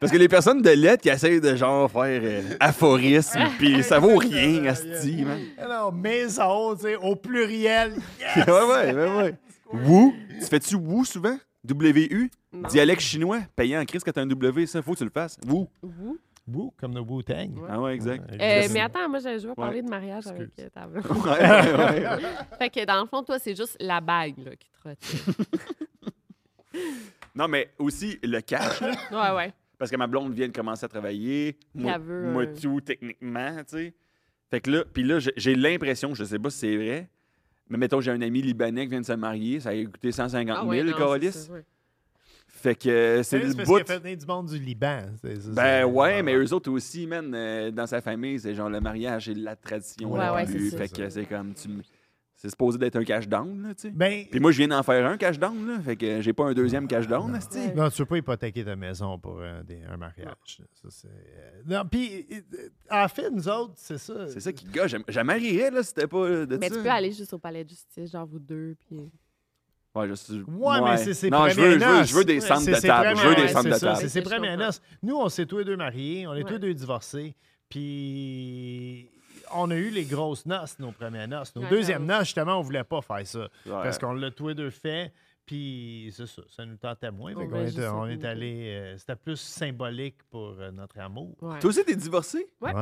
Speaker 3: Parce que les personnes de lettres qui essayent de genre faire euh, aphorisme, puis ça vaut rien, Asti, man.
Speaker 2: Alors, maison, tu sais, au pluriel.
Speaker 3: Ouais, ouais, ouais, ouais. Wou. Tu fais-tu wou souvent? W-U?
Speaker 1: Non.
Speaker 3: Dialecte chinois, payant en crise quand t'as un W, ça, faut que tu le fasses. Wou.
Speaker 1: Vous?
Speaker 2: Woo, comme le Wu-Tang.
Speaker 3: Ah ouais, exact.
Speaker 1: Euh,
Speaker 2: Exactement.
Speaker 1: mais attends, moi, je, je vais parler
Speaker 3: Ouais.
Speaker 1: de mariage avec
Speaker 2: Excuse.
Speaker 1: euh, ta [LAUGHS] blonde.
Speaker 3: [LAUGHS] Ouais, ouais, ouais. [LAUGHS]
Speaker 1: fait que dans le fond, toi, c'est juste la bague là, qui te retient.
Speaker 3: Non, mais aussi le cash, là,
Speaker 1: Ouais, ouais.
Speaker 3: parce que ma blonde vient de commencer à travailler. Moi,
Speaker 1: Elle veut,
Speaker 3: moi
Speaker 1: euh,
Speaker 3: tout, techniquement, tu sais. Fait que là, puis là, j'ai- j'ai l'impression, je sais pas si c'est vrai, mais mettons, j'ai un ami libanais qui vient de se marier, ça a coûté 150
Speaker 1: Ah
Speaker 3: 000,
Speaker 1: ouais,
Speaker 3: le
Speaker 1: non,
Speaker 3: câlisse.
Speaker 1: c'est ça, ouais.
Speaker 3: Fait que euh, c'est
Speaker 2: Oui,
Speaker 3: le
Speaker 2: parce qu'il
Speaker 3: bout.
Speaker 2: a fait venir du monde du Liban. C'est- c'est-
Speaker 3: Ben
Speaker 2: c'est-
Speaker 3: ouais, mais eux autres aussi, man, euh, dans sa famille, c'est genre le mariage et la tradition.
Speaker 2: Ouais,
Speaker 3: la
Speaker 2: ouais,
Speaker 3: plus.
Speaker 1: c'est ça.
Speaker 3: Fait que c'est comme, tu me- c'est supposé d'être un cash down, là, tu sais.
Speaker 2: Ben,
Speaker 3: Puis moi, je viens d'en faire un cash down, là. Fait que j'ai pas un deuxième cash down, esti.
Speaker 1: Ouais.
Speaker 2: non, tu peux pas hypothéquer ta maison pour un, des- un mariage. Ça, c'est, euh, non, puis, euh, en fait, nous autres, c'est ça.
Speaker 3: C'est ça qui gars, j'aime- Jamais rirais, là, c'était pas euh, de
Speaker 1: Mais
Speaker 3: ça.
Speaker 1: tu peux aller juste au palais de justice, genre vous deux, puis.
Speaker 3: Ouais, je suis.
Speaker 2: Ouais, mais c'est ses
Speaker 3: Non, je veux,
Speaker 2: premières
Speaker 3: je, veux,
Speaker 2: noces.
Speaker 3: je veux des
Speaker 2: C'est
Speaker 3: centres de
Speaker 2: ses
Speaker 3: table. Je veux
Speaker 2: premières-
Speaker 3: des
Speaker 1: ouais,
Speaker 3: centres
Speaker 2: c'est
Speaker 3: de
Speaker 2: ça,
Speaker 3: table.
Speaker 2: C'est ses
Speaker 1: Je
Speaker 2: premières
Speaker 1: comprends.
Speaker 2: noces. Nous, on s'est tous les deux mariés, on est tous
Speaker 1: Ouais.
Speaker 2: les deux divorcés, puis on a eu les grosses noces, nos premières noces. Nos
Speaker 1: Ouais,
Speaker 2: deuxièmes
Speaker 1: j'avoue.
Speaker 2: noces, justement, on voulait pas faire ça, parce
Speaker 3: Ouais.
Speaker 2: qu'on l'a tous les deux fait, puis c'est ça, ça nous tentait moins.
Speaker 1: Ouais,
Speaker 2: on est,
Speaker 1: Oh, ben, je sais
Speaker 2: on
Speaker 1: pas.
Speaker 2: est allé, euh, c'était plus symbolique pour euh, notre amour.
Speaker 1: Ouais.
Speaker 3: Toi aussi, t'es divorcé?
Speaker 1: Ouais.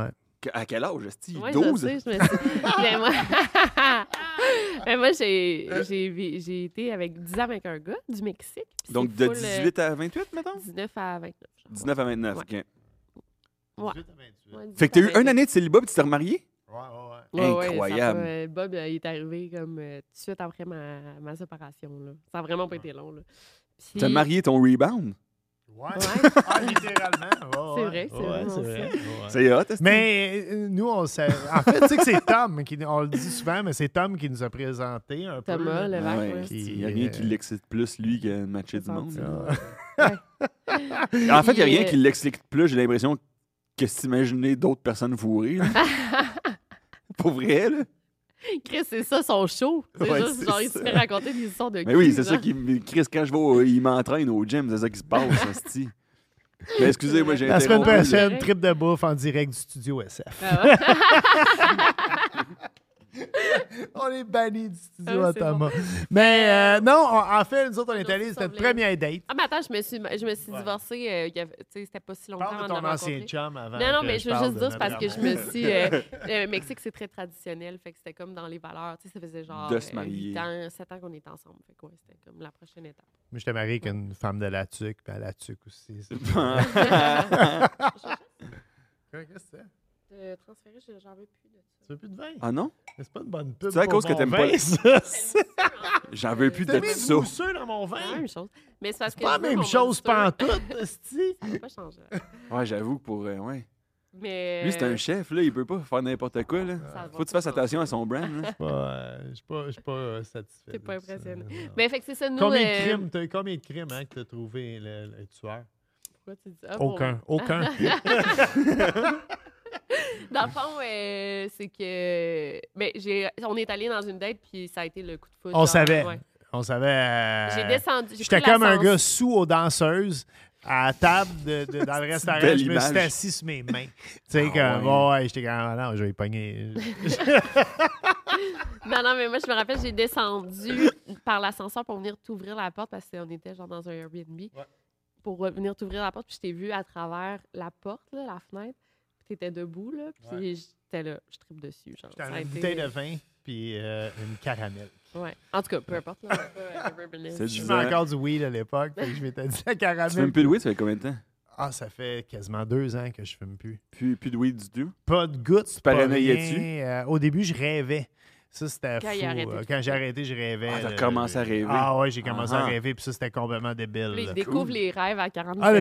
Speaker 3: Qu- À quel âge, esti?
Speaker 1: Ouais,
Speaker 3: 12?
Speaker 1: Je sais, je me
Speaker 3: [LAUGHS]
Speaker 1: suis... Mais moi, [LAUGHS] Mais moi j'ai, j'ai, vi- j'ai été avec 10 ans avec un gars du Mexique. puis
Speaker 3: Donc,
Speaker 1: c'est
Speaker 3: de
Speaker 1: full, euh,
Speaker 3: 18 à 28, mettons?
Speaker 1: 19 à 29.
Speaker 3: 19 à 29,
Speaker 1: Ouais.
Speaker 3: ok.
Speaker 1: Ouais.
Speaker 2: 18 à 28.
Speaker 1: Ouais, 18
Speaker 3: Fait que t'as
Speaker 1: à
Speaker 3: eu une
Speaker 1: 29.
Speaker 3: année de célibat puis tu t'es remarié?
Speaker 2: Ouais, ouais, ouais.
Speaker 1: Ouais, ouais, ça a
Speaker 3: Incroyable.
Speaker 1: pas- euh, Bob, euh, il est arrivé comme euh, tout de suite après ma, ma séparation. Là. Ça a vraiment pas été long. Là. Puis-
Speaker 3: T'as marié ton rebound?
Speaker 2: Ouais.
Speaker 1: Ouais.
Speaker 2: Ah, littéralement.
Speaker 1: C'est
Speaker 2: ouais,
Speaker 1: vrai, c'est
Speaker 2: ouais,
Speaker 1: vraiment
Speaker 2: c'est vrai. ouais.
Speaker 3: C'est hot, esti?
Speaker 2: Mais euh, nous, on sait. En fait, tu sais que c'est Tom qui. On le dit souvent, mais c'est Tom qui nous a présenté un peu.
Speaker 1: Thomas,
Speaker 2: là.
Speaker 1: le
Speaker 3: Ah ouais,
Speaker 1: ouais.
Speaker 3: esti, Il n'y a rien
Speaker 1: euh,
Speaker 3: qui l'excite plus, lui, que de matcher du
Speaker 1: Ça
Speaker 3: monde.
Speaker 1: sent
Speaker 3: là.
Speaker 1: Ouais.
Speaker 3: [LAUGHS] En fait, il n'y a
Speaker 1: Puis,
Speaker 3: rien
Speaker 1: euh,
Speaker 3: qui l'excite plus, j'ai l'impression, que s'imaginer d'autres personnes fourrées.
Speaker 1: [LAUGHS]
Speaker 3: là. Pour vrai, là.
Speaker 1: [LAUGHS] Chris, c'est ça son show. C'est
Speaker 3: Ouais,
Speaker 1: juste,
Speaker 3: c'est
Speaker 1: genre, il se
Speaker 3: ça.
Speaker 1: fait raconter des histoires de
Speaker 3: Mais oui,
Speaker 1: cul,
Speaker 3: c'est ça
Speaker 1: genre.
Speaker 3: qui me- Chris, quand je vais, au- il m'entraîne au gym, c'est ça qui se
Speaker 1: [LAUGHS]
Speaker 3: passe, esti. Mais excusez-moi, j'ai
Speaker 2: La semaine
Speaker 3: interrompu. là.
Speaker 2: prochaine, trip de bouffe en direct du studio SF.
Speaker 1: Ah ouais.
Speaker 2: [LAUGHS] On est banni du studio
Speaker 1: Ah,
Speaker 2: à
Speaker 1: c'est bon.
Speaker 2: Thomas. Mais euh, non, on- en fait, nous autres, on est
Speaker 1: Toujours
Speaker 2: allés, c'était notre
Speaker 1: semblé.
Speaker 2: première date.
Speaker 1: Ah, mais attends, je me suis, je me suis
Speaker 2: Ouais.
Speaker 1: divorcée. euh, il y avait- tu sais, c'était pas si longtemps
Speaker 2: Parle de
Speaker 1: avant
Speaker 2: ton
Speaker 1: la
Speaker 2: ancien
Speaker 1: rencontrer.
Speaker 2: chum avant.
Speaker 1: Non, non,
Speaker 2: que
Speaker 1: mais je veux
Speaker 2: parle
Speaker 1: juste
Speaker 2: de
Speaker 1: dire,
Speaker 2: notre
Speaker 1: c'est parce que je
Speaker 2: amour.
Speaker 1: me
Speaker 2: [LAUGHS]
Speaker 1: suis. euh, le Mexique, c'est très traditionnel. Fait que c'était comme dans les valeurs. Tu sais, ça faisait genre.
Speaker 3: De se
Speaker 1: euh,
Speaker 3: marier.
Speaker 1: huit ans, 7 ans qu'on est ensemble. Fait que ouais, c'était comme la prochaine étape.
Speaker 2: Moi, j'étais marié avec une femme de la tuque, puis à la tuque aussi. c'est- Qu'est-ce que c'est?
Speaker 1: Euh, transférer, je- j'en veux plus de ça.
Speaker 2: Tu veux plus de vin?
Speaker 3: [LAUGHS] ah non?
Speaker 2: Mais C'est pas une bonne pub.
Speaker 3: C'est à
Speaker 2: pour
Speaker 3: cause que
Speaker 2: mon
Speaker 3: t'aimes
Speaker 2: vin,
Speaker 3: pas le-
Speaker 2: ça. C'est-
Speaker 3: J'en veux plus
Speaker 2: T'as
Speaker 3: de
Speaker 2: mis du
Speaker 3: ça.
Speaker 2: mousseux dans mon
Speaker 1: C'est la
Speaker 2: vin?
Speaker 1: même chose. Mais c'est parce que.
Speaker 2: Pas la
Speaker 1: nous, on
Speaker 2: même
Speaker 1: va
Speaker 2: chose,
Speaker 1: sur- Ça
Speaker 2: pantoute, esti.
Speaker 1: n'a pas changé.
Speaker 3: Ouais, j'avoue que pour. euh, ouais.
Speaker 1: Mais.
Speaker 3: Lui, c'est un chef, là, il peut pas faire n'importe quoi, là.
Speaker 1: Euh, Ça va
Speaker 3: Faut que tu
Speaker 1: pas
Speaker 3: fasses attention à son brand,
Speaker 2: [LAUGHS]
Speaker 3: là.
Speaker 2: pas, euh, je suis pas, je suis pas euh, satisfait.
Speaker 1: T'es
Speaker 2: de
Speaker 1: pas
Speaker 2: tout ça,
Speaker 1: impressionné.
Speaker 2: non.
Speaker 1: Mais fait que c'est ça, nous.
Speaker 2: combien,
Speaker 1: euh,
Speaker 2: de crimes, t'as eu combien de crimes hein, que t'as trouvé le, le tueur?
Speaker 1: pourquoi tu dis ça? Ah, pour-
Speaker 2: Aucun,
Speaker 1: [LAUGHS]
Speaker 2: aucun.
Speaker 1: Dans le fond, euh, c'est que. Mais j'ai, on est allé dans une date, puis ça a été le coup de foudre.
Speaker 2: On
Speaker 1: genre,
Speaker 2: savait.
Speaker 1: ouais.
Speaker 2: On savait. euh,
Speaker 1: J'ai descendu. j'ai
Speaker 2: J'étais
Speaker 1: pris
Speaker 2: comme un
Speaker 1: l'ascense-
Speaker 2: gars sous aux danseuses à la table de, de- [LAUGHS] dans le restaurant.
Speaker 3: belle
Speaker 2: Je me
Speaker 3: image.
Speaker 2: suis assis sur mes [LAUGHS] mains. Tu sais,
Speaker 3: Ah
Speaker 2: comme,
Speaker 3: ouais.
Speaker 2: ouais, j'étais comme, ah non, je vais y pogner.
Speaker 1: Non, non, mais moi, je me rappelle, j'ai descendu par l'ascenseur pour venir t'ouvrir la porte parce qu'on était genre dans un Airbnb. Pour euh, venir t'ouvrir la porte, puis je t'ai vu à travers la porte, là, la fenêtre. Puis t'étais debout, là. Puis
Speaker 2: Ouais.
Speaker 1: j'étais là, je tripe dessus. Genre,
Speaker 2: J'étais
Speaker 1: Ça
Speaker 2: dans
Speaker 1: a
Speaker 2: une
Speaker 1: été-
Speaker 2: bouteille de vin puis euh, une caramel.
Speaker 1: Ouais. En tout cas, peu
Speaker 3: [LAUGHS]
Speaker 1: importe. Là, on va pas, euh, revenir.
Speaker 3: C'est
Speaker 2: Je
Speaker 3: du
Speaker 2: fumais encore du weed à l'époque, fait que je m'étais dit la
Speaker 3: Tu fumes
Speaker 2: caramel.
Speaker 3: plus de weed, ça fait combien de temps?
Speaker 2: Ah, ça fait quasiment deux ans que je fume plus.
Speaker 3: Plus, plus de weed du tout.
Speaker 2: pas de gouttes.
Speaker 3: Tu
Speaker 2: pas
Speaker 3: paranoïais-tu?
Speaker 2: rien. Euh, au début, je rêvais. Ça, c'était
Speaker 1: Quand il
Speaker 2: fou.
Speaker 1: a arrêté
Speaker 2: Euh,
Speaker 1: de
Speaker 2: Quand
Speaker 1: fumer.
Speaker 2: j'ai arrêté, je rêvais.
Speaker 3: Ah, t'as
Speaker 2: là,
Speaker 3: commencé à rêver.
Speaker 2: Ah ouais, j'ai commencé à
Speaker 3: Ah, ah.
Speaker 2: rêver, puis ça, c'était complètement débile.
Speaker 1: Là, il
Speaker 2: là.
Speaker 1: découvre les rêves à 40
Speaker 2: Ah, le-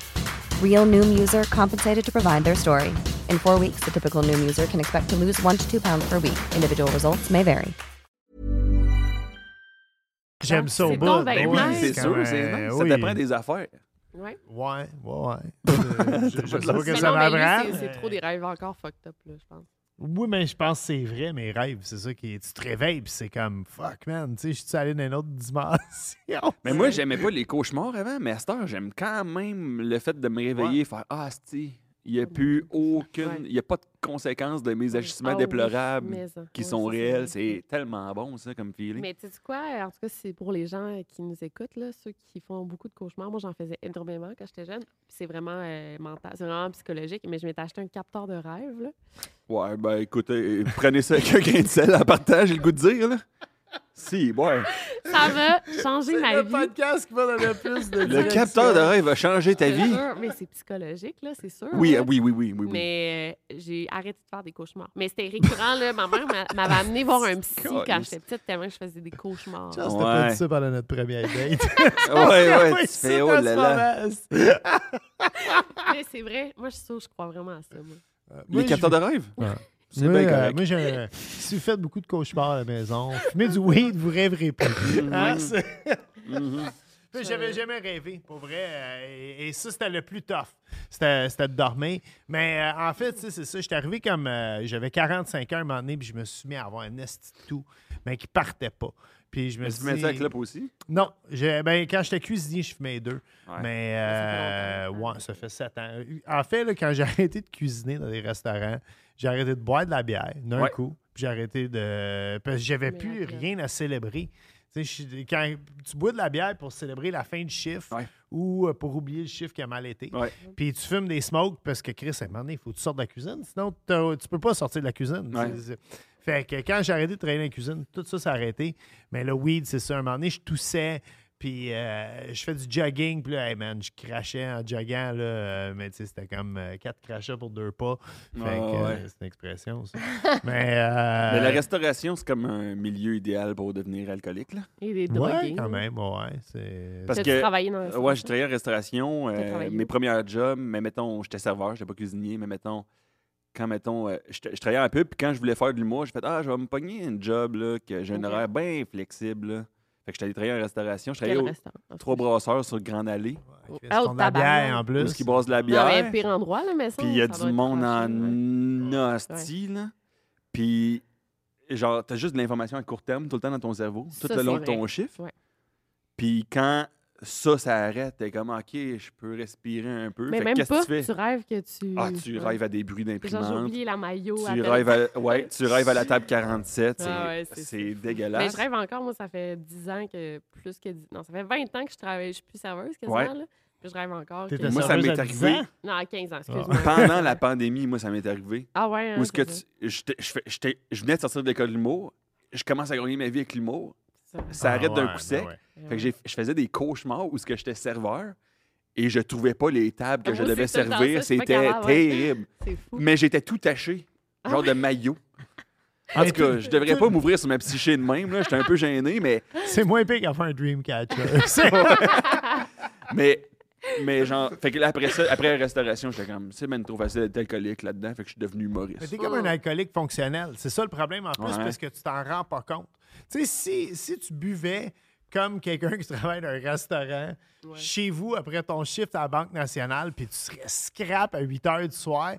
Speaker 5: Real Noom user compensated to provide their story. In four weeks, the typical Noom user can expect to lose one to two pounds per week. Individual results may vary.
Speaker 2: J'aime ça au
Speaker 1: C'est
Speaker 2: bout.
Speaker 1: donc ben
Speaker 3: Ben
Speaker 2: Ouais,
Speaker 3: oui, c'est
Speaker 2: quand même-
Speaker 3: sûr, c'est nice.
Speaker 2: oui.
Speaker 3: Ça t'apprend des affaires.
Speaker 1: Ouais.
Speaker 2: Ouais, ouais,
Speaker 3: [LAUGHS]
Speaker 2: ouais. Je- je- Je sais pas que
Speaker 1: Mais
Speaker 2: ça
Speaker 1: non, mais lui,
Speaker 2: m'apprend.
Speaker 1: c'est- c'est trop des rêves encore fucked up, là, je pense.
Speaker 2: Oui, mais je pense que c'est vrai, mes rêves. C'est ça qui est. Tu te réveilles, puis c'est comme, fuck, man, tu sais, je suis allé dans une autre dimension.
Speaker 3: Mais moi, Euh, j'aimais pas les cauchemars avant, mais à cette heure, j'aime quand même le fait de me réveiller et faire Ah, sti, il n'y a plus
Speaker 1: Mm. Ouais.
Speaker 3: aucune. Il n'y a pas de conséquences de mes agissements
Speaker 1: Ah oui,
Speaker 3: déplorables
Speaker 1: mais ça,
Speaker 3: qui
Speaker 1: oui,
Speaker 3: sont
Speaker 1: ça, c'est
Speaker 3: réels.
Speaker 1: vrai.
Speaker 3: C'est tellement bon, ça, comme feeling.
Speaker 1: Mais tu sais quoi, euh, en tout cas, c'est pour les gens euh, qui nous écoutent, là, ceux qui font beaucoup de cauchemars. Moi, j'en faisais énormément quand j'étais jeune. Puis C'est vraiment euh, mental, c'est vraiment psychologique. Mais je m'étais acheté un capteur de rêve. Là.
Speaker 3: Ouais, ben écoutez, euh, prenez ça avec un grain de sel en partage, j'ai le goût de dire, là. Si, ouais.
Speaker 1: Ça va changer ma
Speaker 2: le
Speaker 1: vie.
Speaker 2: podcast qui va donner plus de.
Speaker 3: Le capteur de rêve a changé ta
Speaker 1: je te
Speaker 3: vie.
Speaker 1: jure. Mais c'est psychologique, là, c'est sûr.
Speaker 3: Oui,
Speaker 1: là.
Speaker 3: ah oui, oui, oui, oui. oui.
Speaker 1: Mais euh, j'ai arrêté de faire des cauchemars. Mais c'était récurrent, là. Ma mère m'a- m'avait amené voir un psy quand
Speaker 3: Caliste.
Speaker 1: j'étais petite, tellement que je faisais des cauchemars.
Speaker 2: Just t'as pas
Speaker 3: Ouais.
Speaker 2: dit ça pendant notre première date. [LAUGHS]
Speaker 3: Ah, [LAUGHS] Ouais, ouais,
Speaker 2: Oui,
Speaker 3: tu
Speaker 2: c'est
Speaker 3: fais oh
Speaker 2: à
Speaker 3: là
Speaker 2: ce
Speaker 3: là.
Speaker 2: moment.
Speaker 1: Mais c'est vrai, moi, je suis sûre, je crois vraiment à ça, moi.
Speaker 2: Moi,
Speaker 3: Les capteurs
Speaker 2: je-
Speaker 3: de rêve?
Speaker 2: Ouais.
Speaker 3: C'est
Speaker 2: Moi,
Speaker 3: bien
Speaker 2: euh,
Speaker 3: correct.
Speaker 2: Moi, j'ai
Speaker 3: [LAUGHS]
Speaker 2: un- si vous faites beaucoup de cauchemars à la maison, fumez du weed, vous rêverez plus.
Speaker 3: Mm-hmm.
Speaker 2: Hein, c'est- [LAUGHS] Moi, J'avais jamais rêvé, pour vrai. euh, Et, et ça, c'était le plus tough. C'était c'était de dormir. Mais euh, en fait, tu sais, c'est ça. J'étais arrivé comme. euh, J'avais 45 ans à un moment donné, puis je me suis mis à avoir un esti de tout, mais qui partait pas. Puis je me
Speaker 3: Mais
Speaker 2: suis
Speaker 3: tu mets ça avec clope aussi?
Speaker 2: Non, j'ai- ben, quand j'étais cuisinier, je fumais deux. Mais
Speaker 1: Ça fait
Speaker 2: euh,
Speaker 1: longtemps,
Speaker 2: ouais,
Speaker 1: hein.
Speaker 2: ça fait sept ans. En fait, là, quand j'ai [LAUGHS] arrêté de cuisiner dans des restaurants, j'ai arrêté de boire de la bière d'un
Speaker 3: Ouais.
Speaker 2: coup. Puis j'ai arrêté de. Parce que j'avais
Speaker 1: Mais
Speaker 2: plus
Speaker 1: après.
Speaker 2: rien à célébrer. Tu sais, je suis- quand tu bois de la bière pour célébrer la fin du chiffre
Speaker 3: Ouais.
Speaker 2: ou euh, pour oublier le chiffre qui a mal été.
Speaker 3: Ouais.
Speaker 2: Puis tu fumes des smokes parce que Chris, à un moment donné, il faut que tu sortes de la cuisine. Sinon, t'as- tu peux pas sortir de la cuisine.
Speaker 3: Ouais.
Speaker 2: C'est- c'est- Fait que quand j'ai arrêté de travailler dans la cuisine, tout ça s'est arrêté. Mais le weed, c'est ça. À un moment donné, je toussais. Puis euh, je fais du jogging, puis là, hey man, je crachais en joggant, là, euh, mais tu sais, c'était comme euh, quatre crachats pour deux pas. Fait
Speaker 3: Ah,
Speaker 2: que, euh,
Speaker 3: ouais.
Speaker 2: c'est une expression, ça. [LAUGHS] mais, euh,
Speaker 3: Mais la [LAUGHS] restauration, c'est comme un milieu idéal pour devenir alcoolique, là.
Speaker 1: Et des
Speaker 2: ouais,
Speaker 1: drogués.
Speaker 2: quand même, ouais. C'est...
Speaker 3: Parce
Speaker 1: T'as-tu
Speaker 3: que- euh,
Speaker 1: travaillé dans un
Speaker 3: Ouais, j'ai
Speaker 1: centre?
Speaker 3: travaillé en restauration. euh,
Speaker 1: travaillé où?
Speaker 3: mes premiers jobs, mais mettons, j'étais serveur, j'étais pas cuisinier, mais mettons, quand mettons, euh, j'étais- je travaillais un peu, puis quand je voulais faire de l'humour, j'ai fait Ah, je vais me pogner un job, là, que j'ai un
Speaker 1: Ok.
Speaker 3: horaire bien flexible. là. Fait que j'étais allé travailler en restauration. Je
Speaker 1: Quel
Speaker 3: travaillais au
Speaker 1: restaurant?
Speaker 3: Trois Brasseurs sur Grande Allée,
Speaker 2: Ouais, Chris,
Speaker 1: Ah, au
Speaker 2: ton la bière,
Speaker 1: tabarnak.
Speaker 2: en
Speaker 3: où
Speaker 2: plus.
Speaker 3: ce qui brasse de la
Speaker 1: Non,
Speaker 3: bière.
Speaker 1: mais pire endroit, là, mais ça.
Speaker 3: Puis il y a
Speaker 1: ça
Speaker 3: du
Speaker 1: doit être
Speaker 3: monde
Speaker 1: tranché, ouais.
Speaker 3: en hostie, là. Puis, genre, t'as juste de l'information à court terme tout le temps dans ton cerveau, tout
Speaker 1: Ça,
Speaker 3: le long
Speaker 1: c'est
Speaker 3: de ton
Speaker 1: vrai.
Speaker 3: chiffre.
Speaker 1: Ouais.
Speaker 3: Puis quand ça, ça arrête, t'es comme, OK, je peux respirer un peu.
Speaker 1: Mais
Speaker 3: Fait que
Speaker 1: même
Speaker 3: qu'est-ce que
Speaker 1: pas,
Speaker 3: tu fais?
Speaker 1: tu rêves que tu.
Speaker 3: Ah, tu
Speaker 1: Ouais.
Speaker 3: rêves à des bruits
Speaker 1: Genre, j'ai
Speaker 3: d'imprimante.
Speaker 1: oublié la maillot.
Speaker 3: Tu rêves,
Speaker 1: [LAUGHS]
Speaker 3: à... ouais, tu rêves à la table 47. C'est,
Speaker 1: Ah ouais, c'est-
Speaker 3: c'est
Speaker 1: Mais
Speaker 3: dégueulasse.
Speaker 1: je rêve encore, moi, ça fait 10 ans que. Plus que 10. Non, ça fait 20 ans que je travaille. Je suis plus serveuse quasiment,
Speaker 3: Ouais.
Speaker 1: là. Puis je rêve encore.
Speaker 2: T'étais
Speaker 1: que-
Speaker 3: Moi, ça
Speaker 2: serveuse
Speaker 3: m'est
Speaker 2: à 10
Speaker 3: arrivé
Speaker 2: ans?
Speaker 1: Non, à 15 ans, excuse-moi.
Speaker 3: pendant
Speaker 1: [LAUGHS]
Speaker 3: la pandémie, moi, ça m'est arrivé.
Speaker 1: Ah ouais.
Speaker 3: Où
Speaker 1: hein,
Speaker 3: est-ce que
Speaker 1: c'est ça.
Speaker 3: tu- j'étais- je fais- j'étais- je venais de sortir de l'école de l'humour, je commence à gagner ma vie avec l'humour,
Speaker 1: C'est ça.
Speaker 3: ça
Speaker 2: Ah,
Speaker 3: arrête
Speaker 2: ouais,
Speaker 3: d'un
Speaker 2: ben
Speaker 3: coup sec.
Speaker 2: ouais.
Speaker 3: Fait que j'ai- je faisais des cauchemars où ce que j'étais serveur et je trouvais pas les tables que
Speaker 1: Ah,
Speaker 3: je
Speaker 1: moi
Speaker 3: devais
Speaker 1: aussi, tout le temps
Speaker 3: servir,
Speaker 1: ça, je suis pas
Speaker 3: c'était
Speaker 1: capable, ouais.
Speaker 3: terrible.
Speaker 1: C'est fou. Ah
Speaker 3: Mais j'étais tout taché, genre de
Speaker 1: [LAUGHS]
Speaker 3: maillot. En
Speaker 2: Mais
Speaker 3: tout cas,
Speaker 2: tout-
Speaker 3: je devrais
Speaker 2: tout-
Speaker 3: pas m'ouvrir sur ma psyché de même, là, j'étais un peu gêné, mais
Speaker 2: C'est moins pire qu'à faire un
Speaker 3: [LAUGHS]
Speaker 2: Dreamcatcher. C'est-
Speaker 3: mais mais genre fait que là, après ça, après la restauration, j'étais comme c'est même trop facile d'être alcoolique là-dedans, fait que je suis devenu
Speaker 2: Mais
Speaker 3: humoriste.
Speaker 2: t'es comme un alcoolique fonctionnel. C'est ça le problème en plus,
Speaker 3: Ouais.
Speaker 2: parce que tu t'en rends pas compte. Tu sais, si, si tu buvais comme quelqu'un qui [LAUGHS] travaille dans un restaurant, chez vous, après ton shift à la Banque nationale, puis tu serais scrap à 8 h du soir,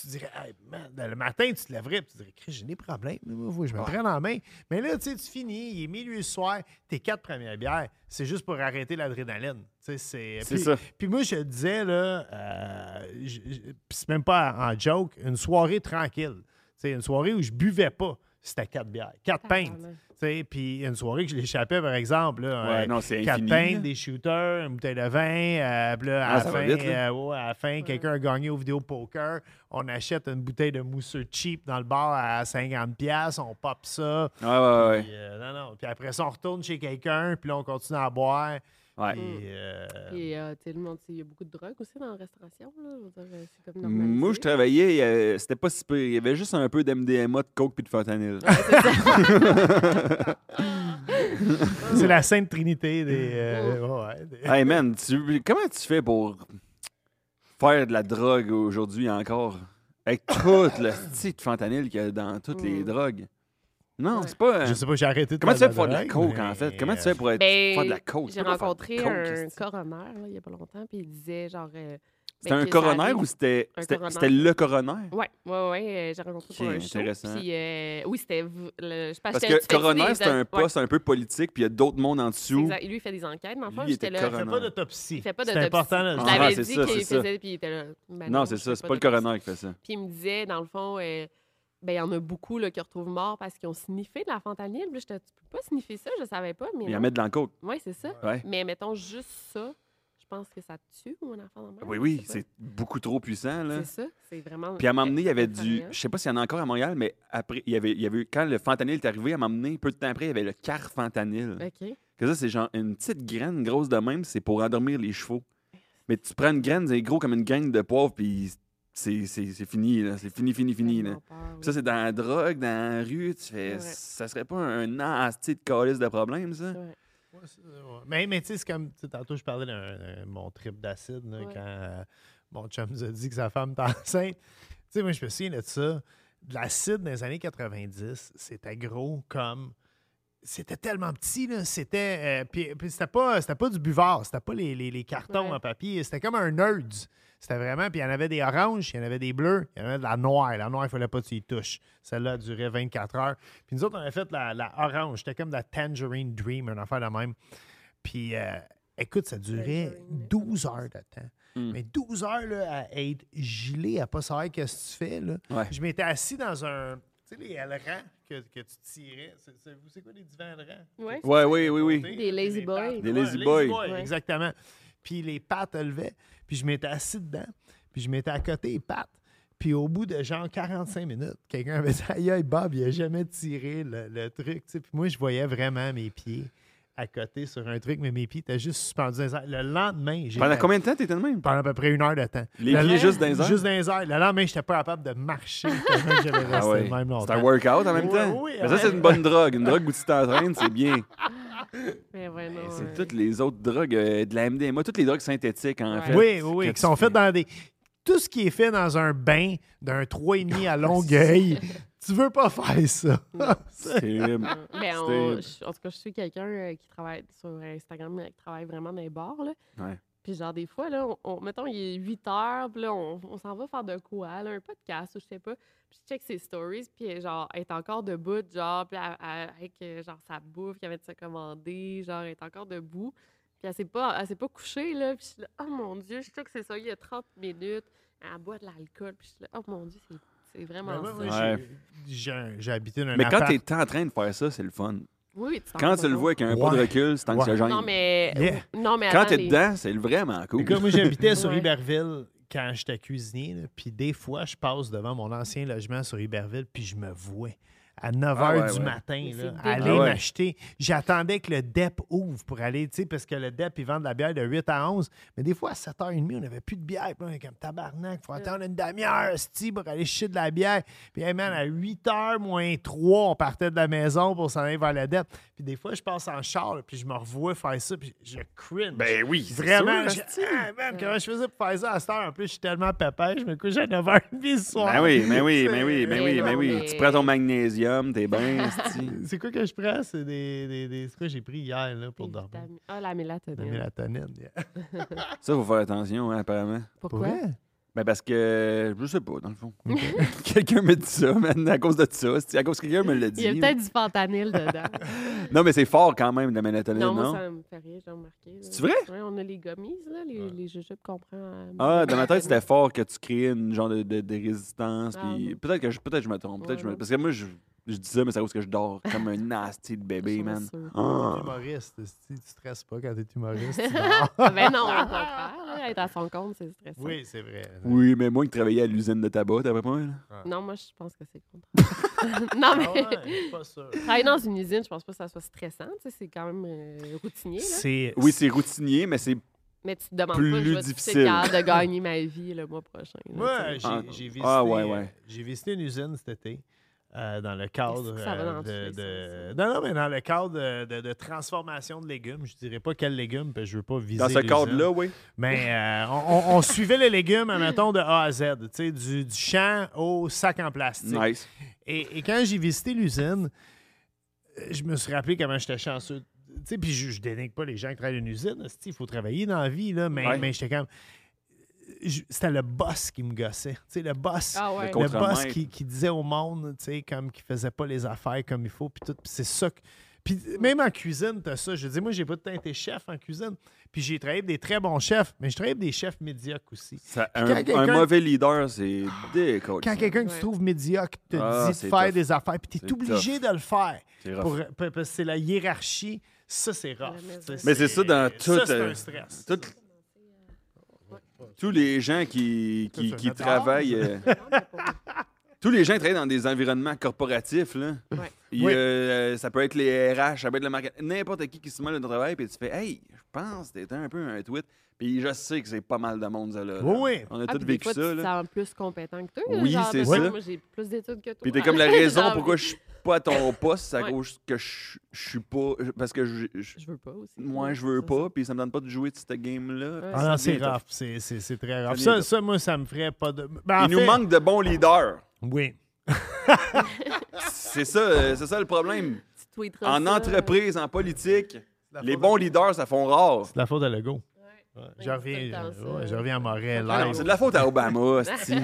Speaker 2: tu dirais, Hey, man, le matin, tu te lèverais, puis tu dirais, Christ, j'ai des problèmes, là, moi, faut que je me prenne en main. Mais là, tu sais, tu finis, il est milieu du soir, tes quatre premières bières, c'est juste pour arrêter l'adrénaline. Tu sais, c'est
Speaker 3: C'est
Speaker 2: puis-
Speaker 3: ça.
Speaker 2: Puis moi, je disais, là, euh, je- je- puis c'est même pas en joke, une soirée tranquille. C'est une soirée où je buvais pas. C'était quatre bières, quatre pintes.
Speaker 1: Tabarnak.
Speaker 2: Tu sais, Puis une soirée que je l'échappais, par exemple. Là,
Speaker 3: Ouais,
Speaker 2: euh,
Speaker 3: non, c'est
Speaker 2: quatre
Speaker 3: infini,
Speaker 2: pintes,
Speaker 3: là.
Speaker 2: des shooters, une bouteille de vin. euh, puis là, à,
Speaker 3: Ah,
Speaker 2: la
Speaker 3: ça
Speaker 2: fin,
Speaker 3: va vite, là.
Speaker 2: euh, ouais, à la fin, quelqu'un a gagné au vidéo poker. On achète une bouteille de mousseux cheap dans le bar à 50$, piastres, on pop ça.
Speaker 3: Ouais, ouais, ouais.
Speaker 2: Puis, euh, non, non. Puis après ça, on retourne chez quelqu'un, puis là, on continue à boire.
Speaker 3: Ouais.
Speaker 2: Puis, euh,
Speaker 1: Et euh, tu sais, le monde, tu sais, il y a beaucoup de drogue aussi dans la restauration. Là. Je veux dire, euh, c'est comme normalisé.
Speaker 3: Moi, je travaillais, euh, c'était pas si pire. Il y avait juste un peu d'MDMA, de coke puis de fentanyl.
Speaker 2: C'est la Sainte Trinité des. euh, ouais, des-
Speaker 3: Hey man, tu- comment tu fais pour faire de la drogue aujourd'hui encore? Avec tout le style de fentanyl qu'il y a dans toutes les
Speaker 1: Mm.
Speaker 3: drogues. Non, c'est pas. euh,
Speaker 2: Je sais pas, j'ai arrêté de
Speaker 3: Comment tu fais
Speaker 2: faire
Speaker 3: pour faire de la
Speaker 2: drogue,
Speaker 3: coke,
Speaker 2: mais- euh,
Speaker 3: en fait? Comment tu fais pour être,
Speaker 1: Ben,
Speaker 3: faire de la coke? Tu
Speaker 1: J'ai
Speaker 3: peux pas faire de
Speaker 1: rencontré
Speaker 3: coke,
Speaker 1: un
Speaker 3: c'est-
Speaker 1: coroner là, il n'y a pas longtemps, puis il disait genre. euh, ben,
Speaker 3: C'était un
Speaker 1: que ça
Speaker 3: coroner
Speaker 1: arrive-
Speaker 3: ou c'était
Speaker 1: Un
Speaker 3: c'était-
Speaker 1: coroner.
Speaker 3: c'était le coroner?
Speaker 1: Ouais, ouais, ouais. euh, J'ai rencontré pour
Speaker 3: Ok,
Speaker 1: un show,
Speaker 3: intéressant.
Speaker 1: Puis, euh, oui, c'était. v- le- je sais pas,
Speaker 3: Parce
Speaker 1: j'étais-
Speaker 3: que
Speaker 1: tu fais-tu
Speaker 3: coroner,
Speaker 1: des-
Speaker 3: c'est un
Speaker 1: ouais,
Speaker 3: poste un peu politique, puis il y a d'autres mondes en dessous.
Speaker 1: exact. Lui, il fait des enquêtes, mais enfin,
Speaker 3: Lui, il
Speaker 1: j'étais
Speaker 3: était
Speaker 1: là.
Speaker 3: coroner.
Speaker 2: Fais pas d'autopsie.
Speaker 1: Il fait pas
Speaker 2: C'est
Speaker 1: d'autopsie.
Speaker 2: important. là,
Speaker 1: Je
Speaker 3: Ah,
Speaker 1: l'avais
Speaker 3: c'est
Speaker 1: dit
Speaker 3: ça,
Speaker 1: qu'il
Speaker 3: c'est ça.
Speaker 1: faisait, puis il était là. Ben
Speaker 3: Non,
Speaker 1: non,
Speaker 3: c'est
Speaker 1: je
Speaker 3: ça,
Speaker 1: fais
Speaker 3: c'est pas le
Speaker 1: d'autopsie.
Speaker 3: coroner qui fait ça.
Speaker 1: Puis il me disait, dans le fond, euh, ben, il y en a beaucoup là, qui retrouvent morts parce qu'ils ont sniffé de la fentanyl. Puis j'étais, tu peux pas sniffer ça, je savais pas. Mais
Speaker 3: Il y
Speaker 1: non.
Speaker 3: en met de la coke.
Speaker 1: Ouais, c'est ça.
Speaker 3: Ouais.
Speaker 1: Mais mettons juste ça, je pense que ça tue mon enfant de merde,
Speaker 3: Oui,
Speaker 1: je
Speaker 3: oui,
Speaker 1: sais pas.
Speaker 3: c'est beaucoup trop puissant, là.
Speaker 1: C'est ça, c'est vraiment.
Speaker 3: Puis à m'emmener, il y avait
Speaker 1: très
Speaker 3: du.
Speaker 1: effrayant.
Speaker 3: Je sais pas s'il y en a encore à Montréal, mais après, il y avait, il y avait eu- quand le fentanyl est arrivé, à m'emmener, peu de temps après, il y avait le carfentanyl.
Speaker 1: OK.
Speaker 3: Que ça, c'est genre une petite graine grosse de même, c'est pour endormir les chevaux. Mais tu prends une graine, c'est gros comme une graine de poivre, puis c'est c'est- c'est fini, là. C'est fini, fini, fini, là.
Speaker 1: Tellement peur, Ben, oui.
Speaker 3: Ça, c'est dans la drogue, dans la rue, tu
Speaker 1: Ouais.
Speaker 3: fais. Ça serait pas un nasty de calice de problème, ça?
Speaker 1: Ouais.
Speaker 2: Ouais, c'est- ouais. Mais, mais tu sais, c'est comme tu sais, tantôt, je parlais de mon trip d'acide là,
Speaker 1: Ouais.
Speaker 2: quand euh, mon chum nous a dit que sa femme était enceinte. Tu sais, moi, je me souviens de ça. De l'acide dans les années 90, c'était gros comme. C'était tellement petit, là. C'était. euh, puis puis c'était pas, c'était pas du buvard, c'était pas les, les- les cartons
Speaker 1: Ouais.
Speaker 2: en papier. C'était comme un nerds. C'était vraiment. Puis il y en avait des oranges, il y en avait des bleus, il y en avait de la noire. La noire, il fallait pas que tu y touches. Celle-là durait 24 heures. Puis nous autres, on avait fait la, la orange. C'était comme la Tangerine Dream, une affaire de même. Puis euh, écoute, ça durait 12 heures de temps. Mais 12 heures là, à être gelé, à pas savoir qu'est-ce que tu fais. Là.
Speaker 3: Ouais.
Speaker 2: Je m'étais assis dans un. Tu sais, les ailerons que, que tu tirais. C'est, c'est- vous, c'est quoi les divans ailerons?
Speaker 1: Ouais.
Speaker 3: Ouais, Ah oui, oui, oui.
Speaker 2: Monter,
Speaker 1: Des
Speaker 2: là, puis
Speaker 1: lazy
Speaker 2: les
Speaker 1: boys.
Speaker 2: pattes-
Speaker 3: Des
Speaker 2: Ouais,
Speaker 3: lazy boys.
Speaker 1: Ouais.
Speaker 2: Exactement. Puis les pattes levaient. Puis je m'étais assis dedans. Puis je m'étais à côté les pattes. Puis au bout de genre 45 minutes, quelqu'un avait dit Aïe, aïe, Bob, il a jamais tiré le, le truc. tu sais. Puis moi, je voyais vraiment mes pieds à côté sur un truc, mais mes pieds étaient juste suspendus. dans les airs. Le lendemain, j'ai.
Speaker 3: Pendant combien de temps t'étais de même?
Speaker 2: Pendant à peu près une heure de temps.
Speaker 3: Les
Speaker 2: Le-
Speaker 3: pieds juste dans les airs?
Speaker 2: Juste dans les airs. Le lendemain, j'étais pas capable de marcher tellement que j'avais resté
Speaker 3: Ah ouais.
Speaker 2: le même longtemps.
Speaker 3: C'est un workout en même
Speaker 2: Ouais,
Speaker 3: temps.
Speaker 2: oui,
Speaker 3: Mais ça, c'est
Speaker 2: ouais.
Speaker 3: une bonne drogue. Une drogue où tu t'entraînes, c'est bien.
Speaker 1: Mais ouais, non,
Speaker 3: Ben, C'est
Speaker 1: euh,
Speaker 3: toutes les autres drogues, euh, de la MDMA, toutes les drogues synthétiques, en
Speaker 1: Ouais.
Speaker 3: fait.
Speaker 2: Oui, oui, oui,
Speaker 3: que
Speaker 2: qui
Speaker 3: tu
Speaker 2: sont
Speaker 3: fais.
Speaker 2: faites dans des. Tout ce qui est fait dans un bain d'un 3,5
Speaker 3: [LAUGHS]
Speaker 2: à Longueuil, tu veux pas faire ça.
Speaker 3: C'est
Speaker 1: [LAUGHS]
Speaker 3: terrible.
Speaker 1: Ben, on-
Speaker 3: C'était-
Speaker 1: je- en tout cas, je suis quelqu'un euh, qui travaille sur Instagram, euh, qui travaille vraiment dans les bars. Là.
Speaker 3: Ouais.
Speaker 1: Puis genre, des fois, là, on, on- mettons, il est 8 heures, puis là, on, on s'en va faire de quoi, là, un podcast ou je sais pas. Puis je check ses stories, puis euh, genre, elle est encore debout, genre, puis elle- elle- avec euh, genre, sa bouffe qu'elle vient de se commander, genre, elle est encore debout. Puis elle s'est pas, elle s'est pas couchée, là. Puis je suis là, oh mon Dieu, je trouve que c'est ça, il y a 30 minutes, elle boit de l'alcool. Puis je suis là, oh mon Dieu, c'est, c'est
Speaker 2: Ben,
Speaker 1: vraiment
Speaker 2: [LAUGHS] moi, moi,
Speaker 1: ça.
Speaker 3: Ouais.
Speaker 2: j'ai- j'ai- J'ai habité dans un
Speaker 3: Mais quand
Speaker 2: appart-
Speaker 3: t'es en train de faire ça, c'est le fun.
Speaker 1: Oui, oui, tu t'en
Speaker 3: Quand
Speaker 1: rends
Speaker 3: tu
Speaker 1: pas
Speaker 3: le
Speaker 1: compte.
Speaker 3: vois avec un pas de
Speaker 2: Ouais.
Speaker 3: recul, c'est anxiogène.
Speaker 1: Non, mais.
Speaker 2: Yeah.
Speaker 1: Non, mais
Speaker 3: Quand
Speaker 1: attends,
Speaker 3: t'es
Speaker 1: les-
Speaker 3: dedans, c'est vraiment
Speaker 2: Les
Speaker 3: cool.
Speaker 2: gars, moi, j'habitais sur
Speaker 1: Ouais.
Speaker 2: Iberville quand j'étais cuisinier. là, Puis des fois, je passe devant mon ancien logement sur Iberville, puis je me vois à 9 h
Speaker 3: Ah ouais,
Speaker 2: du
Speaker 3: ouais.
Speaker 2: matin,
Speaker 1: Mais
Speaker 2: là,
Speaker 1: c'est
Speaker 2: aller
Speaker 3: dégueu. Ah ouais.
Speaker 2: m'acheter. J'attendais que le DEP ouvre pour aller, tu sais, parce que le DEP, ils vendent de la bière de 8 à 11. Mais des fois, à 7h30, on n'avait plus de bière. Puis là, on est comme tabarnak, faut attendre une demi-heure, sti, pour aller chier de la bière. Puis, hey, man, à 8h moins 3, on partait de la maison pour s'en aller vers le DEP. Puis des fois, je passe en char, là, puis je me revois faire ça, puis je cringe.
Speaker 3: Ben oui, c'est
Speaker 2: Vraiment,
Speaker 3: sûr,
Speaker 2: je- ah,
Speaker 1: Euh.
Speaker 2: man, comment je faisais pour faire ça à cette heure? En plus, je suis tellement pépère, je me couche à 9h30 le soir.
Speaker 3: Ben oui, ben oui, ben oui,
Speaker 1: Mais
Speaker 3: ben oui, ben
Speaker 1: non,
Speaker 3: oui.
Speaker 1: mais-
Speaker 3: Tu prends ton magnésium, t'es
Speaker 1: [LAUGHS]
Speaker 3: bien, esti.
Speaker 2: C'est quoi que je prends? C'est des, des, des- c'est quoi que j'ai pris hier là, pour
Speaker 1: les
Speaker 2: dormir?
Speaker 1: vitamines. Ah, la
Speaker 2: La
Speaker 1: mélatonine.
Speaker 2: mélatonine.
Speaker 3: [LAUGHS]
Speaker 2: yeah.
Speaker 3: Ça, faut faire attention, hein, apparemment.
Speaker 2: Pour
Speaker 1: Pourquoi?
Speaker 2: vrai?
Speaker 3: Ben parce que, je sais pas, dans le fond. [LAUGHS] quelqu'un me dit ça, man, à cause de ça. esti, À cause que quelqu'un me l'a dit.
Speaker 1: Il y a peut-être du fentanyl dedans.
Speaker 2: [LAUGHS]
Speaker 3: Non, mais c'est fort quand même, la mélatonine,
Speaker 1: non,
Speaker 3: non?
Speaker 1: moi, ça me fait rire, j'ai remarqué. là.
Speaker 3: C'est vrai?
Speaker 1: Ouais, on a les gummies, là, les, les jujubes qu'on prend. euh, à-
Speaker 3: Ah, dans ma tête, c'était fort que tu crées une genre de, de- de résistance.
Speaker 1: Ah,
Speaker 3: puis
Speaker 1: non.
Speaker 3: peut-être que je, peut-être que je me trompe. Peut-être que je me-
Speaker 1: Ouais, non.
Speaker 3: Parce que moi, je, je dis ça, mais c'est à cause que je dors
Speaker 2: [LAUGHS]
Speaker 3: comme un nasty de bébé,
Speaker 1: Chanceux.
Speaker 3: man. [LAUGHS]
Speaker 2: T'es
Speaker 3: Ah.
Speaker 2: humoriste. Tu tu stresses pas quand t'es humoriste.
Speaker 1: [LAUGHS]
Speaker 2: tu dors.
Speaker 1: ben non, au contraire, là, être à son compte, c'est stressant.
Speaker 2: oui, c'est vrai.
Speaker 3: Oui, mais moi qui travaillais à l'usine de tabac, d'après moi. là.
Speaker 1: Non, moi, je pense que c'est le contraire. [LAUGHS] non,
Speaker 2: Ah
Speaker 1: mais
Speaker 2: ouais, je suis pas sûr.
Speaker 1: travailler dans une usine, je pense pas que ça soit stressant. tu sais, C'est quand même euh, routinier. Là.
Speaker 2: C'est.
Speaker 3: Oui, c'est routinier, mais c'est.
Speaker 1: Mais tu te demandes
Speaker 3: Plus
Speaker 1: pas, je vais être
Speaker 3: difficile.
Speaker 1: capable de gagner ma vie le mois prochain. là,
Speaker 2: Moi,
Speaker 1: tu sais.
Speaker 2: j'ai
Speaker 3: Ah.
Speaker 2: j'ai visité,
Speaker 3: Ah, ouais, ouais.
Speaker 2: j'ai visité une usine cet été. euh, dans le cadre
Speaker 1: Est-ce que ça va
Speaker 2: euh,
Speaker 1: dans tous
Speaker 2: de,
Speaker 1: les
Speaker 2: de-
Speaker 1: sens,
Speaker 2: non non mais dans le cadre de, de- de transformation de légumes je dirais pas quel légume parce que je veux pas viser
Speaker 3: Dans ce
Speaker 2: les
Speaker 3: cadre-là,
Speaker 2: hommes.
Speaker 3: oui.
Speaker 2: mais euh, on, on- on suivait les légumes mettons de A à Z tu sais du, du champ au sac en plastique
Speaker 3: Nice.
Speaker 2: et, et quand j'ai visité l'usine, euh, je me suis rappelé comment j'étais chanceux. Tu sais, puis je, je dénigre pas les gens qui travaillent dans une usine. hostie, Il faut travailler dans la vie, là, mais,
Speaker 3: Ouais.
Speaker 2: mais j'étais quand même. je- C'était le boss qui me gossait. Tu sais, le boss.
Speaker 1: Ah ouais.
Speaker 3: Le
Speaker 2: Le
Speaker 3: Contre
Speaker 2: boss
Speaker 3: maître.
Speaker 2: qui, qui disait au monde, tu sais, comme qu'il faisait pas les affaires comme il faut, puis tout. Puis c'est ça. que- Puis même en cuisine, t'as ça. Je dis, moi, j'ai pas tant été chef en cuisine. Puis j'ai travaillé avec des très bons chefs, mais j'ai travaillé avec des chefs médiocres aussi.
Speaker 3: Ça-
Speaker 2: Puis
Speaker 3: un,
Speaker 2: quand
Speaker 3: un
Speaker 2: quelqu'un- Ah!
Speaker 3: mauvais leader, c'est décolle.
Speaker 2: Quand quelqu'un que tu
Speaker 1: Ouais.
Speaker 2: trouves médiocre te
Speaker 3: Ah,
Speaker 2: dit
Speaker 3: c'est
Speaker 2: de faire
Speaker 3: tough.
Speaker 2: des affaires, puis tu es
Speaker 3: C'est
Speaker 2: obligé de le faire,
Speaker 3: C'est rough.
Speaker 2: pour- pa- parce que c'est la hiérarchie, ça, c'est rough.
Speaker 1: Ouais, mais
Speaker 2: Tu sais,
Speaker 3: Mais c'est ça dans tout,
Speaker 2: c'est
Speaker 3: euh,
Speaker 2: un stress.
Speaker 3: Tout- tous les gens qui, qui,
Speaker 2: Ça, c'est
Speaker 3: qui
Speaker 2: un autre
Speaker 3: travaillent.
Speaker 1: [LAUGHS]
Speaker 3: euh, tous les gens qui travaillent dans des environnements corporatifs, là.
Speaker 1: Ouais.
Speaker 3: Il,
Speaker 2: Oui.
Speaker 3: euh, ça peut être les RH, ça peut être le marketing, n'importe qui qui se mêle de ton travail, puis tu fais Hey, je pense que t'étais un peu un tweet. Puis je sais que c'est pas mal de monde, ça, là.
Speaker 2: Oui, oui.
Speaker 3: On a
Speaker 1: Ah,
Speaker 3: tous
Speaker 1: puis
Speaker 3: vécu
Speaker 1: des fois,
Speaker 3: ça,
Speaker 1: Tu
Speaker 3: là.
Speaker 1: te sens plus compétent que toi.
Speaker 3: Oui,
Speaker 1: genre,
Speaker 3: c'est
Speaker 1: mettons,
Speaker 3: ça.
Speaker 1: Moi, j'ai plus d'études que toi.
Speaker 3: Puis t'es comme la raison
Speaker 1: [LAUGHS] Genre,
Speaker 3: pourquoi je suis pas à ton poste, c'est à
Speaker 1: Ouais.
Speaker 3: cause que je je suis pas. je- Parce que je- je-
Speaker 1: Je veux pas aussi.
Speaker 3: moi, je veux pas, puis ça me donne pas de jouer de cette game-là.
Speaker 2: Ah non, c'est
Speaker 3: bien
Speaker 2: rough, c'est- c'est c'est très rough.
Speaker 3: bien
Speaker 2: Ça,
Speaker 3: tough.
Speaker 2: ça, moi, ça me ferait pas de. Ben, en
Speaker 3: Il nous
Speaker 2: fait,
Speaker 3: manque de bons leaders.
Speaker 2: Oui.
Speaker 3: C'est ça, euh, c'est ça le problème.
Speaker 1: Tu tweeteras
Speaker 3: En
Speaker 1: ça, euh,
Speaker 3: entreprise, en politique,
Speaker 2: la
Speaker 3: les
Speaker 2: faute
Speaker 3: bons
Speaker 2: de-
Speaker 3: leaders, ça font rare.
Speaker 2: C'est la faute à Lego. Ouais,
Speaker 1: c'est
Speaker 2: Je
Speaker 1: tout le temps
Speaker 2: reviens,
Speaker 1: ça.
Speaker 2: ouais, je reviens à Moret,
Speaker 1: Ah
Speaker 3: Ah
Speaker 2: là.
Speaker 3: non, c'est de la faute à
Speaker 1: [LAUGHS]
Speaker 3: Obama, hostie.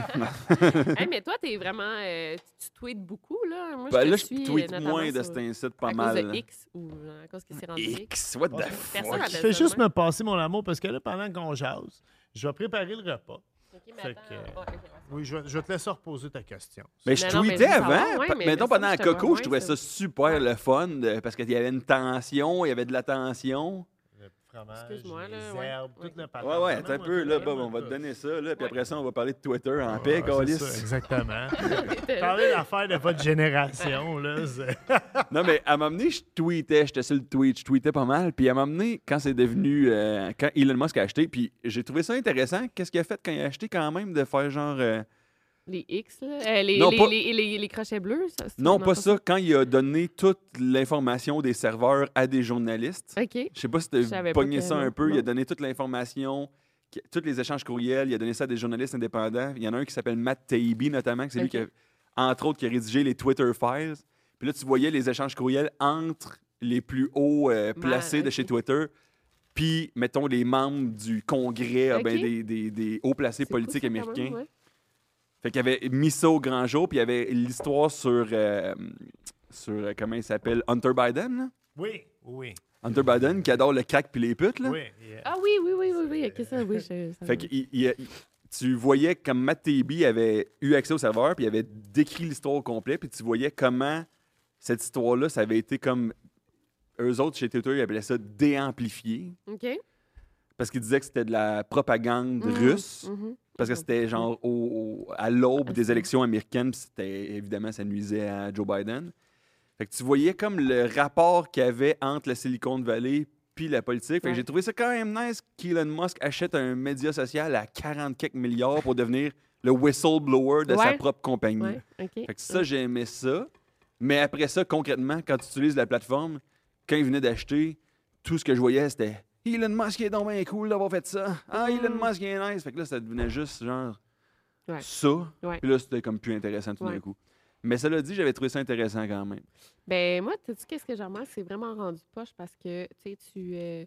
Speaker 1: Hey, mais toi, t'es vraiment. euh, tu tu tweets beaucoup, là. Moi,
Speaker 3: Ben
Speaker 1: je te
Speaker 3: là,
Speaker 1: suis,
Speaker 3: je tweet
Speaker 1: euh, notamment
Speaker 3: moins de
Speaker 1: sur-
Speaker 3: cet incite
Speaker 1: à
Speaker 3: pas
Speaker 1: cause
Speaker 3: mal.
Speaker 1: de X ou euh, à cause qu'il s'est rendu X.
Speaker 3: X, what the
Speaker 1: Personne
Speaker 3: fuck?
Speaker 1: n'appelle
Speaker 2: Je
Speaker 1: ça
Speaker 2: fais
Speaker 1: de
Speaker 2: juste
Speaker 1: même.
Speaker 2: me passer mon amour parce que là, pendant qu'on jase, je vais préparer le repas.
Speaker 1: Ok, mais
Speaker 2: Fait
Speaker 1: attends,
Speaker 2: que-
Speaker 1: ouais, ok, ouais.
Speaker 2: Oui, je vais, je vais te laisser reposer ta question.
Speaker 3: Mais je
Speaker 1: Mais non, mais
Speaker 3: tweetais
Speaker 1: ça, ça va,
Speaker 3: avant,
Speaker 1: ouais,
Speaker 3: pa-
Speaker 1: mais
Speaker 3: mettons
Speaker 1: ça,
Speaker 3: pendant
Speaker 1: justement,
Speaker 3: Coco, je
Speaker 1: ouais,
Speaker 3: trouvais
Speaker 1: ça-
Speaker 3: ça super le fun de- parce qu'il y avait une tension, il y avait de la tension.
Speaker 2: Le fromage,
Speaker 1: Excuse-moi,
Speaker 2: les
Speaker 1: là, ouais,
Speaker 2: herbes,
Speaker 1: ouais.
Speaker 2: toute la patate.
Speaker 3: Ouais, ouais,
Speaker 2: Vraiment,
Speaker 3: attends un
Speaker 2: moi,
Speaker 3: peu,
Speaker 2: tout
Speaker 3: là,
Speaker 2: le
Speaker 3: Bob,
Speaker 2: monde,
Speaker 3: on va
Speaker 2: tout.
Speaker 3: te donner ça, là, puis après ça, on va parler de Twitter en
Speaker 2: Ouais,
Speaker 3: paix,
Speaker 2: Ah, c'est
Speaker 3: câlisse.
Speaker 2: ça, Exactement. [LAUGHS] Parlez d'affaires de votre génération, là. c'est-
Speaker 3: Non, mais à un moment donné, je tweetais, j'étais sur le tweet, je tweetais pas mal. Puis à un moment donné, quand c'est devenu. euh, quand Elon Musk a acheté, puis j'ai trouvé ça intéressant. Qu'est-ce qu'il a fait quand il a acheté quand même de faire genre. euh,
Speaker 1: Les X, là. euh, les,
Speaker 3: Non,
Speaker 1: les,
Speaker 3: pas-
Speaker 1: les, les- les crochets bleus, ça? c'est-
Speaker 3: Non, pas ça, quand il a donné toute l'information des serveurs à des journalistes.
Speaker 1: OK.
Speaker 3: Je sais pas si
Speaker 1: Je savais
Speaker 3: t'as
Speaker 1: pas
Speaker 3: pogné
Speaker 1: que-
Speaker 3: ça un peu. Il
Speaker 1: non.
Speaker 3: a donné toute l'information, qui- tous les échanges courriels, il a donné ça à des journalistes indépendants. Il y en a un qui s'appelle Matt Taibbi, notamment, que c'est lui
Speaker 1: Ok.
Speaker 3: qui, a, entre autres, qui a rédigé les Twitter Files. Puis là, tu voyais les échanges courriels entre les plus hauts euh, placés
Speaker 1: Man,
Speaker 3: de
Speaker 1: ok.
Speaker 3: chez Twitter, puis, mettons, les membres du Congrès, ah ben,
Speaker 1: Ok.
Speaker 3: des, des- des hauts placés
Speaker 1: C'est cool,
Speaker 3: politiques
Speaker 1: ça, quand même,
Speaker 3: américains.
Speaker 1: ouais.
Speaker 3: Fait qu'il avait mis ça au grand jour, puis il y avait l'histoire sur, euh, sur euh, comment il s'appelle, Hunter Biden, là.
Speaker 2: [LAUGHS] Oui, oui,
Speaker 3: Hunter Biden qui adore le crack puis les putes, là.
Speaker 2: oui. yeah.
Speaker 1: Ah oui, oui, oui, oui, oui. OK, ça, oui. je- ça
Speaker 3: Fait
Speaker 1: va.
Speaker 3: que il- il- il- tu voyais comme Matt Taibbi avait eu accès au serveur, puis il avait décrit l'histoire au complet, puis tu voyais comment cette histoire-là, ça avait été comme. Eux autres, chez Twitter, ils appelaient ça déamplifié,
Speaker 1: OK.
Speaker 3: parce qu'ils disaient que c'était de la propagande russe,
Speaker 1: mhm.
Speaker 3: parce que c'était genre au- au- à l'aube
Speaker 1: Ah,
Speaker 3: des
Speaker 1: c'est-
Speaker 3: élections américaines, puis c'était évidemment, ça nuisait à Joe Biden. Fait que tu voyais comme le rapport qu'il y avait entre la Silicon Valley puis la politique. Fait
Speaker 1: Ouais.
Speaker 3: que j'ai trouvé ça quand même nice qu'Elon Musk achète un média social à 40 quelques milliards pour devenir le whistleblower de sa
Speaker 1: Ouais.
Speaker 3: propre compagnie.
Speaker 1: Ouais, OK.
Speaker 3: Fait que ça, j'ai aimé ça. Mais après ça, concrètement, quand tu utilises la plateforme, quand il venait d'acheter, tout ce que je voyais, c'était Elon Musk il est donc bien cool d'avoir fait ça. Ah, Elon Musk il est nice. Fait que là, ça devenait juste genre
Speaker 1: Mm. Ouais.
Speaker 3: ça.
Speaker 1: Ouais.
Speaker 3: Puis là, c'était comme plus intéressant tout
Speaker 1: Ouais.
Speaker 3: d'un coup. Mais cela dit, j'avais trouvé ça intéressant quand même.
Speaker 1: Ben moi, tu sais qu'est-ce que j'ai remarqué, c'est vraiment rendu poche parce que tu sais tu euh,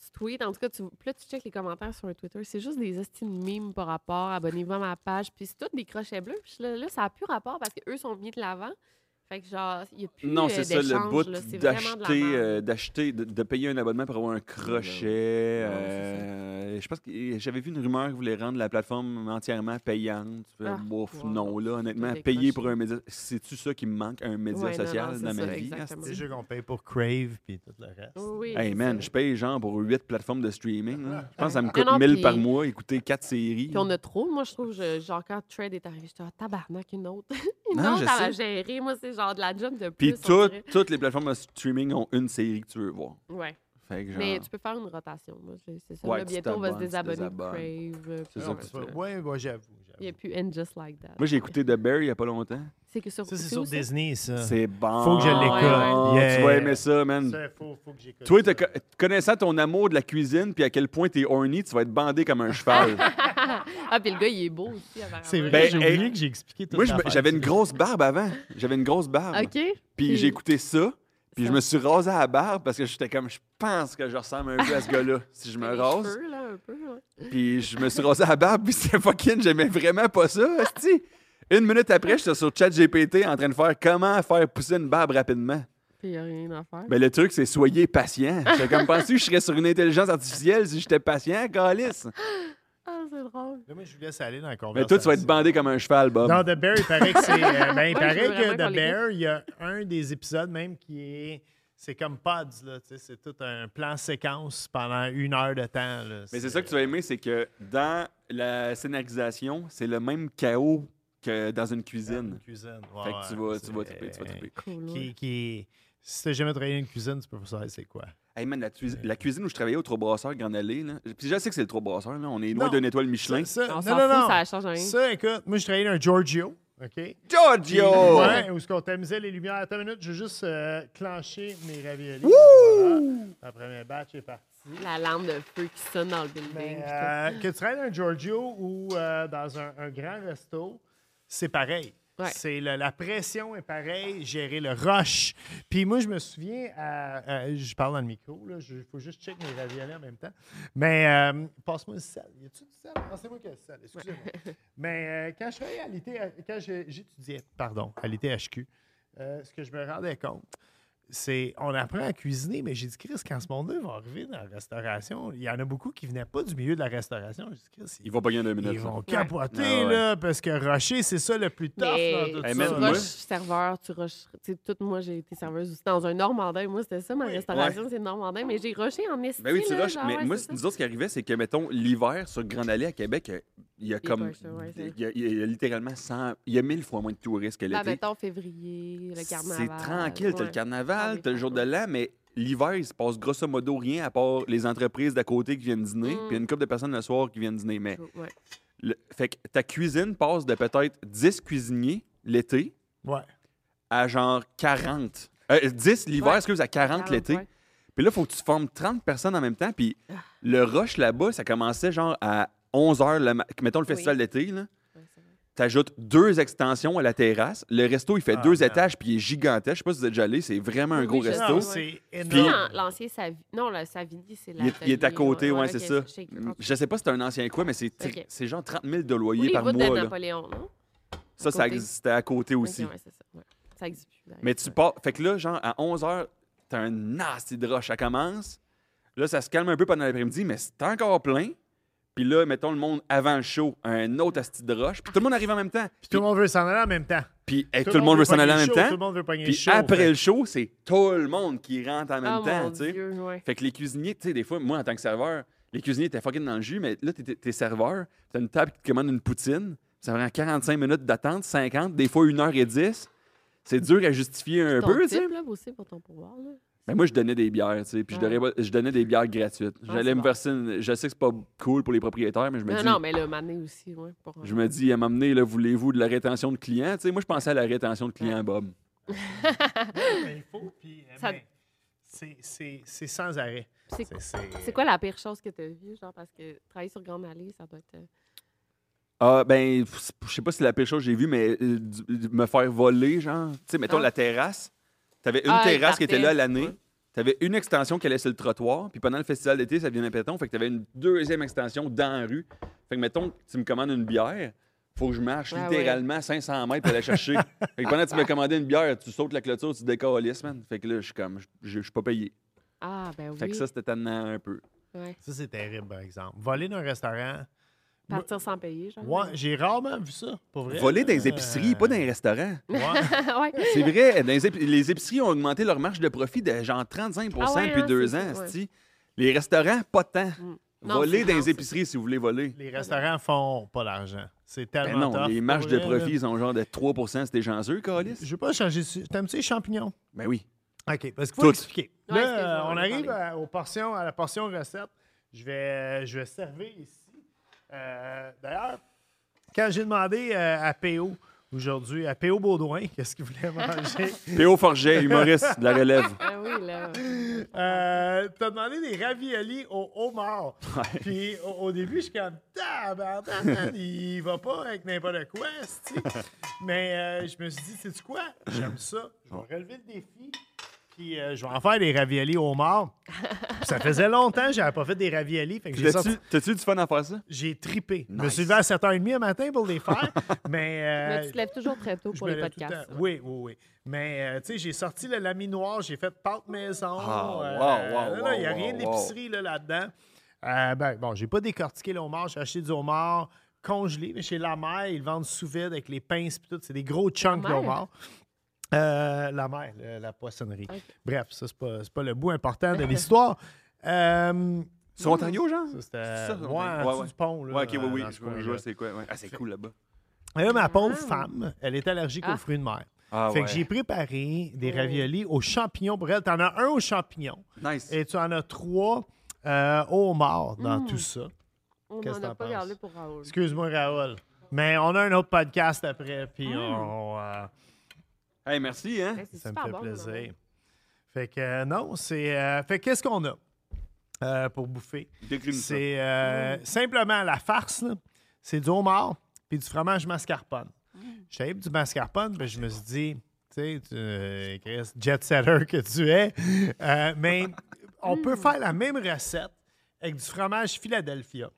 Speaker 1: tu tweets, en tout cas, tu, puis là, tu checkes les commentaires sur Twitter. C'est juste des hosties de mimes par rapport. Abonnez-vous à ma page. Puis c'est tous des crochets bleus. Puis là, là, ça n'a plus rapport parce qu'eux sont mis de l'avant. Fait que genre, il n'y a plus
Speaker 3: non,
Speaker 1: euh,
Speaker 3: c'est ça, le
Speaker 1: d'échange,
Speaker 3: bout
Speaker 1: là. C'est vraiment de la
Speaker 3: d'acheter,
Speaker 1: merde.
Speaker 3: euh, d'acheter, de, de payer un abonnement pour avoir un crochet.
Speaker 1: c'est
Speaker 3: euh, je pense que j'avais vu une rumeur qui voulait rendre la plateforme entièrement payante.
Speaker 1: Ah,
Speaker 3: Bouf,
Speaker 1: wow.
Speaker 3: non, là, honnêtement,
Speaker 1: Des
Speaker 3: payer
Speaker 1: crochets.
Speaker 3: pour un média. C'est-tu ça qui me manque, un média
Speaker 1: Ouais, non,
Speaker 3: social
Speaker 1: non, c'est Oh,
Speaker 3: dans ma
Speaker 1: ça,
Speaker 3: vie?
Speaker 1: exactement.
Speaker 2: C'est
Speaker 3: asti?
Speaker 2: sûr qu'on paye pour Crave puis tout le reste.
Speaker 1: Oui,
Speaker 3: euh, Hey
Speaker 1: c'est
Speaker 3: man,
Speaker 1: ça.
Speaker 3: je paye genre pour 8 plateformes de streaming. là. Je pense que ça me coûte
Speaker 1: Ah non,
Speaker 3: 1000
Speaker 1: puis-
Speaker 3: par mois, écouter 4 séries.
Speaker 1: Puis on a trop, moi, je trouve, je- genre, quand Trade est arrivé, j'étais ah, tabarnak, une autre. [LAUGHS] une
Speaker 3: Non, je
Speaker 1: autre à
Speaker 3: sais.
Speaker 1: gérer. Moi, c'est genre de la job de plus.
Speaker 3: Puis
Speaker 1: on
Speaker 3: tout-
Speaker 1: dirait.
Speaker 3: toutes les plateformes de streaming ont une série que tu veux voir.
Speaker 1: Ouais.
Speaker 3: Fait que genre,
Speaker 1: Mais tu peux faire une rotation. moi, c'est- C'est ça.
Speaker 3: Ouais,
Speaker 1: là,
Speaker 3: tu
Speaker 1: bientôt, on va se
Speaker 3: t'abonnes, tu
Speaker 1: désabonner de
Speaker 3: désabonnes.
Speaker 1: Crave. euh,
Speaker 3: C'est
Speaker 1: puis
Speaker 3: ça
Speaker 1: on-
Speaker 3: que tu
Speaker 2: Ouais,
Speaker 3: fais.
Speaker 2: ouais, j'avoue. j'avoue.
Speaker 1: Il n'y a plus And Just Like That.
Speaker 3: Moi, j'ai écouté The Bear il n'y a pas longtemps.
Speaker 1: C'est que sur,
Speaker 2: Ça, c'est
Speaker 1: c'est
Speaker 2: sur
Speaker 1: où, ça?
Speaker 2: Disney, ça.
Speaker 3: C'est bon. Ah,
Speaker 2: Faut que je
Speaker 1: l'écoute.
Speaker 2: Yeah.
Speaker 3: Tu vas aimer ça, man.
Speaker 2: Ça, faut, faut que j'écoute.
Speaker 3: Toi, t'as
Speaker 2: ça.
Speaker 3: co- connaissant ton amour de la cuisine puis à quel point t'es horny, tu vas être bandé comme un cheval.
Speaker 1: Ah, puis le gars, il est beau aussi, apparemment.
Speaker 2: C'est vrai,
Speaker 3: Ben,
Speaker 2: j'ai
Speaker 3: hey,
Speaker 2: oublié que j'ai expliqué tout
Speaker 3: Moi, je me- j'avais une grosse barbe avant. J'avais une grosse barbe.
Speaker 1: OK.
Speaker 3: Puis j'ai écouté ça. Puis je
Speaker 1: Ça.
Speaker 3: me suis rasé à la barbe parce que j'étais comme, je pense que je ressemble un peu à ce gars-là si je me
Speaker 1: Les
Speaker 3: rase.
Speaker 1: cheveux, là, un peu, ouais.
Speaker 3: Puis je me suis rasé à la barbe, puis c'est fucking, j'aimais vraiment pas ça, esti. Une minute après, j'étais sur ChatGPT en train de faire comment faire pousser une barbe rapidement.
Speaker 1: Puis il n'y a rien à faire.
Speaker 3: Mais Ben, le truc, c'est soyez patient. J'étais comme, penses-tu que je serais sur une intelligence artificielle si j'étais patient, Calis?
Speaker 1: Ah, c'est drôle.
Speaker 2: Là, moi, je vous laisse aller dans la
Speaker 3: Mais
Speaker 2: conversation.
Speaker 3: toi, tu vas être bandé comme un cheval, Bob.
Speaker 2: Non, The Bear, il paraît que c'est. euh, [LAUGHS] ben, il
Speaker 1: je
Speaker 2: paraît
Speaker 1: veux vraiment
Speaker 2: que
Speaker 1: qu'on
Speaker 2: The Bear, il y a un des épisodes même qui est. C'est comme Pods, là. tu sais, C'est tout un plan séquence pendant une heure de temps. là.
Speaker 3: Mais c'est ça que tu vas aimer, c'est que dans la scénarisation, c'est le même chaos que dans une cuisine.
Speaker 2: Une cuisine.
Speaker 3: Fait
Speaker 2: ouais,
Speaker 3: que tu
Speaker 2: ouais,
Speaker 3: vas,
Speaker 2: c'est-
Speaker 3: tu vas triper, tu vas triper.
Speaker 1: Cool. ouais.
Speaker 2: Qui, qui... Si t'as jamais travaillé dans une cuisine, tu peux pas savoir c'est quoi.
Speaker 3: Hey man, la, tui- la cuisine où je travaillais au Trois Brasseurs Grand Allée, là. Puis je sais que c'est le Trois Brasseurs, là. On est loin
Speaker 2: Non.
Speaker 3: d'une étoile Michelin.
Speaker 2: Ça,
Speaker 1: On
Speaker 2: ça,
Speaker 1: s'en
Speaker 2: non, non,
Speaker 1: fout,
Speaker 2: non.
Speaker 1: ça change rien.
Speaker 2: Ça, écoute, moi, je travaillais dans un Giorgio, OK?
Speaker 3: Giorgio!
Speaker 2: Ouais, où est-ce qu'on tamisait les lumières. Attends une minute, je vais juste euh, clencher mes raviolis. Voilà. La première batch est partie.
Speaker 1: La lampe de feu qui sonne dans le building.
Speaker 2: Mais,
Speaker 1: puis tout.
Speaker 2: euh, que tu travailles dans un Giorgio ou euh, dans un, un grand resto, c'est pareil.
Speaker 1: Ouais.
Speaker 2: C'est le- la pression est pareille, gérer le rush. Puis moi, je me souviens, à- à- je parle dans le micro, il faut juste check mes raviolis en même temps. Mais euh, passe-moi le sel. Y a-tu du sel? Pensez-moi qu'il y a du sel, excusez-moi. Mais euh, quand je travaillais à l'IT, quand je- j'étudiais, pardon, à l'ITHQ, euh, ce que je me rendais compte, c'est on apprend à cuisiner, mais j'ai dit, Chris, quand ce monde-là va arriver dans la restauration, il y en a beaucoup qui venaient pas du milieu de la restauration. J'ai dit, Chris,
Speaker 3: Ils vont pas gagner deux minutes.
Speaker 2: ils vont
Speaker 3: ça.
Speaker 2: capoter,
Speaker 3: Ah ouais.
Speaker 2: là, parce que rocher, c'est ça le plus tough. là,
Speaker 1: Mais
Speaker 2: tout
Speaker 3: Hey,
Speaker 1: tu
Speaker 3: man,
Speaker 2: ça,
Speaker 1: rushes
Speaker 3: moi-
Speaker 1: serveur, tu rushes. Tu sais, toute moi, j'ai été serveuse aussi dans un Normandin. Moi, c'était ça, ma restauration, c'est Normandin. Mais j'ai rushé en esti.
Speaker 3: Ben oui, tu
Speaker 1: là,
Speaker 3: rushes.
Speaker 1: genre,
Speaker 3: Mais
Speaker 1: ouais,
Speaker 3: moi,
Speaker 1: c'est ça.
Speaker 3: nous autres, ce qui arrivait, c'est que, mettons, l'hiver, sur Grande Allée à Québec, euh, il y a comme.
Speaker 1: poches, ouais, c'est-
Speaker 3: Il y a- il y a littéralement 100. Il y a mille fois moins de touristes que
Speaker 1: Ben,
Speaker 3: l'été.
Speaker 1: mettons février, le carnaval.
Speaker 3: C'est tranquille. T'as le
Speaker 1: ouais. Ah,
Speaker 3: carnaval,
Speaker 1: les
Speaker 3: t'as le jour de l'an,
Speaker 1: vacances.
Speaker 3: mais l'hiver, il se passe grosso modo rien à part les entreprises d'à côté qui viennent dîner,
Speaker 1: Mm.
Speaker 3: puis une couple de personnes le soir qui viennent dîner. Mais
Speaker 1: Ouais.
Speaker 3: le- fait que ta cuisine passe de peut-être 10 cuisiniers l'été
Speaker 2: Ouais.
Speaker 3: à genre 40. Euh, 10 l'hiver,
Speaker 1: Ouais.
Speaker 3: excuse, à 40,
Speaker 1: 40,
Speaker 3: l'été.
Speaker 1: ouais. Ah.
Speaker 3: Puis là, faut que tu formes 30 personnes en même temps. Puis le rush là-bas, ça commençait genre à 11 h, le ma- mettons le festival d'été. Là. T'ajoutes deux extensions à la terrasse. Le resto, il fait
Speaker 2: Ah,
Speaker 3: deux
Speaker 2: man.
Speaker 3: étages, puis il est gigantesque. Je sais pas si vous êtes déjà allé, c'est vraiment un
Speaker 1: Oui,
Speaker 3: gros
Speaker 1: je sais.
Speaker 3: resto.
Speaker 2: Non,
Speaker 1: ouais.
Speaker 2: c'est
Speaker 1: Puis
Speaker 2: énorme.
Speaker 1: l'ancien Savini. Non, le Savini, c'est la. euh,
Speaker 3: Il est, il est à côté, ouais, c'est ça. Mm,
Speaker 1: Shake-
Speaker 3: Je sais pas si c'est un ancien quoi, mais c'est tr-
Speaker 1: Ok.
Speaker 3: c'est genre 30 000 de loyer
Speaker 1: Ou les
Speaker 3: par
Speaker 1: routes de
Speaker 3: mois. là.
Speaker 1: Napoléon, non?
Speaker 3: Ça, ça
Speaker 1: côté.
Speaker 3: existait à côté aussi.
Speaker 1: Ok, ouais, c'est ça. ouais. Ça existe plus. d'ailleurs.
Speaker 3: Mais tu pars. Fait que là, genre, à 11 h, t'as un nasty de rush. Ça commence. Là, ça se calme un peu pendant l'après-midi, mais c'est encore plein. Puis là, mettons le monde avant le show, un autre asti de rush. Puis tout le monde arrive en même temps.
Speaker 2: Puis tout le monde veut s'en aller en même temps.
Speaker 3: Puis hey, tout, le monde veut s'en aller en
Speaker 2: pogner
Speaker 3: même
Speaker 2: le show,
Speaker 3: temps.
Speaker 2: Tout le monde veut pogner le
Speaker 3: Puis
Speaker 2: show,
Speaker 3: après
Speaker 2: fait.
Speaker 3: le show, c'est tout le monde qui rentre en même
Speaker 1: Ah,
Speaker 3: temps,
Speaker 1: mon
Speaker 3: tu sais.
Speaker 1: Dieu, ouais.
Speaker 3: Fait que les cuisiniers, tu sais, des fois, moi, en tant que serveur, les cuisiniers étaient fucking dans le jus, mais là, t'es, t'es serveur, t'as une table qui te commande une poutine, ça prend 45 minutes d'attente, 50, des fois 1h10. C'est dur à justifier un
Speaker 1: Ton
Speaker 3: peu, tu sais.
Speaker 1: type, là, aussi, pour ton pouvoir, là.
Speaker 3: Mais moi, je donnais des bières, tu sais, puis je
Speaker 1: Ah.
Speaker 3: donnais- je, donnais des bières gratuites.
Speaker 1: Ah,
Speaker 3: J'allais
Speaker 1: c'est
Speaker 3: me
Speaker 1: bon.
Speaker 3: verser une- Je sais que c'est pas cool pour les propriétaires, mais je me
Speaker 1: Non,
Speaker 3: dis...
Speaker 1: non, mais le mané aussi, ouais. Pour,
Speaker 3: Je me dis, à m'amener, là, voulez-vous de la rétention de clients? Tu sais, moi, je pensais à la rétention de clients, Bob.
Speaker 2: Mais il faut, puis, euh,
Speaker 1: Ça-
Speaker 2: mais c'est- c'est c'est sans arrêt.
Speaker 1: C'est-
Speaker 2: C'est- c'est-
Speaker 1: C'est quoi la pire chose que tu as vue, genre, parce que travailler sur Grande Allée, ça doit être. euh,
Speaker 3: Ah, ben, pff, je sais pas si c'est la pire chose que j'ai vue, mais euh, du- du- me faire voler, genre. Tu sais, mettons
Speaker 1: Ah.
Speaker 3: la terrasse. T'avais une
Speaker 1: Ah, il
Speaker 3: terrasse qui était
Speaker 1: partait.
Speaker 3: là à l'année.
Speaker 1: Ouais.
Speaker 3: T'avais une extension qui allait sur le trottoir. Puis pendant le festival d'été, ça devient un péton. Fait que t'avais une deuxième extension dans la rue. Fait que, mettons, tu me commandes une bière. Faut que je marche
Speaker 1: Ah,
Speaker 3: littéralement 500 mètres pour la
Speaker 1: [LAUGHS]
Speaker 3: chercher. fait que pendant que tu me commandais une bière, tu sautes la clôture, tu décolles, man. Fait que là, je suis comme, je- je je suis pas payé.
Speaker 1: Ah, ben oui.
Speaker 3: Fait que ça, c'était tannant un peu.
Speaker 1: ouais.
Speaker 2: Ça, c'est terrible, par exemple. Voler d'un restaurant.
Speaker 1: Partir sans payer, genre.
Speaker 2: Ouais, j'ai rarement vu ça, pour vrai. Euh,
Speaker 3: Voler dans les épiceries, pas dans les restaurants.
Speaker 2: Ouais.
Speaker 1: [LAUGHS] ouais.
Speaker 3: C'est vrai, dans les, épi- les épiceries ont augmenté leur marge de profit de genre 35
Speaker 1: Ah ouais,
Speaker 3: depuis
Speaker 1: hein,
Speaker 3: deux
Speaker 1: c'est
Speaker 3: ans.
Speaker 1: ça, ouais. Mm.
Speaker 3: asti. Les restaurants, pas tant.
Speaker 1: Non,
Speaker 3: Voler
Speaker 1: c'est
Speaker 3: dans
Speaker 1: non,
Speaker 3: les
Speaker 1: c'est
Speaker 3: épiceries si vous voulez voler.
Speaker 2: Les restaurants font pas l'argent. C'est tellement
Speaker 3: Ben non,
Speaker 2: tough,
Speaker 3: les
Speaker 2: pour
Speaker 3: marges de
Speaker 2: vrai, là.
Speaker 3: profit sont genre de 3 si t'es chanceux, Calis.
Speaker 2: Je veux pas changer. de su- T'aimes-tu les champignons?
Speaker 3: Ben oui.
Speaker 2: OK, parce qu'il
Speaker 3: Tout.
Speaker 2: faut expliquer.
Speaker 1: Ouais,
Speaker 2: Là,
Speaker 1: excuse-moi,
Speaker 2: euh,
Speaker 1: on
Speaker 2: on
Speaker 1: va
Speaker 2: arrive
Speaker 1: parler.
Speaker 2: à, aux portions, à la portion recette. Je vais, euh, je vais servir ici. Euh, D'ailleurs, quand j'ai demandé euh, à PO aujourd'hui, à PO Baudouin, [LAUGHS] qu'est-ce qu'il voulait manger,
Speaker 3: P.O. Forget, humoriste de la relève.
Speaker 1: Ah oui, là.
Speaker 2: euh, t'as demandé des raviolis au homard. Puis au, au début, je suis comme, tabarnak, man, il va pas avec n'importe quoi, c'ti. Mais euh, je me suis dit, sais-tu quoi? J'aime ça. Je vais relever le défi. Puis euh, je vais en faire des raviolis au homard. Puis ça faisait longtemps que j'avais pas fait des raviolis. Fait que [LAUGHS] j'ai sorti-
Speaker 3: T'as-tu t'as-tu du fun à faire ça?
Speaker 2: J'ai tripé. Je me suis levé à 7h30 le matin pour les faire. mais. euh,
Speaker 1: Mais tu te lèves toujours très tôt
Speaker 2: je
Speaker 1: pour
Speaker 2: me
Speaker 1: les
Speaker 2: lève tout le
Speaker 1: podcasts.
Speaker 2: temps. Oui, oui, oui. Mais, euh, tu sais, j'ai sorti le laminoir, j'ai fait pâte maison.
Speaker 3: Ah,
Speaker 2: euh,
Speaker 3: wow, wow,
Speaker 2: là, là, Il n'y a
Speaker 3: wow,
Speaker 2: rien
Speaker 3: wow,
Speaker 2: d'épicerie là, là-dedans. Euh, ben, bon, j'ai pas décortiqué le homard, j'ai acheté du homard congelé, mais chez la mère, ils le vendent sous vide avec les pinces et tout. C'est des gros chunks de
Speaker 1: Mère?
Speaker 2: homard. Euh, la mer, le- la poissonnerie. Bref, ça, c'est pas, c'est pas le bout important
Speaker 1: [LAUGHS]
Speaker 2: de l'histoire. Euh,
Speaker 3: Sur Ontario, genre?
Speaker 2: ça, c'était
Speaker 3: C'est ça,
Speaker 2: ouais,
Speaker 3: sur
Speaker 2: en
Speaker 3: Ontario?
Speaker 2: dessous du pont. Là,
Speaker 3: Ouais, ok, oui,
Speaker 2: euh,
Speaker 3: oui.
Speaker 2: dans ce
Speaker 3: Je vois-
Speaker 2: coin-là.
Speaker 3: je vois c'est quoi. ouais. Ah, c'est cool là-bas.
Speaker 2: Et là,
Speaker 1: Ah.
Speaker 2: ma pauvre femme, elle est allergique aux fruits de mer.
Speaker 3: Ah,
Speaker 2: fait que
Speaker 3: ouais.
Speaker 2: j'ai préparé des raviolis aux champignons pour elle. T'en as un aux champignons
Speaker 3: Nice.
Speaker 2: et tu en as trois euh, au mort dans tout ça.
Speaker 1: On
Speaker 2: Qu'est-ce
Speaker 1: n'en
Speaker 2: t'en
Speaker 1: a pas
Speaker 2: penses?
Speaker 1: regardé pour Raoul.
Speaker 2: Excuse-moi, Raoul. Mais on a un autre podcast après, puis on, euh,
Speaker 3: Hey, merci, hein?
Speaker 1: Hey, c'est
Speaker 2: ça me
Speaker 1: super
Speaker 2: fait
Speaker 1: bon,
Speaker 2: plaisir.
Speaker 1: là.
Speaker 2: Fait que euh, non, c'est. euh, fait que qu'est-ce qu'on a euh, pour bouffer?
Speaker 3: Décline ça.
Speaker 2: C'est euh, simplement la farce, là. c'est du homard puis du fromage mascarpone. J'avais du mascarpone, ben, je me suis dit, tu sais, tu- euh, Chris, jet setter que tu es, euh, mais on peut faire la même recette avec du fromage Philadelphia.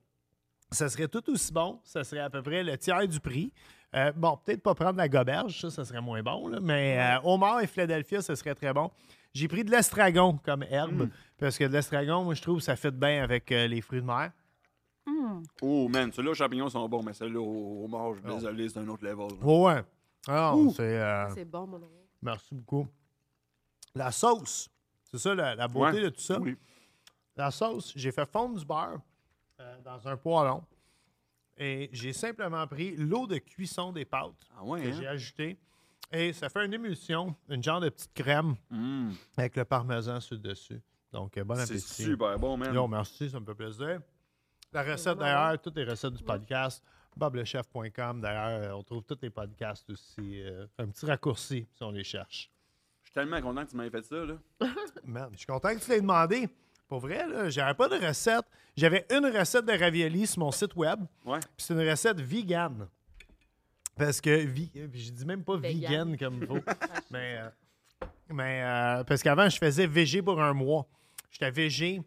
Speaker 2: Ça serait tout aussi bon, ça serait à peu près le tiers du prix. Euh, bon, peut-être pas prendre la goberge, ça, ça serait moins bon, là, mais euh, homard et Philadelphia, ça serait très bon. J'ai pris de l'estragon comme herbe,
Speaker 3: Mm.
Speaker 2: parce que de l'estragon, moi, je trouve que ça fit bien avec euh, les fruits de mer.
Speaker 3: Oh, man, ceux-là aux champignons sont bons, mais ceux-là au au mort, je suis désolé, c'est un autre level. là.
Speaker 2: Ouais, ouais. Ah, c'est, euh,
Speaker 1: C'est bon, mon amour.
Speaker 2: merci beaucoup. La sauce, c'est ça la, la beauté
Speaker 3: Ouais.
Speaker 2: de tout ça.
Speaker 3: Oui.
Speaker 2: La sauce, j'ai fait fondre du beurre euh, dans un poêlon et j'ai simplement pris l'eau de cuisson des pâtes
Speaker 3: Ah ouais,
Speaker 2: que
Speaker 3: hein?
Speaker 2: j'ai ajoutée et ça fait une émulsion, une genre de petite crème avec le parmesan sur le dessus. Donc, euh, bon
Speaker 3: Mmh. C'est
Speaker 2: appétit.
Speaker 3: super bon, man.
Speaker 2: Non, merci, ça me fait plaisir. La recette, d'ailleurs, toutes les recettes du podcast, boblechef.com. D'ailleurs, euh, on trouve tous les podcasts aussi. euh, un petit raccourci si on les cherche.
Speaker 3: Je suis tellement content que tu m'aies fait ça, là.
Speaker 2: Man, je suis content que tu l'aies demandé. Pour vrai, là, j'avais pas de recette. J'avais une recette de ravioli sur mon site web.
Speaker 3: Ouais.
Speaker 2: Puis c'est une recette vegan. Parce que vi- euh, je dis même pas vegan,
Speaker 1: Vegan.
Speaker 2: comme il faut. mais euh, mais euh, parce qu'avant, je faisais végé pour un mois. J'étais végé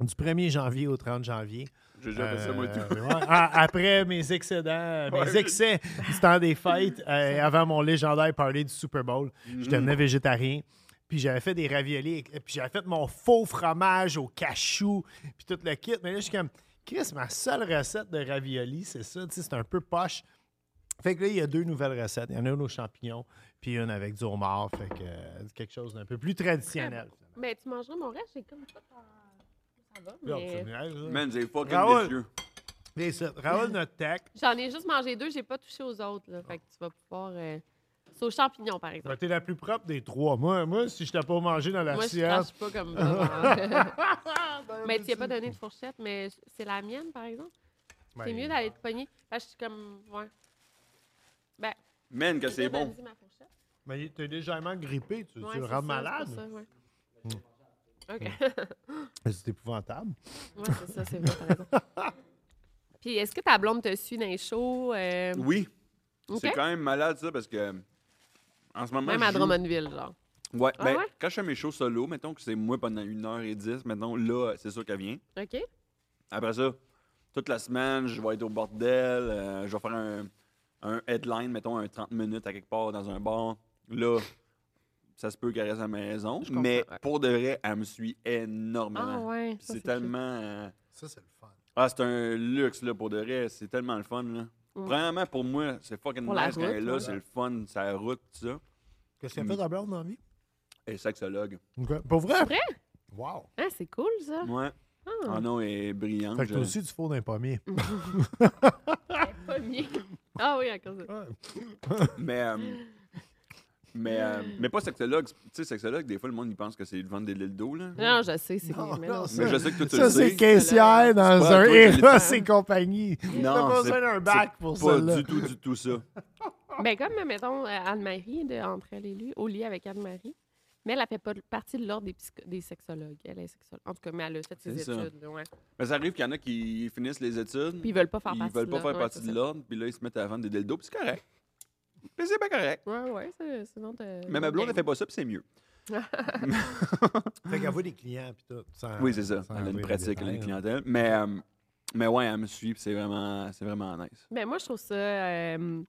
Speaker 2: du 1er janvier au 30 janvier.
Speaker 3: J'ai déjà fait ça, moi, tout.
Speaker 2: Euh, ouais, a- après mes
Speaker 3: [LAUGHS]
Speaker 2: excédents, mes excès du temps des fêtes, euh, avant mon légendaire party du Super Bowl,
Speaker 3: Mm.
Speaker 2: je devenais végétarien. Puis j'avais fait des raviolis, et- puis j'avais fait mon faux fromage au cachou, puis tout le kit. Mais là, je suis comme, Chris, ma seule recette de ravioli, c'est ça, tu sais, c'est un peu poche. Fait que là, il y a deux nouvelles recettes. Il y en a une aux champignons, puis une avec du homard. Fait que euh, quelque chose d'un peu plus traditionnel.
Speaker 1: Mais Ben, tu mangeras mon reste, j'ai comme pas tant- Ça va,
Speaker 2: Là,
Speaker 1: mais...
Speaker 2: tu me niaises, là.
Speaker 3: Man, j'ai fucking
Speaker 2: Raoul.
Speaker 3: délicieux.
Speaker 2: Des ça. Raoul notre tech.
Speaker 1: J'en ai juste mangé deux, j'ai pas touché aux autres. Là. Fait que tu vas pouvoir. euh, C'est aux champignons, par
Speaker 2: Ben,
Speaker 1: exemple.
Speaker 2: T'es la plus propre des trois. Moi, moi si je t'ai pas mangé dans
Speaker 1: Moi,
Speaker 2: l'assiette.
Speaker 1: je ah, crache pas comme
Speaker 2: [LAUGHS]
Speaker 1: ça. mais tu n'as pas donné de fourchette, mais c'est la mienne, par exemple.
Speaker 2: Ben,
Speaker 1: c'est mieux d'aller te pogner. Là, je suis comme. Ouais. Ben,
Speaker 3: Man, que
Speaker 1: j'ai
Speaker 3: c'est
Speaker 1: déjà
Speaker 3: bon.
Speaker 1: dit ma fourchette.
Speaker 2: Mais t'es légèrement grippé. Tu, tu
Speaker 1: Ouais,
Speaker 2: le
Speaker 1: c'est
Speaker 2: rends
Speaker 1: ça,
Speaker 2: malade.
Speaker 1: c'est pour ça, ouais. OK.
Speaker 2: C'est épouvantable.
Speaker 1: ouais, c'est ça, c'est vrai, t'as raison.
Speaker 2: [LAUGHS]
Speaker 1: Puis, est-ce que ta blonde te suit dans les shows? euh,
Speaker 3: Oui. C'est
Speaker 1: Ok.
Speaker 3: quand même malade, ça, parce que. En ce moment.
Speaker 1: Même
Speaker 3: je
Speaker 1: à
Speaker 3: joue-
Speaker 1: Drummondville, genre.
Speaker 3: Ouais,
Speaker 1: Ah
Speaker 3: ben,
Speaker 1: ouais?
Speaker 3: quand je fais mes shows solo, mettons que c'est moi pendant 1h10, mettons, là, c'est sûr qu'elle vient.
Speaker 1: OK?
Speaker 3: Après ça, toute la semaine, je vais être au bordel, euh, je vais faire un, un headline, mettons, un 30 minutes à quelque part dans un bar. Là, ça se peut qu'elle reste à la maison,
Speaker 1: comprends,
Speaker 3: mais
Speaker 1: ouais.
Speaker 3: pour de vrai, elle me suit énormément.
Speaker 1: Ah ouais,
Speaker 3: Puis
Speaker 1: ça,
Speaker 3: c'est
Speaker 1: c'est cool.
Speaker 3: tellement... euh,
Speaker 2: Ça, c'est le fun.
Speaker 3: ah, c'est un luxe, là, pour de vrai. C'est tellement le fun, là. Premièrement, pour moi, c'est fucking
Speaker 1: Pour la
Speaker 3: nice qu'elle est
Speaker 1: route,
Speaker 3: là,
Speaker 1: ouais.
Speaker 3: c'est le fun, sa route, tout ça.
Speaker 2: Qu'est-ce
Speaker 3: Mm.
Speaker 2: qu'elle fait ta blonde dans la vie?
Speaker 3: Et sexologue.
Speaker 2: Pour vrai?
Speaker 1: Vrai?
Speaker 2: Wow.
Speaker 1: Hein, c'est cool, ça.
Speaker 3: Ouais. Ah non, elle est brillante.
Speaker 2: Fait que toi
Speaker 3: je-
Speaker 2: aussi, tu fous d'un pommier.
Speaker 1: [LAUGHS] Ah, Pas mieux. Ah oui, à cause de
Speaker 3: Mais euh, Mais, euh, mais pas sexologue. Tu sais, sexologue, des fois, le monde, il pense que c'est de vendre des dildos, là.
Speaker 1: Non, je sais, c'est mais non.
Speaker 3: Mais je sais que toi, tu
Speaker 2: Ça,
Speaker 3: le
Speaker 2: c'est
Speaker 3: sais.
Speaker 2: caissière dans
Speaker 3: pas à
Speaker 2: un
Speaker 3: toi que je le
Speaker 2: Eros
Speaker 3: dis.
Speaker 2: et
Speaker 3: [LAUGHS]
Speaker 2: compagnie. T'as pas
Speaker 3: c'est-
Speaker 2: besoin d'un
Speaker 3: c'est
Speaker 2: bac pour
Speaker 3: Pas
Speaker 2: ça.
Speaker 3: du tout, du tout ça.
Speaker 1: Ben, comme, mettons, euh, Anne-Marie, de Entre elle et lui, au lit avec Anne-Marie, mais elle ne fait pas de- partie de l'ordre des, psycho- des sexologues. Elle est sexologue. En tout cas, mais elle a fait ses
Speaker 3: C'est ça.
Speaker 1: études. ouais.
Speaker 3: Mais ça arrive qu'il y en a qui finissent les études.
Speaker 1: Puis ils veulent pas faire
Speaker 3: ils
Speaker 1: partie
Speaker 3: veulent
Speaker 1: de
Speaker 3: pas
Speaker 1: l'ordre,
Speaker 3: faire
Speaker 1: ouais,
Speaker 3: partie
Speaker 1: c'est
Speaker 3: de
Speaker 1: ça.
Speaker 3: l'ordre, puis là, ils se mettent à vendre des dildos, puis c'est correct. Mais c'est bien correct.
Speaker 1: Ouais, ouais, c'est c'est notre. euh,
Speaker 3: Mais ma
Speaker 1: notre
Speaker 3: blonde, elle
Speaker 1: gang.
Speaker 3: fait pas ça, puis c'est mieux.
Speaker 2: Fait qu'elle voit des clients puis tout. sans-
Speaker 3: Oui, c'est ça.
Speaker 2: sans
Speaker 3: Elle a
Speaker 2: enlever
Speaker 3: une
Speaker 2: les
Speaker 3: pratique, elle a une
Speaker 2: détails, hein.
Speaker 3: clientèle. Mais, euh, mais ouais, elle me suit, puis c'est vraiment, c'est vraiment nice.
Speaker 1: Ben, moi, je trouve ça euh,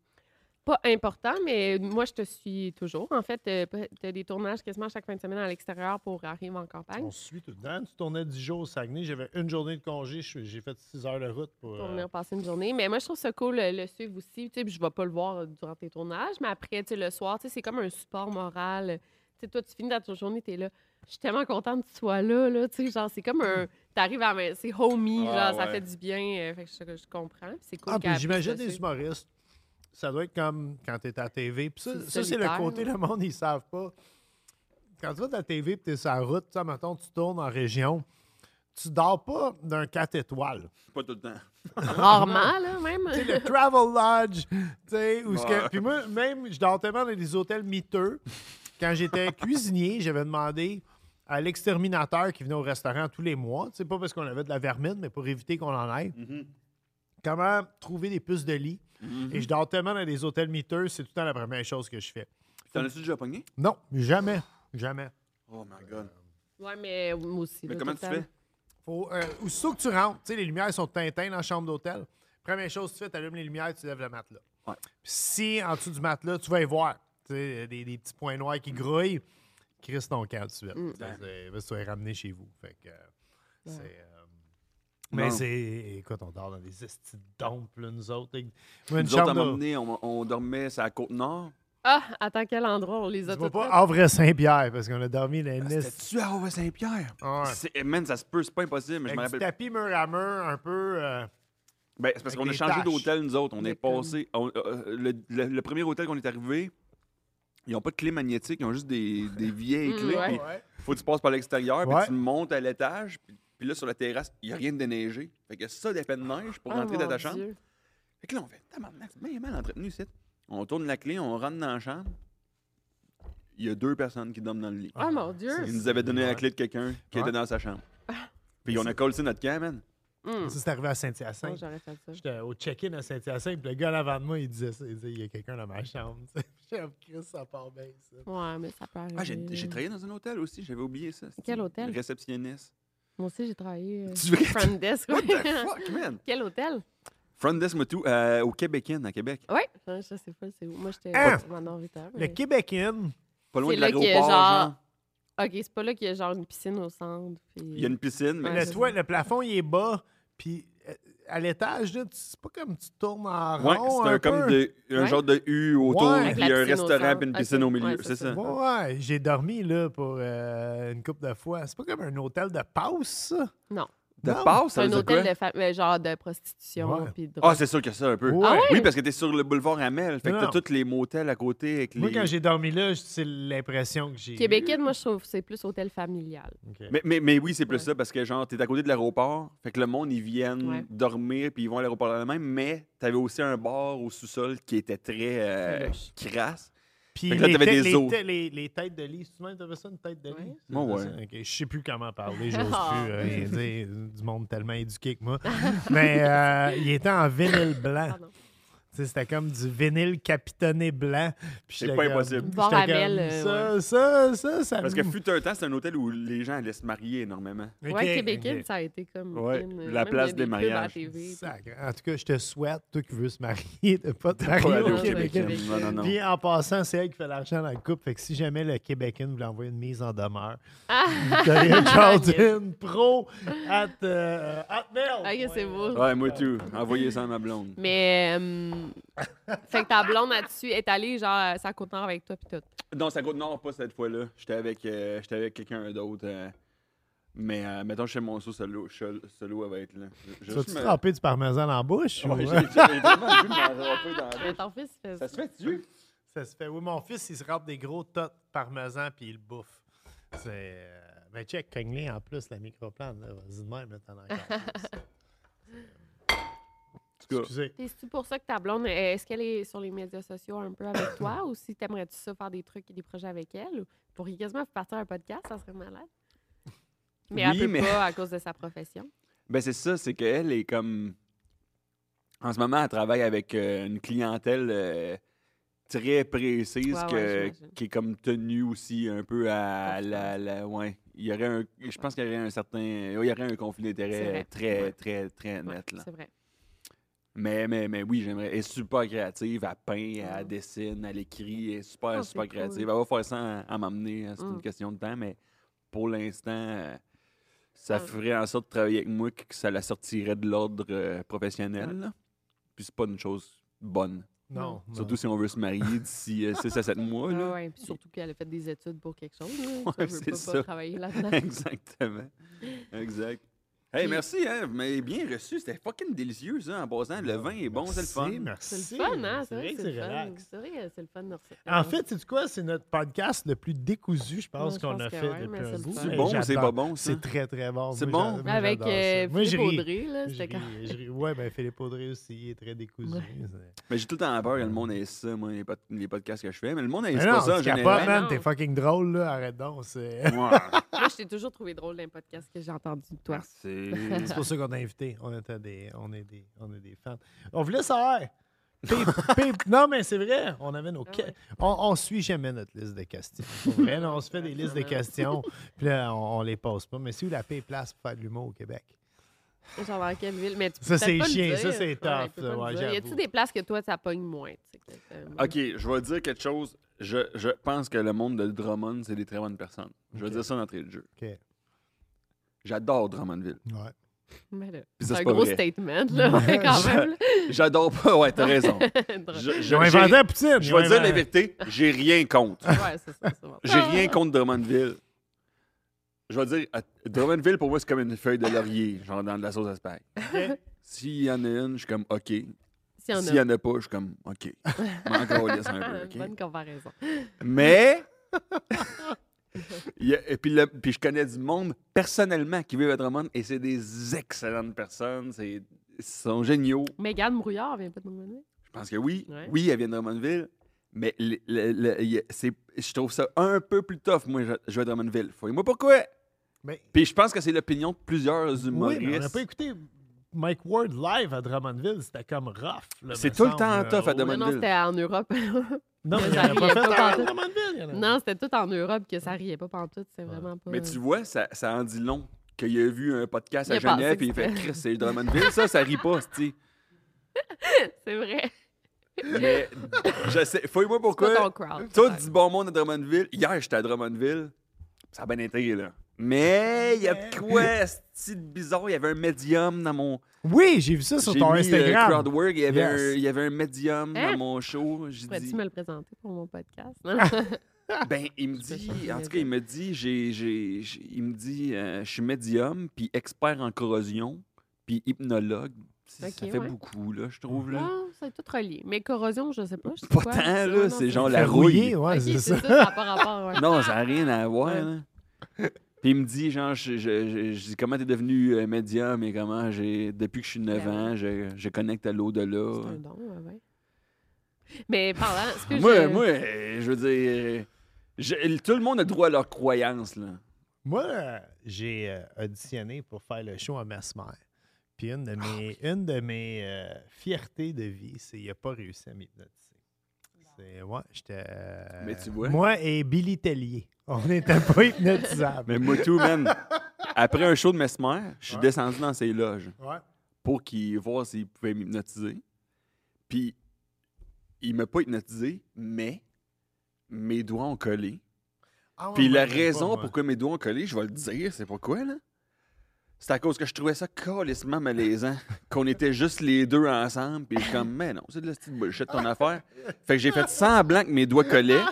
Speaker 1: pas important, mais moi, je te suis toujours. En fait, tu as des tournages quasiment chaque fin de semaine à l'extérieur pour arriver en campagne.
Speaker 2: On se suit tout le temps. Tu tournais 10 jours au Saguenay. J'avais une journée de congé. je suis- J'ai fait 6 heures de route pour.
Speaker 1: pour
Speaker 2: euh,
Speaker 1: venir passer une journée. Mais moi, je trouve ça cool euh, le suivre aussi. Tu sais, puis je ne vais pas le voir euh, durant tes tournages, mais après, tu sais, le soir, tu sais, c'est comme un support moral. Tu sais, toi, tu finis dans ta journée, tu es là. Je suis tellement contente que tu sois là. là tu sais, genre, c'est comme un. Tu arrives à. ma- C'est homey,
Speaker 3: Ah,
Speaker 1: genre, ça
Speaker 3: ouais.
Speaker 1: fait du bien. euh, fait que je, je comprends. puis c'est cool.
Speaker 2: Ah, puis
Speaker 1: qu'elle
Speaker 2: j'imagine
Speaker 1: puisse
Speaker 2: des
Speaker 1: le
Speaker 2: humoristes. Ça doit être comme quand tu es à TV. Puis ça,
Speaker 1: C'est
Speaker 2: ça, c'est le
Speaker 1: solitaire,
Speaker 2: côté,
Speaker 1: là.
Speaker 2: le monde, ils savent pas. Quand tu vas de la TV et tu es sur la route, tu sais, mettons, tu tournes en région, tu dors pas d'un 4 étoiles.
Speaker 3: Pas tout le temps.
Speaker 1: suivre. Rarement, là, même.
Speaker 2: Tu sais, [LAUGHS] le Travel Lodge, tu sais, où ce que...
Speaker 3: Ouais.
Speaker 2: Puis moi, même, je dors tellement dans des hôtels miteux. Quand j'étais cuisinier, j'avais demandé à l'exterminateur qui venait au restaurant tous les mois, tu sais, pas parce qu'on avait de la vermine, mais pour éviter qu'on en aille, comment trouver des puces de lit. Et je dors tellement dans des hôtels miteux, c'est tout le temps la première chose que je fais.
Speaker 3: T'en as-tu déjà pogné?
Speaker 2: Non, jamais, jamais.
Speaker 3: Oh my God.
Speaker 1: [LAUGHS] Ouais, mais euh, moi aussi.
Speaker 3: Mais
Speaker 1: là,
Speaker 3: comment
Speaker 1: tout
Speaker 3: tu
Speaker 1: le temps.
Speaker 3: fais?
Speaker 2: Faut, euh, aussitôt que tu rentres, tu sais, les lumières sont tintins dans la chambre d'hôtel. Première chose que tu fais, tu allumes les lumières, tu lèves le matelas.
Speaker 3: Ouais.
Speaker 2: Puis si en dessous du matelas, tu vas y voir tu sais, euh, des, des petits points noirs
Speaker 3: Mm.
Speaker 2: qui grouillent, crisse ton camp tout de suite. Tu sais, c'est- parce que Tu vas les ramener chez vous. Fait que, euh, c'est, euh, mais
Speaker 3: Non.
Speaker 2: c'est. Écoute, on dort dans des estis de dompes, là, nous autres. Moi, une
Speaker 3: Nous autres, à un
Speaker 2: chambre
Speaker 3: moment
Speaker 2: de-
Speaker 3: donné, on, on dormait sur la Côte-Nord.
Speaker 1: Ah, attends, quel endroit on les a
Speaker 2: Tu vois
Speaker 1: tous.
Speaker 2: pas ah,
Speaker 1: fait.
Speaker 2: Havre-Saint-Pierre, parce qu'on a dormi
Speaker 3: Ah,
Speaker 2: dans une estie-
Speaker 3: C'était-tu à Haut-Saint-Pierre?
Speaker 2: Ah ouais.
Speaker 3: C'est- Man, ça se peut, c'est pas impossible, mais je me
Speaker 2: Avec du
Speaker 3: rappelle.
Speaker 2: tapis mur à mur, un peu. euh,
Speaker 3: Ben, c'est parce
Speaker 2: Avec
Speaker 3: qu'on a
Speaker 2: des
Speaker 3: changé
Speaker 2: taches.
Speaker 3: d'hôtel, nous autres. On
Speaker 1: Des
Speaker 3: est passé. on- euh, le, le- le premier hôtel qu'on est arrivé, ils n'ont pas de clé magnétique, ils ont juste des, des vieilles
Speaker 1: Mm,
Speaker 3: clés.
Speaker 1: ouais.
Speaker 3: puis faut que tu passes par l'extérieur,
Speaker 2: Ouais.
Speaker 3: puis tu montes à l'étage. Puis, puis là, sur la terrasse, il n'y a rien de déneigé. Fait que ça, d'épais de neige pour
Speaker 1: Oh,
Speaker 3: rentrer dans
Speaker 1: mon
Speaker 3: ta chambre.
Speaker 1: Dieu.
Speaker 3: Fait que là, on fait tabarnak, c'est bien mal entretenu ici. On tourne la clé, on rentre dans la chambre. Il y a deux personnes qui dorment dans le lit.
Speaker 1: Ah, mon Dieu.
Speaker 3: Ils nous avaient donné
Speaker 2: Ouais.
Speaker 3: la clé de quelqu'un qui
Speaker 2: Ouais.
Speaker 3: était dans sa chambre.
Speaker 1: Ah.
Speaker 3: Puis on a collé notre camp, man. Mm.
Speaker 1: Hum.
Speaker 2: Ça, c'est arrivé à
Speaker 1: Oh,
Speaker 2: Saint-Hyacinthe.
Speaker 1: J'aurais fait ça.
Speaker 2: J'étais au check-in à Saint-Hyacinthe, puis le gars en avant de moi, il disait ça. Il disait, il y a quelqu'un dans ma chambre. tu sais. [LAUGHS] J'ai comme, Chris, ça part bien, ça.
Speaker 1: Ouais, mais ça peut arriver.
Speaker 3: Ah, j'ai j'ai travaillé dans un hôtel aussi, j'avais oublié ça. c'est-tu.
Speaker 1: Quel hôtel?
Speaker 3: Réceptionniste.
Speaker 1: Moi aussi, j'ai travaillé. euh,
Speaker 3: Tu veux-
Speaker 1: [LAUGHS] front desk,
Speaker 3: What
Speaker 1: ouais.
Speaker 3: the fuck, man?
Speaker 1: [LAUGHS] Quel hôtel?
Speaker 3: Front desk Motu euh, au Québec, à Québec.
Speaker 1: Oui. Je sais pas c'est où. Moi, j'étais
Speaker 2: Hein?
Speaker 1: au minoritaire.
Speaker 2: Le
Speaker 1: mais-
Speaker 2: Québec In,
Speaker 3: Pas loin
Speaker 1: C'est
Speaker 3: de
Speaker 1: là qu'il y a
Speaker 3: l'aéroport.
Speaker 1: genre-
Speaker 3: genre.
Speaker 1: OK, c'est pas là qu'il y a genre une piscine au centre. puis-
Speaker 3: Il y a une piscine, mais
Speaker 1: Ouais,
Speaker 2: le,
Speaker 1: c'est
Speaker 2: toit, le plafond, il est bas, puis euh, à l'étage, là, tu- c'est pas comme tu tournes en
Speaker 3: Ouais,
Speaker 2: rond.
Speaker 3: c'est un,
Speaker 2: un
Speaker 3: comme
Speaker 2: peu.
Speaker 3: de- un
Speaker 1: Ouais.
Speaker 3: genre de U autour,
Speaker 2: Ouais.
Speaker 3: puis
Speaker 2: Avec
Speaker 3: il
Speaker 1: la
Speaker 3: y a un
Speaker 1: piscine au
Speaker 3: restaurant
Speaker 1: centre.
Speaker 3: puis une piscine
Speaker 1: Ok.
Speaker 3: au milieu.
Speaker 1: Ouais,
Speaker 3: c'est
Speaker 1: c'est
Speaker 3: ça.
Speaker 1: ça.
Speaker 2: Ouais, ouais, j'ai dormi là pour euh, une couple de fois. C'est pas comme un hôtel de passe, ça.
Speaker 1: Non.
Speaker 3: De
Speaker 2: Non.
Speaker 3: passe, ça
Speaker 1: C'est un
Speaker 3: veut dire
Speaker 1: hôtel
Speaker 3: quoi?
Speaker 1: de fa- mais genre de prostitution.
Speaker 2: Ouais.
Speaker 1: puis de
Speaker 3: Ah, c'est sûr que ça, un peu.
Speaker 2: Ouais. Ah ouais?
Speaker 3: Oui, parce que t'es sur le boulevard Amel. Fait
Speaker 2: Non,
Speaker 3: que t'as
Speaker 2: non.
Speaker 3: tous les motels à côté avec les.
Speaker 2: Moi, quand j'ai dormi là, c'est l'impression que j'ai.
Speaker 1: Québécois, moi, je trouve que c'est plus hôtel familial.
Speaker 3: mais, mais, mais oui, c'est plus
Speaker 1: Ouais.
Speaker 3: ça, parce que genre, t'es à côté de l'aéroport. Fait que le monde, ils viennent
Speaker 1: Ouais.
Speaker 3: dormir, puis ils vont à l'aéroport le même. Mais t'avais aussi un bar au sous-sol qui était très
Speaker 1: Très
Speaker 3: euh,
Speaker 1: louche.
Speaker 3: crasse.
Speaker 2: Puis
Speaker 3: Fait que là,
Speaker 2: les,
Speaker 3: t'avais
Speaker 2: tê-
Speaker 3: des
Speaker 2: les
Speaker 3: os.
Speaker 2: tê- les- les têtes de lit, tu même t'avais ça, une tête de lit?
Speaker 3: Ouais, ouais.
Speaker 2: Ok, Je sais plus comment parler, j'ose
Speaker 1: Ah.
Speaker 2: plus euh,
Speaker 1: [LAUGHS]
Speaker 2: rien dire, du monde tellement éduqué que moi. Mais euh, il était en vinyle blanc.
Speaker 1: Pardon.
Speaker 2: Tu sais, C'était comme du vinyle capitonné blanc. Puis
Speaker 3: C'est
Speaker 2: j'étais
Speaker 3: pas
Speaker 2: comme-
Speaker 3: impossible.
Speaker 2: j'étais
Speaker 1: Voir la
Speaker 2: comme,
Speaker 1: belle, euh,
Speaker 2: ça, ça, ça, ça.
Speaker 1: [LAUGHS]
Speaker 3: Parce que
Speaker 2: me-
Speaker 3: fut un temps, c'est un hôtel où les gens allaient se marier énormément.
Speaker 2: Ok,
Speaker 1: ouais, Québécois,
Speaker 2: ok.
Speaker 1: ça a été comme.
Speaker 3: Ouais,
Speaker 1: une-
Speaker 3: la
Speaker 1: même il y a
Speaker 3: place des
Speaker 1: pubs à
Speaker 3: mariages.
Speaker 1: TV,
Speaker 2: Sacre. En tout cas, je te souhaite, toi qui veux se marier, de pas te marier
Speaker 3: Pas aller
Speaker 2: au
Speaker 3: au
Speaker 2: Québec.
Speaker 3: Québec.
Speaker 1: Québec.
Speaker 3: Non, non, non.
Speaker 2: Puis en passant, c'est elle qui fait l'argent dans le couple. Fait que si jamais le Québécois voulait envoyer une mise en demeure,
Speaker 1: Ah!
Speaker 2: Victoria
Speaker 1: [LAUGHS]
Speaker 2: Charlton Pro at, euh, at mail.
Speaker 1: puis- Ok, c'est beau.
Speaker 3: Ouais, moi tout. Envoyez ça à ma blonde.
Speaker 1: Mais. euh, fait que ta blonde là-dessus est allée, genre, ça compte avec toi, puis tout.
Speaker 3: Non, ça coûte non, pas cette fois-là. J'étais avec, euh, j'étais avec quelqu'un d'autre. euh, mais euh, mettons, chez Monceau, solo, solo, elle va être là. Je-
Speaker 2: Tu
Speaker 3: je
Speaker 2: vas-tu
Speaker 3: me- [LAUGHS] Ah
Speaker 2: tremper du parmesan dans la bouche? ou-
Speaker 3: hein. Ouais, j'ai- j'ai- j'ai tellement envie de m'en ramper dans la
Speaker 1: Mais
Speaker 3: bouche.
Speaker 1: ton fils fait ça.
Speaker 3: Ça se fait-tu?
Speaker 2: Ça se fait. Oui, mon fils, il se râpe des gros tots parmesan puis il le bouffe. C'est. euh, Ben, check, cogne en plus, la microplane, là. Vas-y de même, là, t'en as encore
Speaker 1: [LAUGHS]
Speaker 2: plus.
Speaker 3: tout cas,
Speaker 2: Excusez.
Speaker 1: Et c'est pour ça que ta blonde, euh, est-ce qu'elle est sur les médias sociaux un peu avec toi ou si t'aimerais-tu ça faire des trucs et des projets avec elle? Ou pour quasiment partir un podcast, ça serait malade. Mais
Speaker 3: Oui,
Speaker 1: elle peut
Speaker 3: mais-
Speaker 1: pas à cause de sa profession.
Speaker 3: [LAUGHS] Ben, c'est ça, c'est qu'elle est comme. En ce moment, elle travaille avec euh, une clientèle euh, très précise
Speaker 1: Ouais, ouais,
Speaker 3: que-
Speaker 1: j'imagine.
Speaker 3: qui est comme tenue aussi un peu à
Speaker 1: Off
Speaker 3: la. la- ouais. Il y aurait un, je pense qu'il y aurait un certain. Il y aurait un conflit
Speaker 1: C'est
Speaker 3: d'intérêts
Speaker 1: vrai.
Speaker 3: très,
Speaker 1: Ouais.
Speaker 3: très, très
Speaker 1: Ouais,
Speaker 3: net. là.
Speaker 1: c'est vrai.
Speaker 3: Mais, mais, mais oui, j'aimerais. Elle est super créative. Elle peint,
Speaker 1: Ah.
Speaker 3: elle dessine, elle écrit. Elle est super,
Speaker 1: Ah, c'est
Speaker 3: super
Speaker 1: cool.
Speaker 3: créative. Elle va faire ça à- à m'emmener. hein, C'est
Speaker 1: Mm.
Speaker 3: une question de temps, mais pour l'instant, euh, ça
Speaker 1: Ah.
Speaker 3: ferait en sorte de travailler avec moi que que ça la sortirait de l'ordre euh, professionnel. là. Puis c'est pas une chose bonne.
Speaker 2: Non. non.
Speaker 3: Surtout si on veut se marier d'ici 6
Speaker 1: [LAUGHS]
Speaker 3: à 7 mois. là. [LAUGHS]
Speaker 1: Ah ouais, puis surtout qu'elle a fait des études pour quelque chose. Là.
Speaker 3: Ouais,
Speaker 1: tu veux
Speaker 3: c'est
Speaker 1: pas, pas
Speaker 3: ça. [LAUGHS]
Speaker 1: travailler là-dedans.
Speaker 3: Exactement. Exact. Hey,
Speaker 1: Puis-
Speaker 3: merci, hein. Vous m'avez bien reçu. C'était fucking délicieux, ça, en passant. Le vin est bon, c'est le
Speaker 2: Merci,
Speaker 3: fun.
Speaker 2: Merci.
Speaker 1: C'est le fun, hein?
Speaker 2: C'est vrai que c'est
Speaker 1: le fun.
Speaker 2: relax.
Speaker 1: C'est vrai, euh, c'est le fun de recevoir.
Speaker 2: En fait, c'est quoi? C'est notre podcast le plus décousu, je pense,
Speaker 1: Ouais, je
Speaker 2: qu'on
Speaker 1: pense
Speaker 2: a
Speaker 1: que
Speaker 2: fait
Speaker 1: ouais, mais
Speaker 2: depuis un
Speaker 1: c'est le
Speaker 2: bout.
Speaker 1: fun.
Speaker 3: C'est
Speaker 2: Hey,
Speaker 3: bon ou c'est
Speaker 2: j'adore.
Speaker 3: pas bon, ça?
Speaker 2: C'est très, très bon.
Speaker 3: C'est
Speaker 2: Moi,
Speaker 3: bon?
Speaker 2: j'a- moi,
Speaker 1: avec
Speaker 2: j'adore ça.
Speaker 1: euh,
Speaker 2: Moi, je
Speaker 1: Philippe
Speaker 2: ris.
Speaker 1: Audrey, là,
Speaker 2: Je
Speaker 1: c'était quand
Speaker 2: ris, je ris. Ouais, ben Philippe Audrey aussi, il est très décousu.
Speaker 1: Ouais.
Speaker 2: C'est-
Speaker 3: Mais j'ai tout le temps peur que le monde ait ça, moi, les, pod- les podcasts que je fais. Mais le monde ait
Speaker 2: Mais
Speaker 3: pas
Speaker 2: non,
Speaker 3: ça en
Speaker 2: tu capotes,
Speaker 3: général.
Speaker 2: man, t'es fucking drôle, là, arrête donc. C'est
Speaker 3: Ouais.
Speaker 1: [LAUGHS] Moi, je t'ai toujours trouvé drôle dans les podcasts que j'ai entendu de toi.
Speaker 3: Merci.
Speaker 2: c'est pour ça qu'on a invité. On était des, on est des, on est des fans. On voulait savoir.
Speaker 1: [LAUGHS]
Speaker 2: Pip, pip. Non, mais c'est vrai, on avait nos. que-
Speaker 1: Ah ouais.
Speaker 2: On, on suit jamais notre liste de questions. Pour vrai, là, on se fait des listes de questions, puis là, on, on les pose pas. Mais c'est où la paix place pour faire de l'humour au Québec?
Speaker 1: Genre dans quelle ville? Mais tu peux
Speaker 2: Ça,
Speaker 1: peut-être
Speaker 2: c'est
Speaker 1: pas le
Speaker 2: chiant, ça,
Speaker 1: dire.
Speaker 2: c'est
Speaker 1: Ouais,
Speaker 2: tough,
Speaker 1: il peut pas
Speaker 2: ça,
Speaker 1: le
Speaker 2: ouais,
Speaker 1: dire. Y a-tu
Speaker 2: j'avoue.
Speaker 1: des places que toi, ça pogne moins? tu sais, que, euh, [LAUGHS]
Speaker 3: OK, je vais dire quelque chose. Je, je pense que le monde de Drummond, c'est des très bonnes personnes. Je vais
Speaker 2: Ok.
Speaker 3: dire ça en entrée de jeu.
Speaker 2: OK. Ouais.
Speaker 3: J'adore Drummondville.
Speaker 1: mais là,
Speaker 3: ça,
Speaker 1: C'est
Speaker 3: c'est
Speaker 1: un
Speaker 3: pas
Speaker 1: gros
Speaker 3: vrai.
Speaker 1: statement, là, ouais, [LAUGHS] quand
Speaker 3: Je-
Speaker 1: même.
Speaker 3: J'adore pas. Ouais, t'as raison.
Speaker 1: [LAUGHS] Drôle.
Speaker 3: Je,
Speaker 2: Ils
Speaker 3: je,
Speaker 2: ont
Speaker 3: j'ai-
Speaker 2: inventé la poutine.
Speaker 3: je
Speaker 2: ils ont
Speaker 3: vais dire la
Speaker 2: inventé-
Speaker 3: vérité. J'ai rien
Speaker 1: [LAUGHS]
Speaker 3: contre.
Speaker 1: Ouais, c'est ça, c'est bon.
Speaker 3: J'ai rien contre Drummondville. Je vais dire, à- Drummondville, pour moi, c'est comme une feuille de laurier, genre dans de la sauce à spag. S'il y en a une, je suis comme, OK.
Speaker 1: S'il y en a,
Speaker 3: S'il n'y en a pas, je suis comme,
Speaker 1: [LAUGHS]
Speaker 3: OK. M'en calisse un peu, OK?
Speaker 1: bonne comparaison. [LAUGHS]
Speaker 3: Mais. il y a- et puis, le- puis je connais du monde personnellement qui vit à Drummond et c'est des excellentes personnes. C'est, ils sont géniaux.
Speaker 1: Mégane Brouillard vient pas de nous mener.
Speaker 3: Je pense que oui.
Speaker 1: Ouais.
Speaker 3: Oui, elle vient de Drummondville. Mais le- le- le- il y a- c'est, je trouve ça un peu plus tough, moi, je, je vais à Drummondville. Fouillez-moi pourquoi.
Speaker 2: Mais-
Speaker 3: Puis je pense que c'est l'opinion de plusieurs
Speaker 2: Oui,
Speaker 3: humoristes.
Speaker 2: mais on n'a pas écouté Mike Ward live à Drummondville. C'était comme rough. là,
Speaker 3: C'est
Speaker 2: me
Speaker 3: tout le
Speaker 2: semble,
Speaker 3: temps
Speaker 2: là.
Speaker 3: tough à
Speaker 2: Oh,
Speaker 3: Drummondville.
Speaker 1: Non, non, c'était en Europe. [LAUGHS]
Speaker 2: Non, mais il
Speaker 1: Ça
Speaker 2: n'y en a
Speaker 1: arrive
Speaker 2: pas fait
Speaker 1: pas
Speaker 2: à
Speaker 1: pantoute.
Speaker 2: Drummondville. il y en a-
Speaker 1: non, c'était tout en Europe que ça riait pas pantoute. C'est vraiment pas...
Speaker 3: Mais tu vois, ça, ça en dit long. Qu'il a vu un podcast
Speaker 1: Il
Speaker 3: à
Speaker 1: a pensé
Speaker 3: Genève
Speaker 1: que
Speaker 3: et il fait
Speaker 1: c'était-
Speaker 3: Chris, c'est Drummondville, ça, ça rit pas,
Speaker 1: [LAUGHS]
Speaker 3: tu
Speaker 1: [LAUGHS] C'est vrai.
Speaker 3: Mais je sais, fouille-moi
Speaker 1: C'est pas ton
Speaker 3: pourquoi.
Speaker 1: crowd.
Speaker 3: Tout du bon monde à Drummondville. Hier, j'étais à Drummondville. Ça a bien été, là. Mais il y a de quoi, c'est bizarre. Il y avait un médium dans mon.
Speaker 2: Oui, j'ai vu ça sur
Speaker 3: J'ai
Speaker 2: ton
Speaker 3: mis, euh,
Speaker 2: Instagram.
Speaker 3: Crowdwork, il y avait,
Speaker 2: Yes.
Speaker 3: un, il y avait un médium
Speaker 1: Hein?
Speaker 3: dans mon show. J'ai dit,
Speaker 1: Pourrais-tu me le présenter pour mon podcast? [LAUGHS]
Speaker 3: ben, il me
Speaker 1: Je vais chercher
Speaker 3: dit, en
Speaker 1: le
Speaker 3: tout cas, il me dit, j'ai, j'ai- j'ai- il me dit, euh, je suis médium, puis expert en corrosion, puis hypnologue. C'est- ça
Speaker 1: Ok,
Speaker 3: fait
Speaker 1: ouais.
Speaker 3: beaucoup, là, je trouve, là.
Speaker 1: Non, c'est tout relié. Mais corrosion, je sais pas. je sais
Speaker 3: Pas
Speaker 1: quoi.
Speaker 3: tant, là,
Speaker 1: Non, non,
Speaker 3: c'est genre la
Speaker 2: Fait rouiller,
Speaker 3: rouille.
Speaker 2: ouais,
Speaker 1: Ok,
Speaker 2: c'est ça.
Speaker 1: ça, ça n'a pas rapport. ouais.
Speaker 3: Non, ça n'a rien à voir.
Speaker 1: Ah! Ouais.
Speaker 3: là. Puis il me dit, genre, je, je- je- je dis, comment t'es devenu euh, médium et comment j'ai. Depuis que je suis 9
Speaker 1: Ben
Speaker 3: ans, je, je connecte à l'au-delà.
Speaker 1: C'est un don, ouais, ouais. Mais parlant, ce que
Speaker 3: Moi,
Speaker 1: j'ai-
Speaker 3: moi, euh, je veux dire. je- tout le monde a droit à leurs croyances, là.
Speaker 2: Moi, euh, j'ai euh, auditionné pour faire le show à Mesmer. Puis une de mes, une de mes euh, fiertés de vie, c'est qu'il n'a pas réussi à m'hypnotiser. C'est, ouais, j'étais. euh,
Speaker 3: Mais tu vois.
Speaker 2: Moi et Billy Tellier, on n'était pas hypnotisables.
Speaker 3: Mais moi, tout, man. [LAUGHS] Après un show de Mesmer, je suis
Speaker 2: Ouais.
Speaker 3: descendu dans ses loges
Speaker 2: Ouais.
Speaker 3: pour qu'il voir s'il pouvait m'hypnotiser. Puis, il m'a pas hypnotisé, mais mes doigts ont collé.
Speaker 2: Ah ouais,
Speaker 3: Puis
Speaker 2: ouais,
Speaker 3: la
Speaker 2: je sais
Speaker 3: raison
Speaker 2: pas, moi.
Speaker 3: pourquoi mes doigts ont collé, je vais le dire, c'est pourquoi, là. C'est à cause que je trouvais ça
Speaker 2: [LAUGHS]
Speaker 3: calissement malaisant, qu'on était juste les deux ensemble, puis comme, mais non, c'est de la petite bullshit ton affaire. Fait que j'ai fait semblant que mes doigts collaient,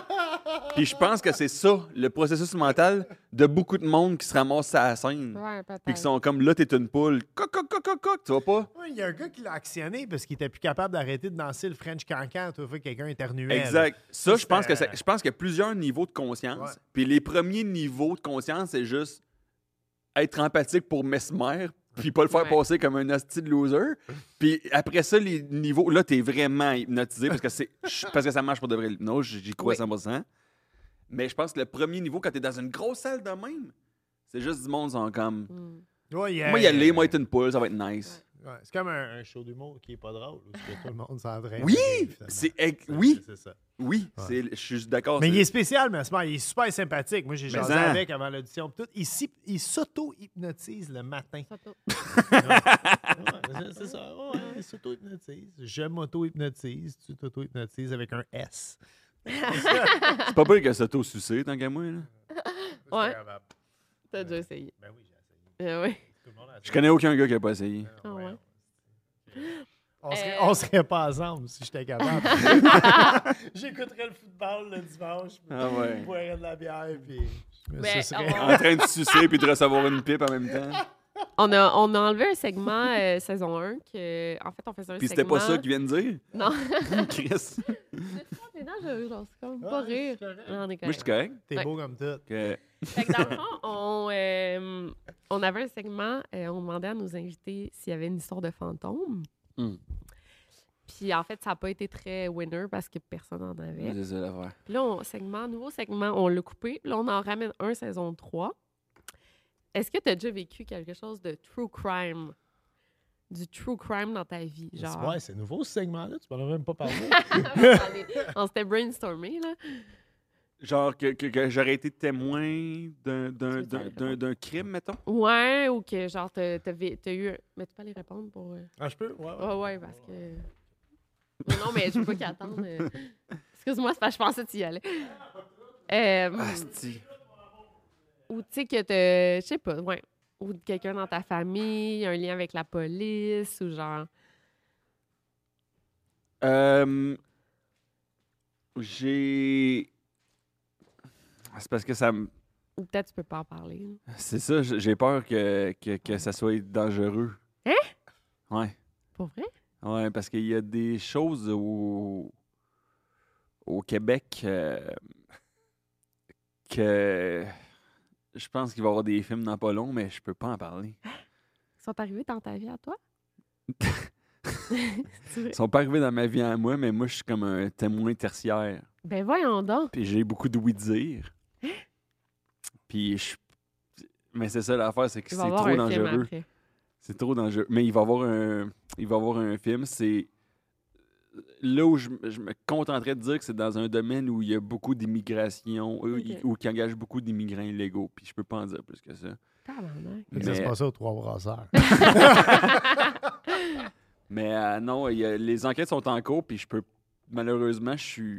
Speaker 3: Puis je pense que c'est ça, le processus mental de beaucoup de monde qui se ramasse à la scène.
Speaker 1: Ouais, peut-être.
Speaker 3: Puis qui sont comme là, t'es une poule. Coc, coc, coc, coc, coc, tu vois pas?
Speaker 2: Ouais, Il y a un gars qui l'a actionné parce qu'il était plus capable d'arrêter de danser le French cancan à toute fois que quelqu'un éternuait. là.
Speaker 3: Exact. Ça, je pense que
Speaker 2: c'était-
Speaker 3: ça- je pense qu'il y a plusieurs niveaux de conscience.
Speaker 2: Ouais.
Speaker 3: Puis les premiers niveaux de conscience, c'est juste être empathique pour Mesmer, puis pas le faire
Speaker 1: Ouais.
Speaker 3: passer comme un hostie de loser. Puis après ça, les niveaux, là, t'es vraiment hypnotisé parce
Speaker 2: [LAUGHS]
Speaker 3: que c'est je- parce que ça marche pour de vrai l'hypnose, j'y crois
Speaker 1: Oui.
Speaker 3: 100%. Mais je pense que le premier niveau, quand t'es dans une grosse salle de même, c'est juste du monde sont comme
Speaker 2: Ouais, il y a-
Speaker 3: Moi y aller, moi être une poule, ça va être nice.
Speaker 2: Ouais, c'est comme un, un show d'humour qui est pas drôle, où c'est que tout le monde
Speaker 3: [LAUGHS]
Speaker 2: s'entraîne.
Speaker 3: Oui! C'est- oui!
Speaker 2: C'est ça.
Speaker 3: Oui, c'est- je suis d'accord.
Speaker 2: Mais
Speaker 3: c'est-
Speaker 2: il est spécial, mais il est super sympathique. Moi, j'ai jasé
Speaker 3: en-
Speaker 2: avec avant l'audition. pis Tout. Il, s'y- il s'auto-hypnotise le matin.
Speaker 1: S'auto-
Speaker 2: Ouais, c'est- c'est [LAUGHS] ça. Ouais, ouais, il s'auto-hypnotise. Je m'auto-hypnotise. Tu t'auto-hypnotises avec un S.
Speaker 3: c'est pas pire que ça t'auto-sucé, tant qu'à moi. là.
Speaker 1: Ouais,
Speaker 2: Ben
Speaker 1: t'as déjà essayé.
Speaker 2: oui, j'ai essayé.
Speaker 1: Ah oui.
Speaker 2: Tout le monde a
Speaker 3: Je connais aucun gars qui a pas essayé.
Speaker 1: Ah ouais.
Speaker 2: On serait,
Speaker 1: Euh.
Speaker 2: on serait pas ensemble si j'étais capable. [LAUGHS] J'écouterais le football le dimanche, puis
Speaker 3: Ah ouais.
Speaker 2: je boirais de la bière, puis je me
Speaker 1: Ben,
Speaker 2: sucerais.
Speaker 3: en train de sucer puis de recevoir une pipe en même temps.
Speaker 1: On a, on a enlevé un segment euh, saison 1 que, en fait, on faisait un
Speaker 3: Puis c'était
Speaker 1: segment.
Speaker 3: pas ça qu'il vient de dire. [LAUGHS] Hum,
Speaker 1: Non.
Speaker 3: Chris.
Speaker 1: Mais non, je- genre, c'est comme
Speaker 2: Ouais,
Speaker 1: pas
Speaker 2: Ah, c'est
Speaker 1: rire.
Speaker 2: correct.
Speaker 1: Non, on est
Speaker 3: Moi, je suis
Speaker 1: correct.
Speaker 3: correct.
Speaker 2: T'es
Speaker 1: Ouais.
Speaker 2: beau comme tout.
Speaker 3: Que...
Speaker 1: Fait que dans le fond, on, euh, on avait un segment, euh, on demandait à nos invités s'il y avait une histoire de fantôme.
Speaker 3: Hmm.
Speaker 1: Puis en fait, ça n'a pas été très winner parce que personne n'en avait.
Speaker 3: C'est ça l'affaire.
Speaker 1: Puis là, on, segment, nouveau segment, on l'a coupé. Puis Là, on en ramène un saison 3. Est-ce que tu as déjà vécu quelque chose de true crime? Du true crime dans ta vie, genre. [LAUGHS]
Speaker 2: Ouais, c'est nouveau ce segment-là, tu m'en as même pas parlé.
Speaker 1: on s'était brainstormé, là.
Speaker 3: Genre que, que, que j'aurais été témoin d'un- d'un-
Speaker 1: veux dire,
Speaker 3: d'un d'un- d'un crime, mettons.
Speaker 1: Ouais, ou que genre, t'as t'as vé- t'as eu. un- Mais tu peux aller répondre pour. euh,
Speaker 2: [LAUGHS] ah, je peux? Ouais, ouais.
Speaker 1: Ouais, ouais, parce que. Non, non, mais je veux pas qu'ils attendent. euh. Excuse-moi, c'est parce que je pensais que tu y allais. Euh,
Speaker 3: Ah, Asti.
Speaker 1: ou tu sais que t'as. Je sais pas, ouais. Ou de quelqu'un dans ta famille, un lien avec la police, ou genre.
Speaker 3: Euh, J'ai. Ah, C'est parce que ça me.
Speaker 1: Ou peut-être tu peux pas en parler. là.
Speaker 3: C'est ça, j'- j'ai peur que, que, que ça soit dangereux.
Speaker 1: Hein?
Speaker 3: Ouais.
Speaker 1: Pour vrai?
Speaker 3: Ouais, parce qu'il y a des choses au, au Québec euh, que je pense qu'il va y avoir des films dans pas long, mais je peux pas en parler.
Speaker 1: Ils sont arrivés dans ta vie à [LAUGHS] toi? C'est vrai?
Speaker 3: Ils sont pas arrivés dans ma vie à moi, mais moi, je suis comme un témoin tertiaire.
Speaker 1: ben voyons donc.
Speaker 3: Puis j'ai beaucoup de
Speaker 1: [GASPS]
Speaker 3: oui-dire. Puis je... Mais c'est ça l'affaire, c'est que c'est
Speaker 1: Il va y avoir
Speaker 3: trop
Speaker 1: un film hein.
Speaker 3: dangereux.
Speaker 1: après.
Speaker 3: C'est trop dangereux. Mais il va avoir un, il va avoir un film. C'est là où je, me- je me contenterais de dire que c'est dans un domaine où il y a beaucoup d'immigration, où, il-
Speaker 1: Ok.
Speaker 3: où qui engage beaucoup d'immigrants illégaux. Puis je peux pas en dire plus que ça.
Speaker 1: Tabarnak.
Speaker 2: Fait que Ça se
Speaker 3: Mais-
Speaker 2: passait aux trois [LAUGHS] brasseurs.
Speaker 3: Mais euh, non, il y a- les enquêtes sont en cours. Puis je peux malheureusement, je suis,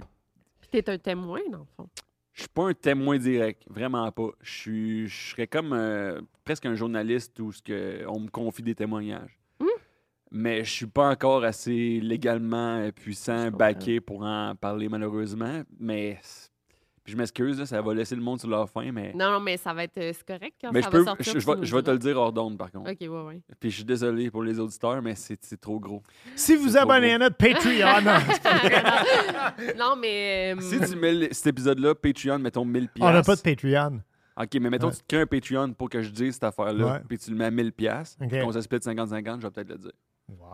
Speaker 1: Puis t'es un témoin, dans le fond.
Speaker 3: je suis pas un témoin direct, vraiment pas. Je suis, je serais comme euh, presque un journaliste où ce que on me confie des témoignages.
Speaker 1: Hmm.
Speaker 3: Mais je suis pas encore assez légalement euh, puissant,
Speaker 1: comprends.
Speaker 3: backé pour en parler malheureusement. Mais c- puis je m'excuse, là, ça va laisser le monde sur leur fin, mais,
Speaker 1: Non, non, mais ça va être. euh, C'est correct quand
Speaker 3: mais
Speaker 1: ça
Speaker 3: je
Speaker 1: va
Speaker 3: peux,
Speaker 1: sortir.
Speaker 3: je, je
Speaker 1: tu
Speaker 3: vais,
Speaker 1: nous
Speaker 3: je vais te
Speaker 1: diras.
Speaker 3: le dire hors d'onde par contre.
Speaker 1: OK, ouais, ouais.
Speaker 3: Puis je suis désolé pour les auditeurs, mais c'est c'est trop gros.
Speaker 2: si vous
Speaker 3: C'est trop
Speaker 2: abonnez
Speaker 3: beau.
Speaker 2: à notre [LAUGHS] Patreon, non,
Speaker 1: Non, mais. euh,
Speaker 3: Si tu mets le- cet épisode-là, Patreon, mettons 1000
Speaker 2: on n'a pas de
Speaker 3: piastres.
Speaker 2: Patreon.
Speaker 3: OK, mais mettons,
Speaker 2: Ouais.
Speaker 3: tu te crées un Patreon pour que je dise cette affaire-là,
Speaker 2: Ouais.
Speaker 3: puis tu le mets à 1000 piastres,
Speaker 2: OK.
Speaker 3: puis qu'on se split 50-50, je vais peut-être le dire.
Speaker 2: Wow.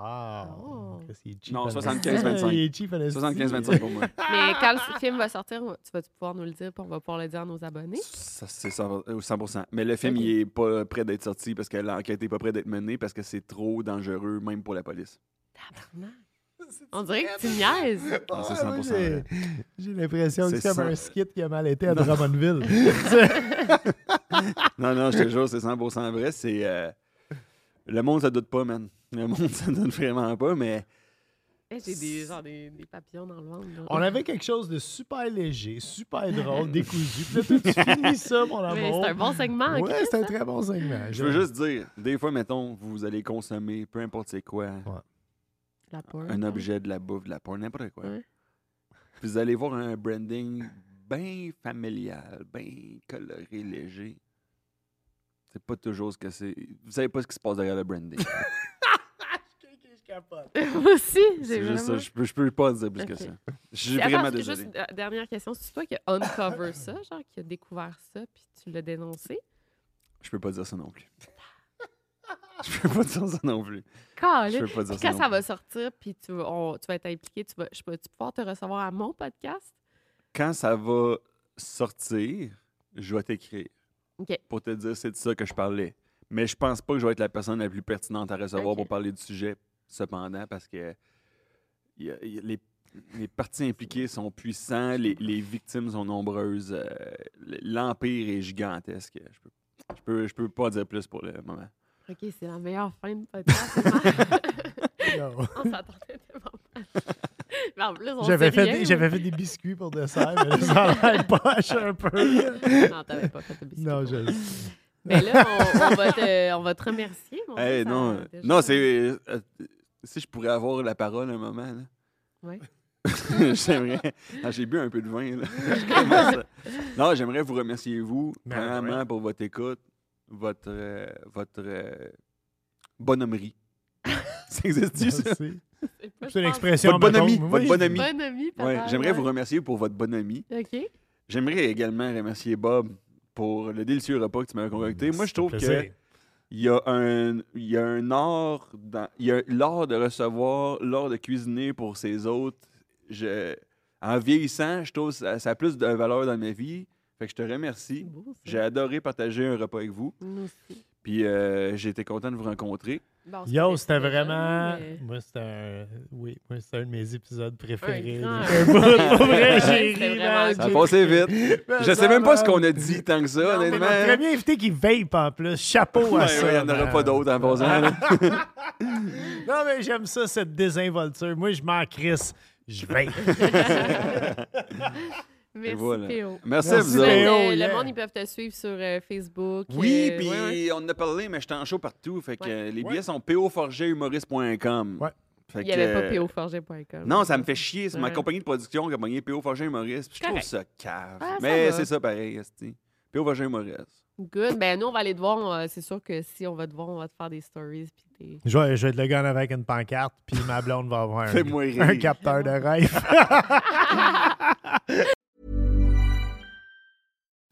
Speaker 1: Oh.
Speaker 2: Qu'est-ce qu'il est cheap,
Speaker 3: Non,
Speaker 2: en
Speaker 3: 75-25.
Speaker 2: Il est cheap, en esti.
Speaker 3: 75-25 pour moi.
Speaker 1: Mais quand le film va sortir, tu vas pouvoir nous le dire, puis on va pouvoir le dire à nos abonnés.
Speaker 3: Ça, c'est 100%, euh, 100%. Mais le film,
Speaker 1: Ok.
Speaker 3: il est pas prêt d'être sorti parce que l'enquête est pas prête d'être menée parce que c'est trop dangereux, même pour la police.
Speaker 1: Tabarnak. On dirait que tu niaises.
Speaker 3: Ah, c'est
Speaker 2: Ouais, moi,
Speaker 3: 100%
Speaker 2: j'ai- J'ai l'impression que
Speaker 3: C'est
Speaker 2: c'est comme
Speaker 3: cent-
Speaker 2: un skit qui a mal été à
Speaker 3: Non. [LAUGHS]
Speaker 2: Drummondville.
Speaker 3: Non, non, je te jure, c'est 100% vrai. C'est. euh, Le monde, ça doute pas, man. Le monde, [LAUGHS] ça doute vraiment pas, mais.
Speaker 1: Hey, Eh, J'ai des, genre, des, des papillons dans le ventre. là.
Speaker 2: On avait quelque chose de super léger, super drôle, décousu. Puis là, toi, tu finis ça, mon
Speaker 1: Mais
Speaker 2: amour.
Speaker 1: c'est un bon segment. hein?
Speaker 2: Ouais, c'est un très bon segment.
Speaker 3: Je veux
Speaker 2: [LAUGHS]
Speaker 3: juste dire, des fois, mettons, vous allez consommer peu importe c'est quoi,
Speaker 1: La peur.
Speaker 3: un objet, de la bouffe, de la porn, n'importe quoi.
Speaker 1: Ouais.
Speaker 3: Vous allez voir un branding bien familial, bien coloré, léger. C'est pas toujours ce que c'est. Vous savez pas ce qui se passe derrière le
Speaker 1: [LAUGHS]
Speaker 3: branding.
Speaker 1: [LAUGHS] Moi aussi, j'ai
Speaker 3: c'est juste ça.
Speaker 1: vraiment-
Speaker 3: Je peux, je peux pas dire plus que
Speaker 1: Ok.
Speaker 3: ça. Je suis
Speaker 1: Puis attends,
Speaker 3: vraiment
Speaker 1: parce que
Speaker 3: désolé.
Speaker 1: Juste, euh, dernière question, c'est toi qui as uncover ça, genre qui a découvert ça, puis tu l'as dénoncé.
Speaker 3: Je peux pas dire ça non plus. [LAUGHS] je peux pas dire ça non plus.
Speaker 1: Calé.
Speaker 3: Je peux pas dire
Speaker 1: Puis
Speaker 3: ça.
Speaker 1: quand
Speaker 3: non
Speaker 1: ça
Speaker 3: plus.
Speaker 1: va sortir, puis tu, vas- on- tu vas être impliqué, tu vas, je peux tu pouvoir te recevoir à mon podcast.
Speaker 3: Quand ça va sortir, je vais t'écrire.
Speaker 1: Ok.
Speaker 3: Pour te dire c'est de ça que je parlais. Mais je pense pas que je vais être la personne la plus pertinente à recevoir
Speaker 1: Ok.
Speaker 3: pour parler du sujet, cependant, parce que il y a- il y a les, les parties impliquées sont puissants, les, les victimes sont nombreuses, euh, l'empire est gigantesque. Je peux, je, peux, je peux pas dire plus pour le moment.
Speaker 1: Ok, c'est la meilleure fin de podcast. Marc.
Speaker 2: Non.
Speaker 1: [LAUGHS] on s'attendait tellement pas. Mais en plus, on
Speaker 2: J'avais
Speaker 1: sait
Speaker 2: fait,
Speaker 1: rien,
Speaker 2: des- j'avais
Speaker 1: mais-
Speaker 2: fait des biscuits pour dessert, mais là, ça a l'air poche un
Speaker 1: [LAUGHS]
Speaker 2: peu.
Speaker 1: Non, t'avais pas fait de biscuit.
Speaker 2: Non, je
Speaker 1: Mais là, on, on va te, on va te remercier. mon
Speaker 3: Eh,
Speaker 1: Dieu, ça-
Speaker 3: non, euh,
Speaker 1: déjà-
Speaker 3: non c'est. euh, euh, si je pourrais avoir la parole un moment, là.
Speaker 1: Ouais.
Speaker 3: [LAUGHS] j'aimerais. Ah, J'ai bu un peu de vin,
Speaker 1: [LAUGHS]
Speaker 3: là. [LAUGHS] Je commence à- Non, j'aimerais vous remercier, vous,
Speaker 2: Ben,
Speaker 3: premièrement,
Speaker 2: ouais.
Speaker 3: pour votre écoute, votre. euh, votre. euh, bonhommerie. [LAUGHS] ça
Speaker 2: Ben,
Speaker 3: existe-tu, ça?
Speaker 2: Merci.
Speaker 1: C'est pas-
Speaker 2: C'est une
Speaker 1: je pense-
Speaker 2: expression.
Speaker 3: Votre bonhomie,
Speaker 2: mettons,
Speaker 3: votre
Speaker 2: oui.
Speaker 3: bonhomie.
Speaker 1: Bonne amie, pas
Speaker 3: Ouais,
Speaker 1: mal,
Speaker 3: j'aimerais vous
Speaker 1: ouais.
Speaker 3: remercier pour votre bonhomie.
Speaker 1: OK.
Speaker 3: J'aimerais également remercier Bob pour le délicieux repas que tu m'as concocté. Moi, je trouve que.
Speaker 2: Ben, Plaisir.
Speaker 3: Il y a un, il y a un art, dans- il y a l'art de recevoir, l'art de cuisiner pour ses autres. Je, en vieillissant, je trouve ça, ça a plus de valeur dans ma vie. Fait que je te remercie.
Speaker 1: beau, ça.
Speaker 3: J'ai adoré partager un repas avec vous.
Speaker 1: Nous aussi.
Speaker 3: Puis euh, j'ai été content de vous rencontrer.
Speaker 1: Bon, on se
Speaker 2: Yo,
Speaker 1: connaissait
Speaker 2: c'était
Speaker 1: déjà,
Speaker 2: vraiment.
Speaker 1: mais-
Speaker 2: Moi, c'était un. Oui, moi, c'était un de mes épisodes préférés.
Speaker 1: grand.
Speaker 2: Un bout, pour
Speaker 1: [LAUGHS]
Speaker 2: vrai, j'ai
Speaker 1: C'était
Speaker 2: ri,
Speaker 1: vraiment
Speaker 2: man,
Speaker 3: Ça a
Speaker 2: j'ai-
Speaker 3: passé
Speaker 2: [LAUGHS]
Speaker 3: vite. Je sais même pas ce qu'on a dit tant que ça,
Speaker 2: Non, mais
Speaker 3: honnêtement.
Speaker 2: notre premier invité qui vape en plus. Chapeau à
Speaker 3: Ouais,
Speaker 2: ça.
Speaker 3: ouais, il n'y en aura
Speaker 2: man.
Speaker 3: pas d'autres hein. en passant.
Speaker 2: [LAUGHS]
Speaker 3: là.
Speaker 2: Non, mais j'aime ça, cette désinvolture. Moi, je m'en crisse. Je vape. [LAUGHS]
Speaker 3: Et
Speaker 1: Merci,
Speaker 3: voilà.
Speaker 1: Théo.
Speaker 3: Merci à
Speaker 2: Merci,
Speaker 3: vous autres.
Speaker 2: Théo.
Speaker 1: Euh,
Speaker 2: yeah.
Speaker 1: Le monde, ils peuvent te suivre sur euh, Facebook.
Speaker 3: Oui,
Speaker 1: euh,
Speaker 3: puis
Speaker 1: ouais, ouais.
Speaker 3: on en a parlé, mais j'étais en show partout. Fait que
Speaker 1: Ouais.
Speaker 3: euh, les
Speaker 2: Ouais.
Speaker 3: billets sont poforgerhumoriste.com.
Speaker 2: Ouais.
Speaker 3: Fait que,
Speaker 1: Il n'y avait pas
Speaker 3: euh,
Speaker 1: poforger.com.
Speaker 3: Non, ça me fait chier. C'est ma
Speaker 1: Ouais.
Speaker 3: compagnie de production qui a pogné P.O. Forger Humoriste. puis Je trouve
Speaker 1: Correct.
Speaker 3: ça cave.
Speaker 1: Ah, ça
Speaker 3: Mais
Speaker 1: va.
Speaker 3: c'est ça pareil, esti. P.O. Forger Humoriste.
Speaker 1: Good. Ben, nous, on va aller te voir. on va- C'est sûr que si on va te voir, on va te faire des stories. Puis
Speaker 3: [LAUGHS]
Speaker 1: des...
Speaker 2: Je vais, je vais être le gars avec une pancarte, puis ma blonde va avoir un,
Speaker 3: Fais-moi rire.
Speaker 2: un capteur de rêve. [LAUGHS]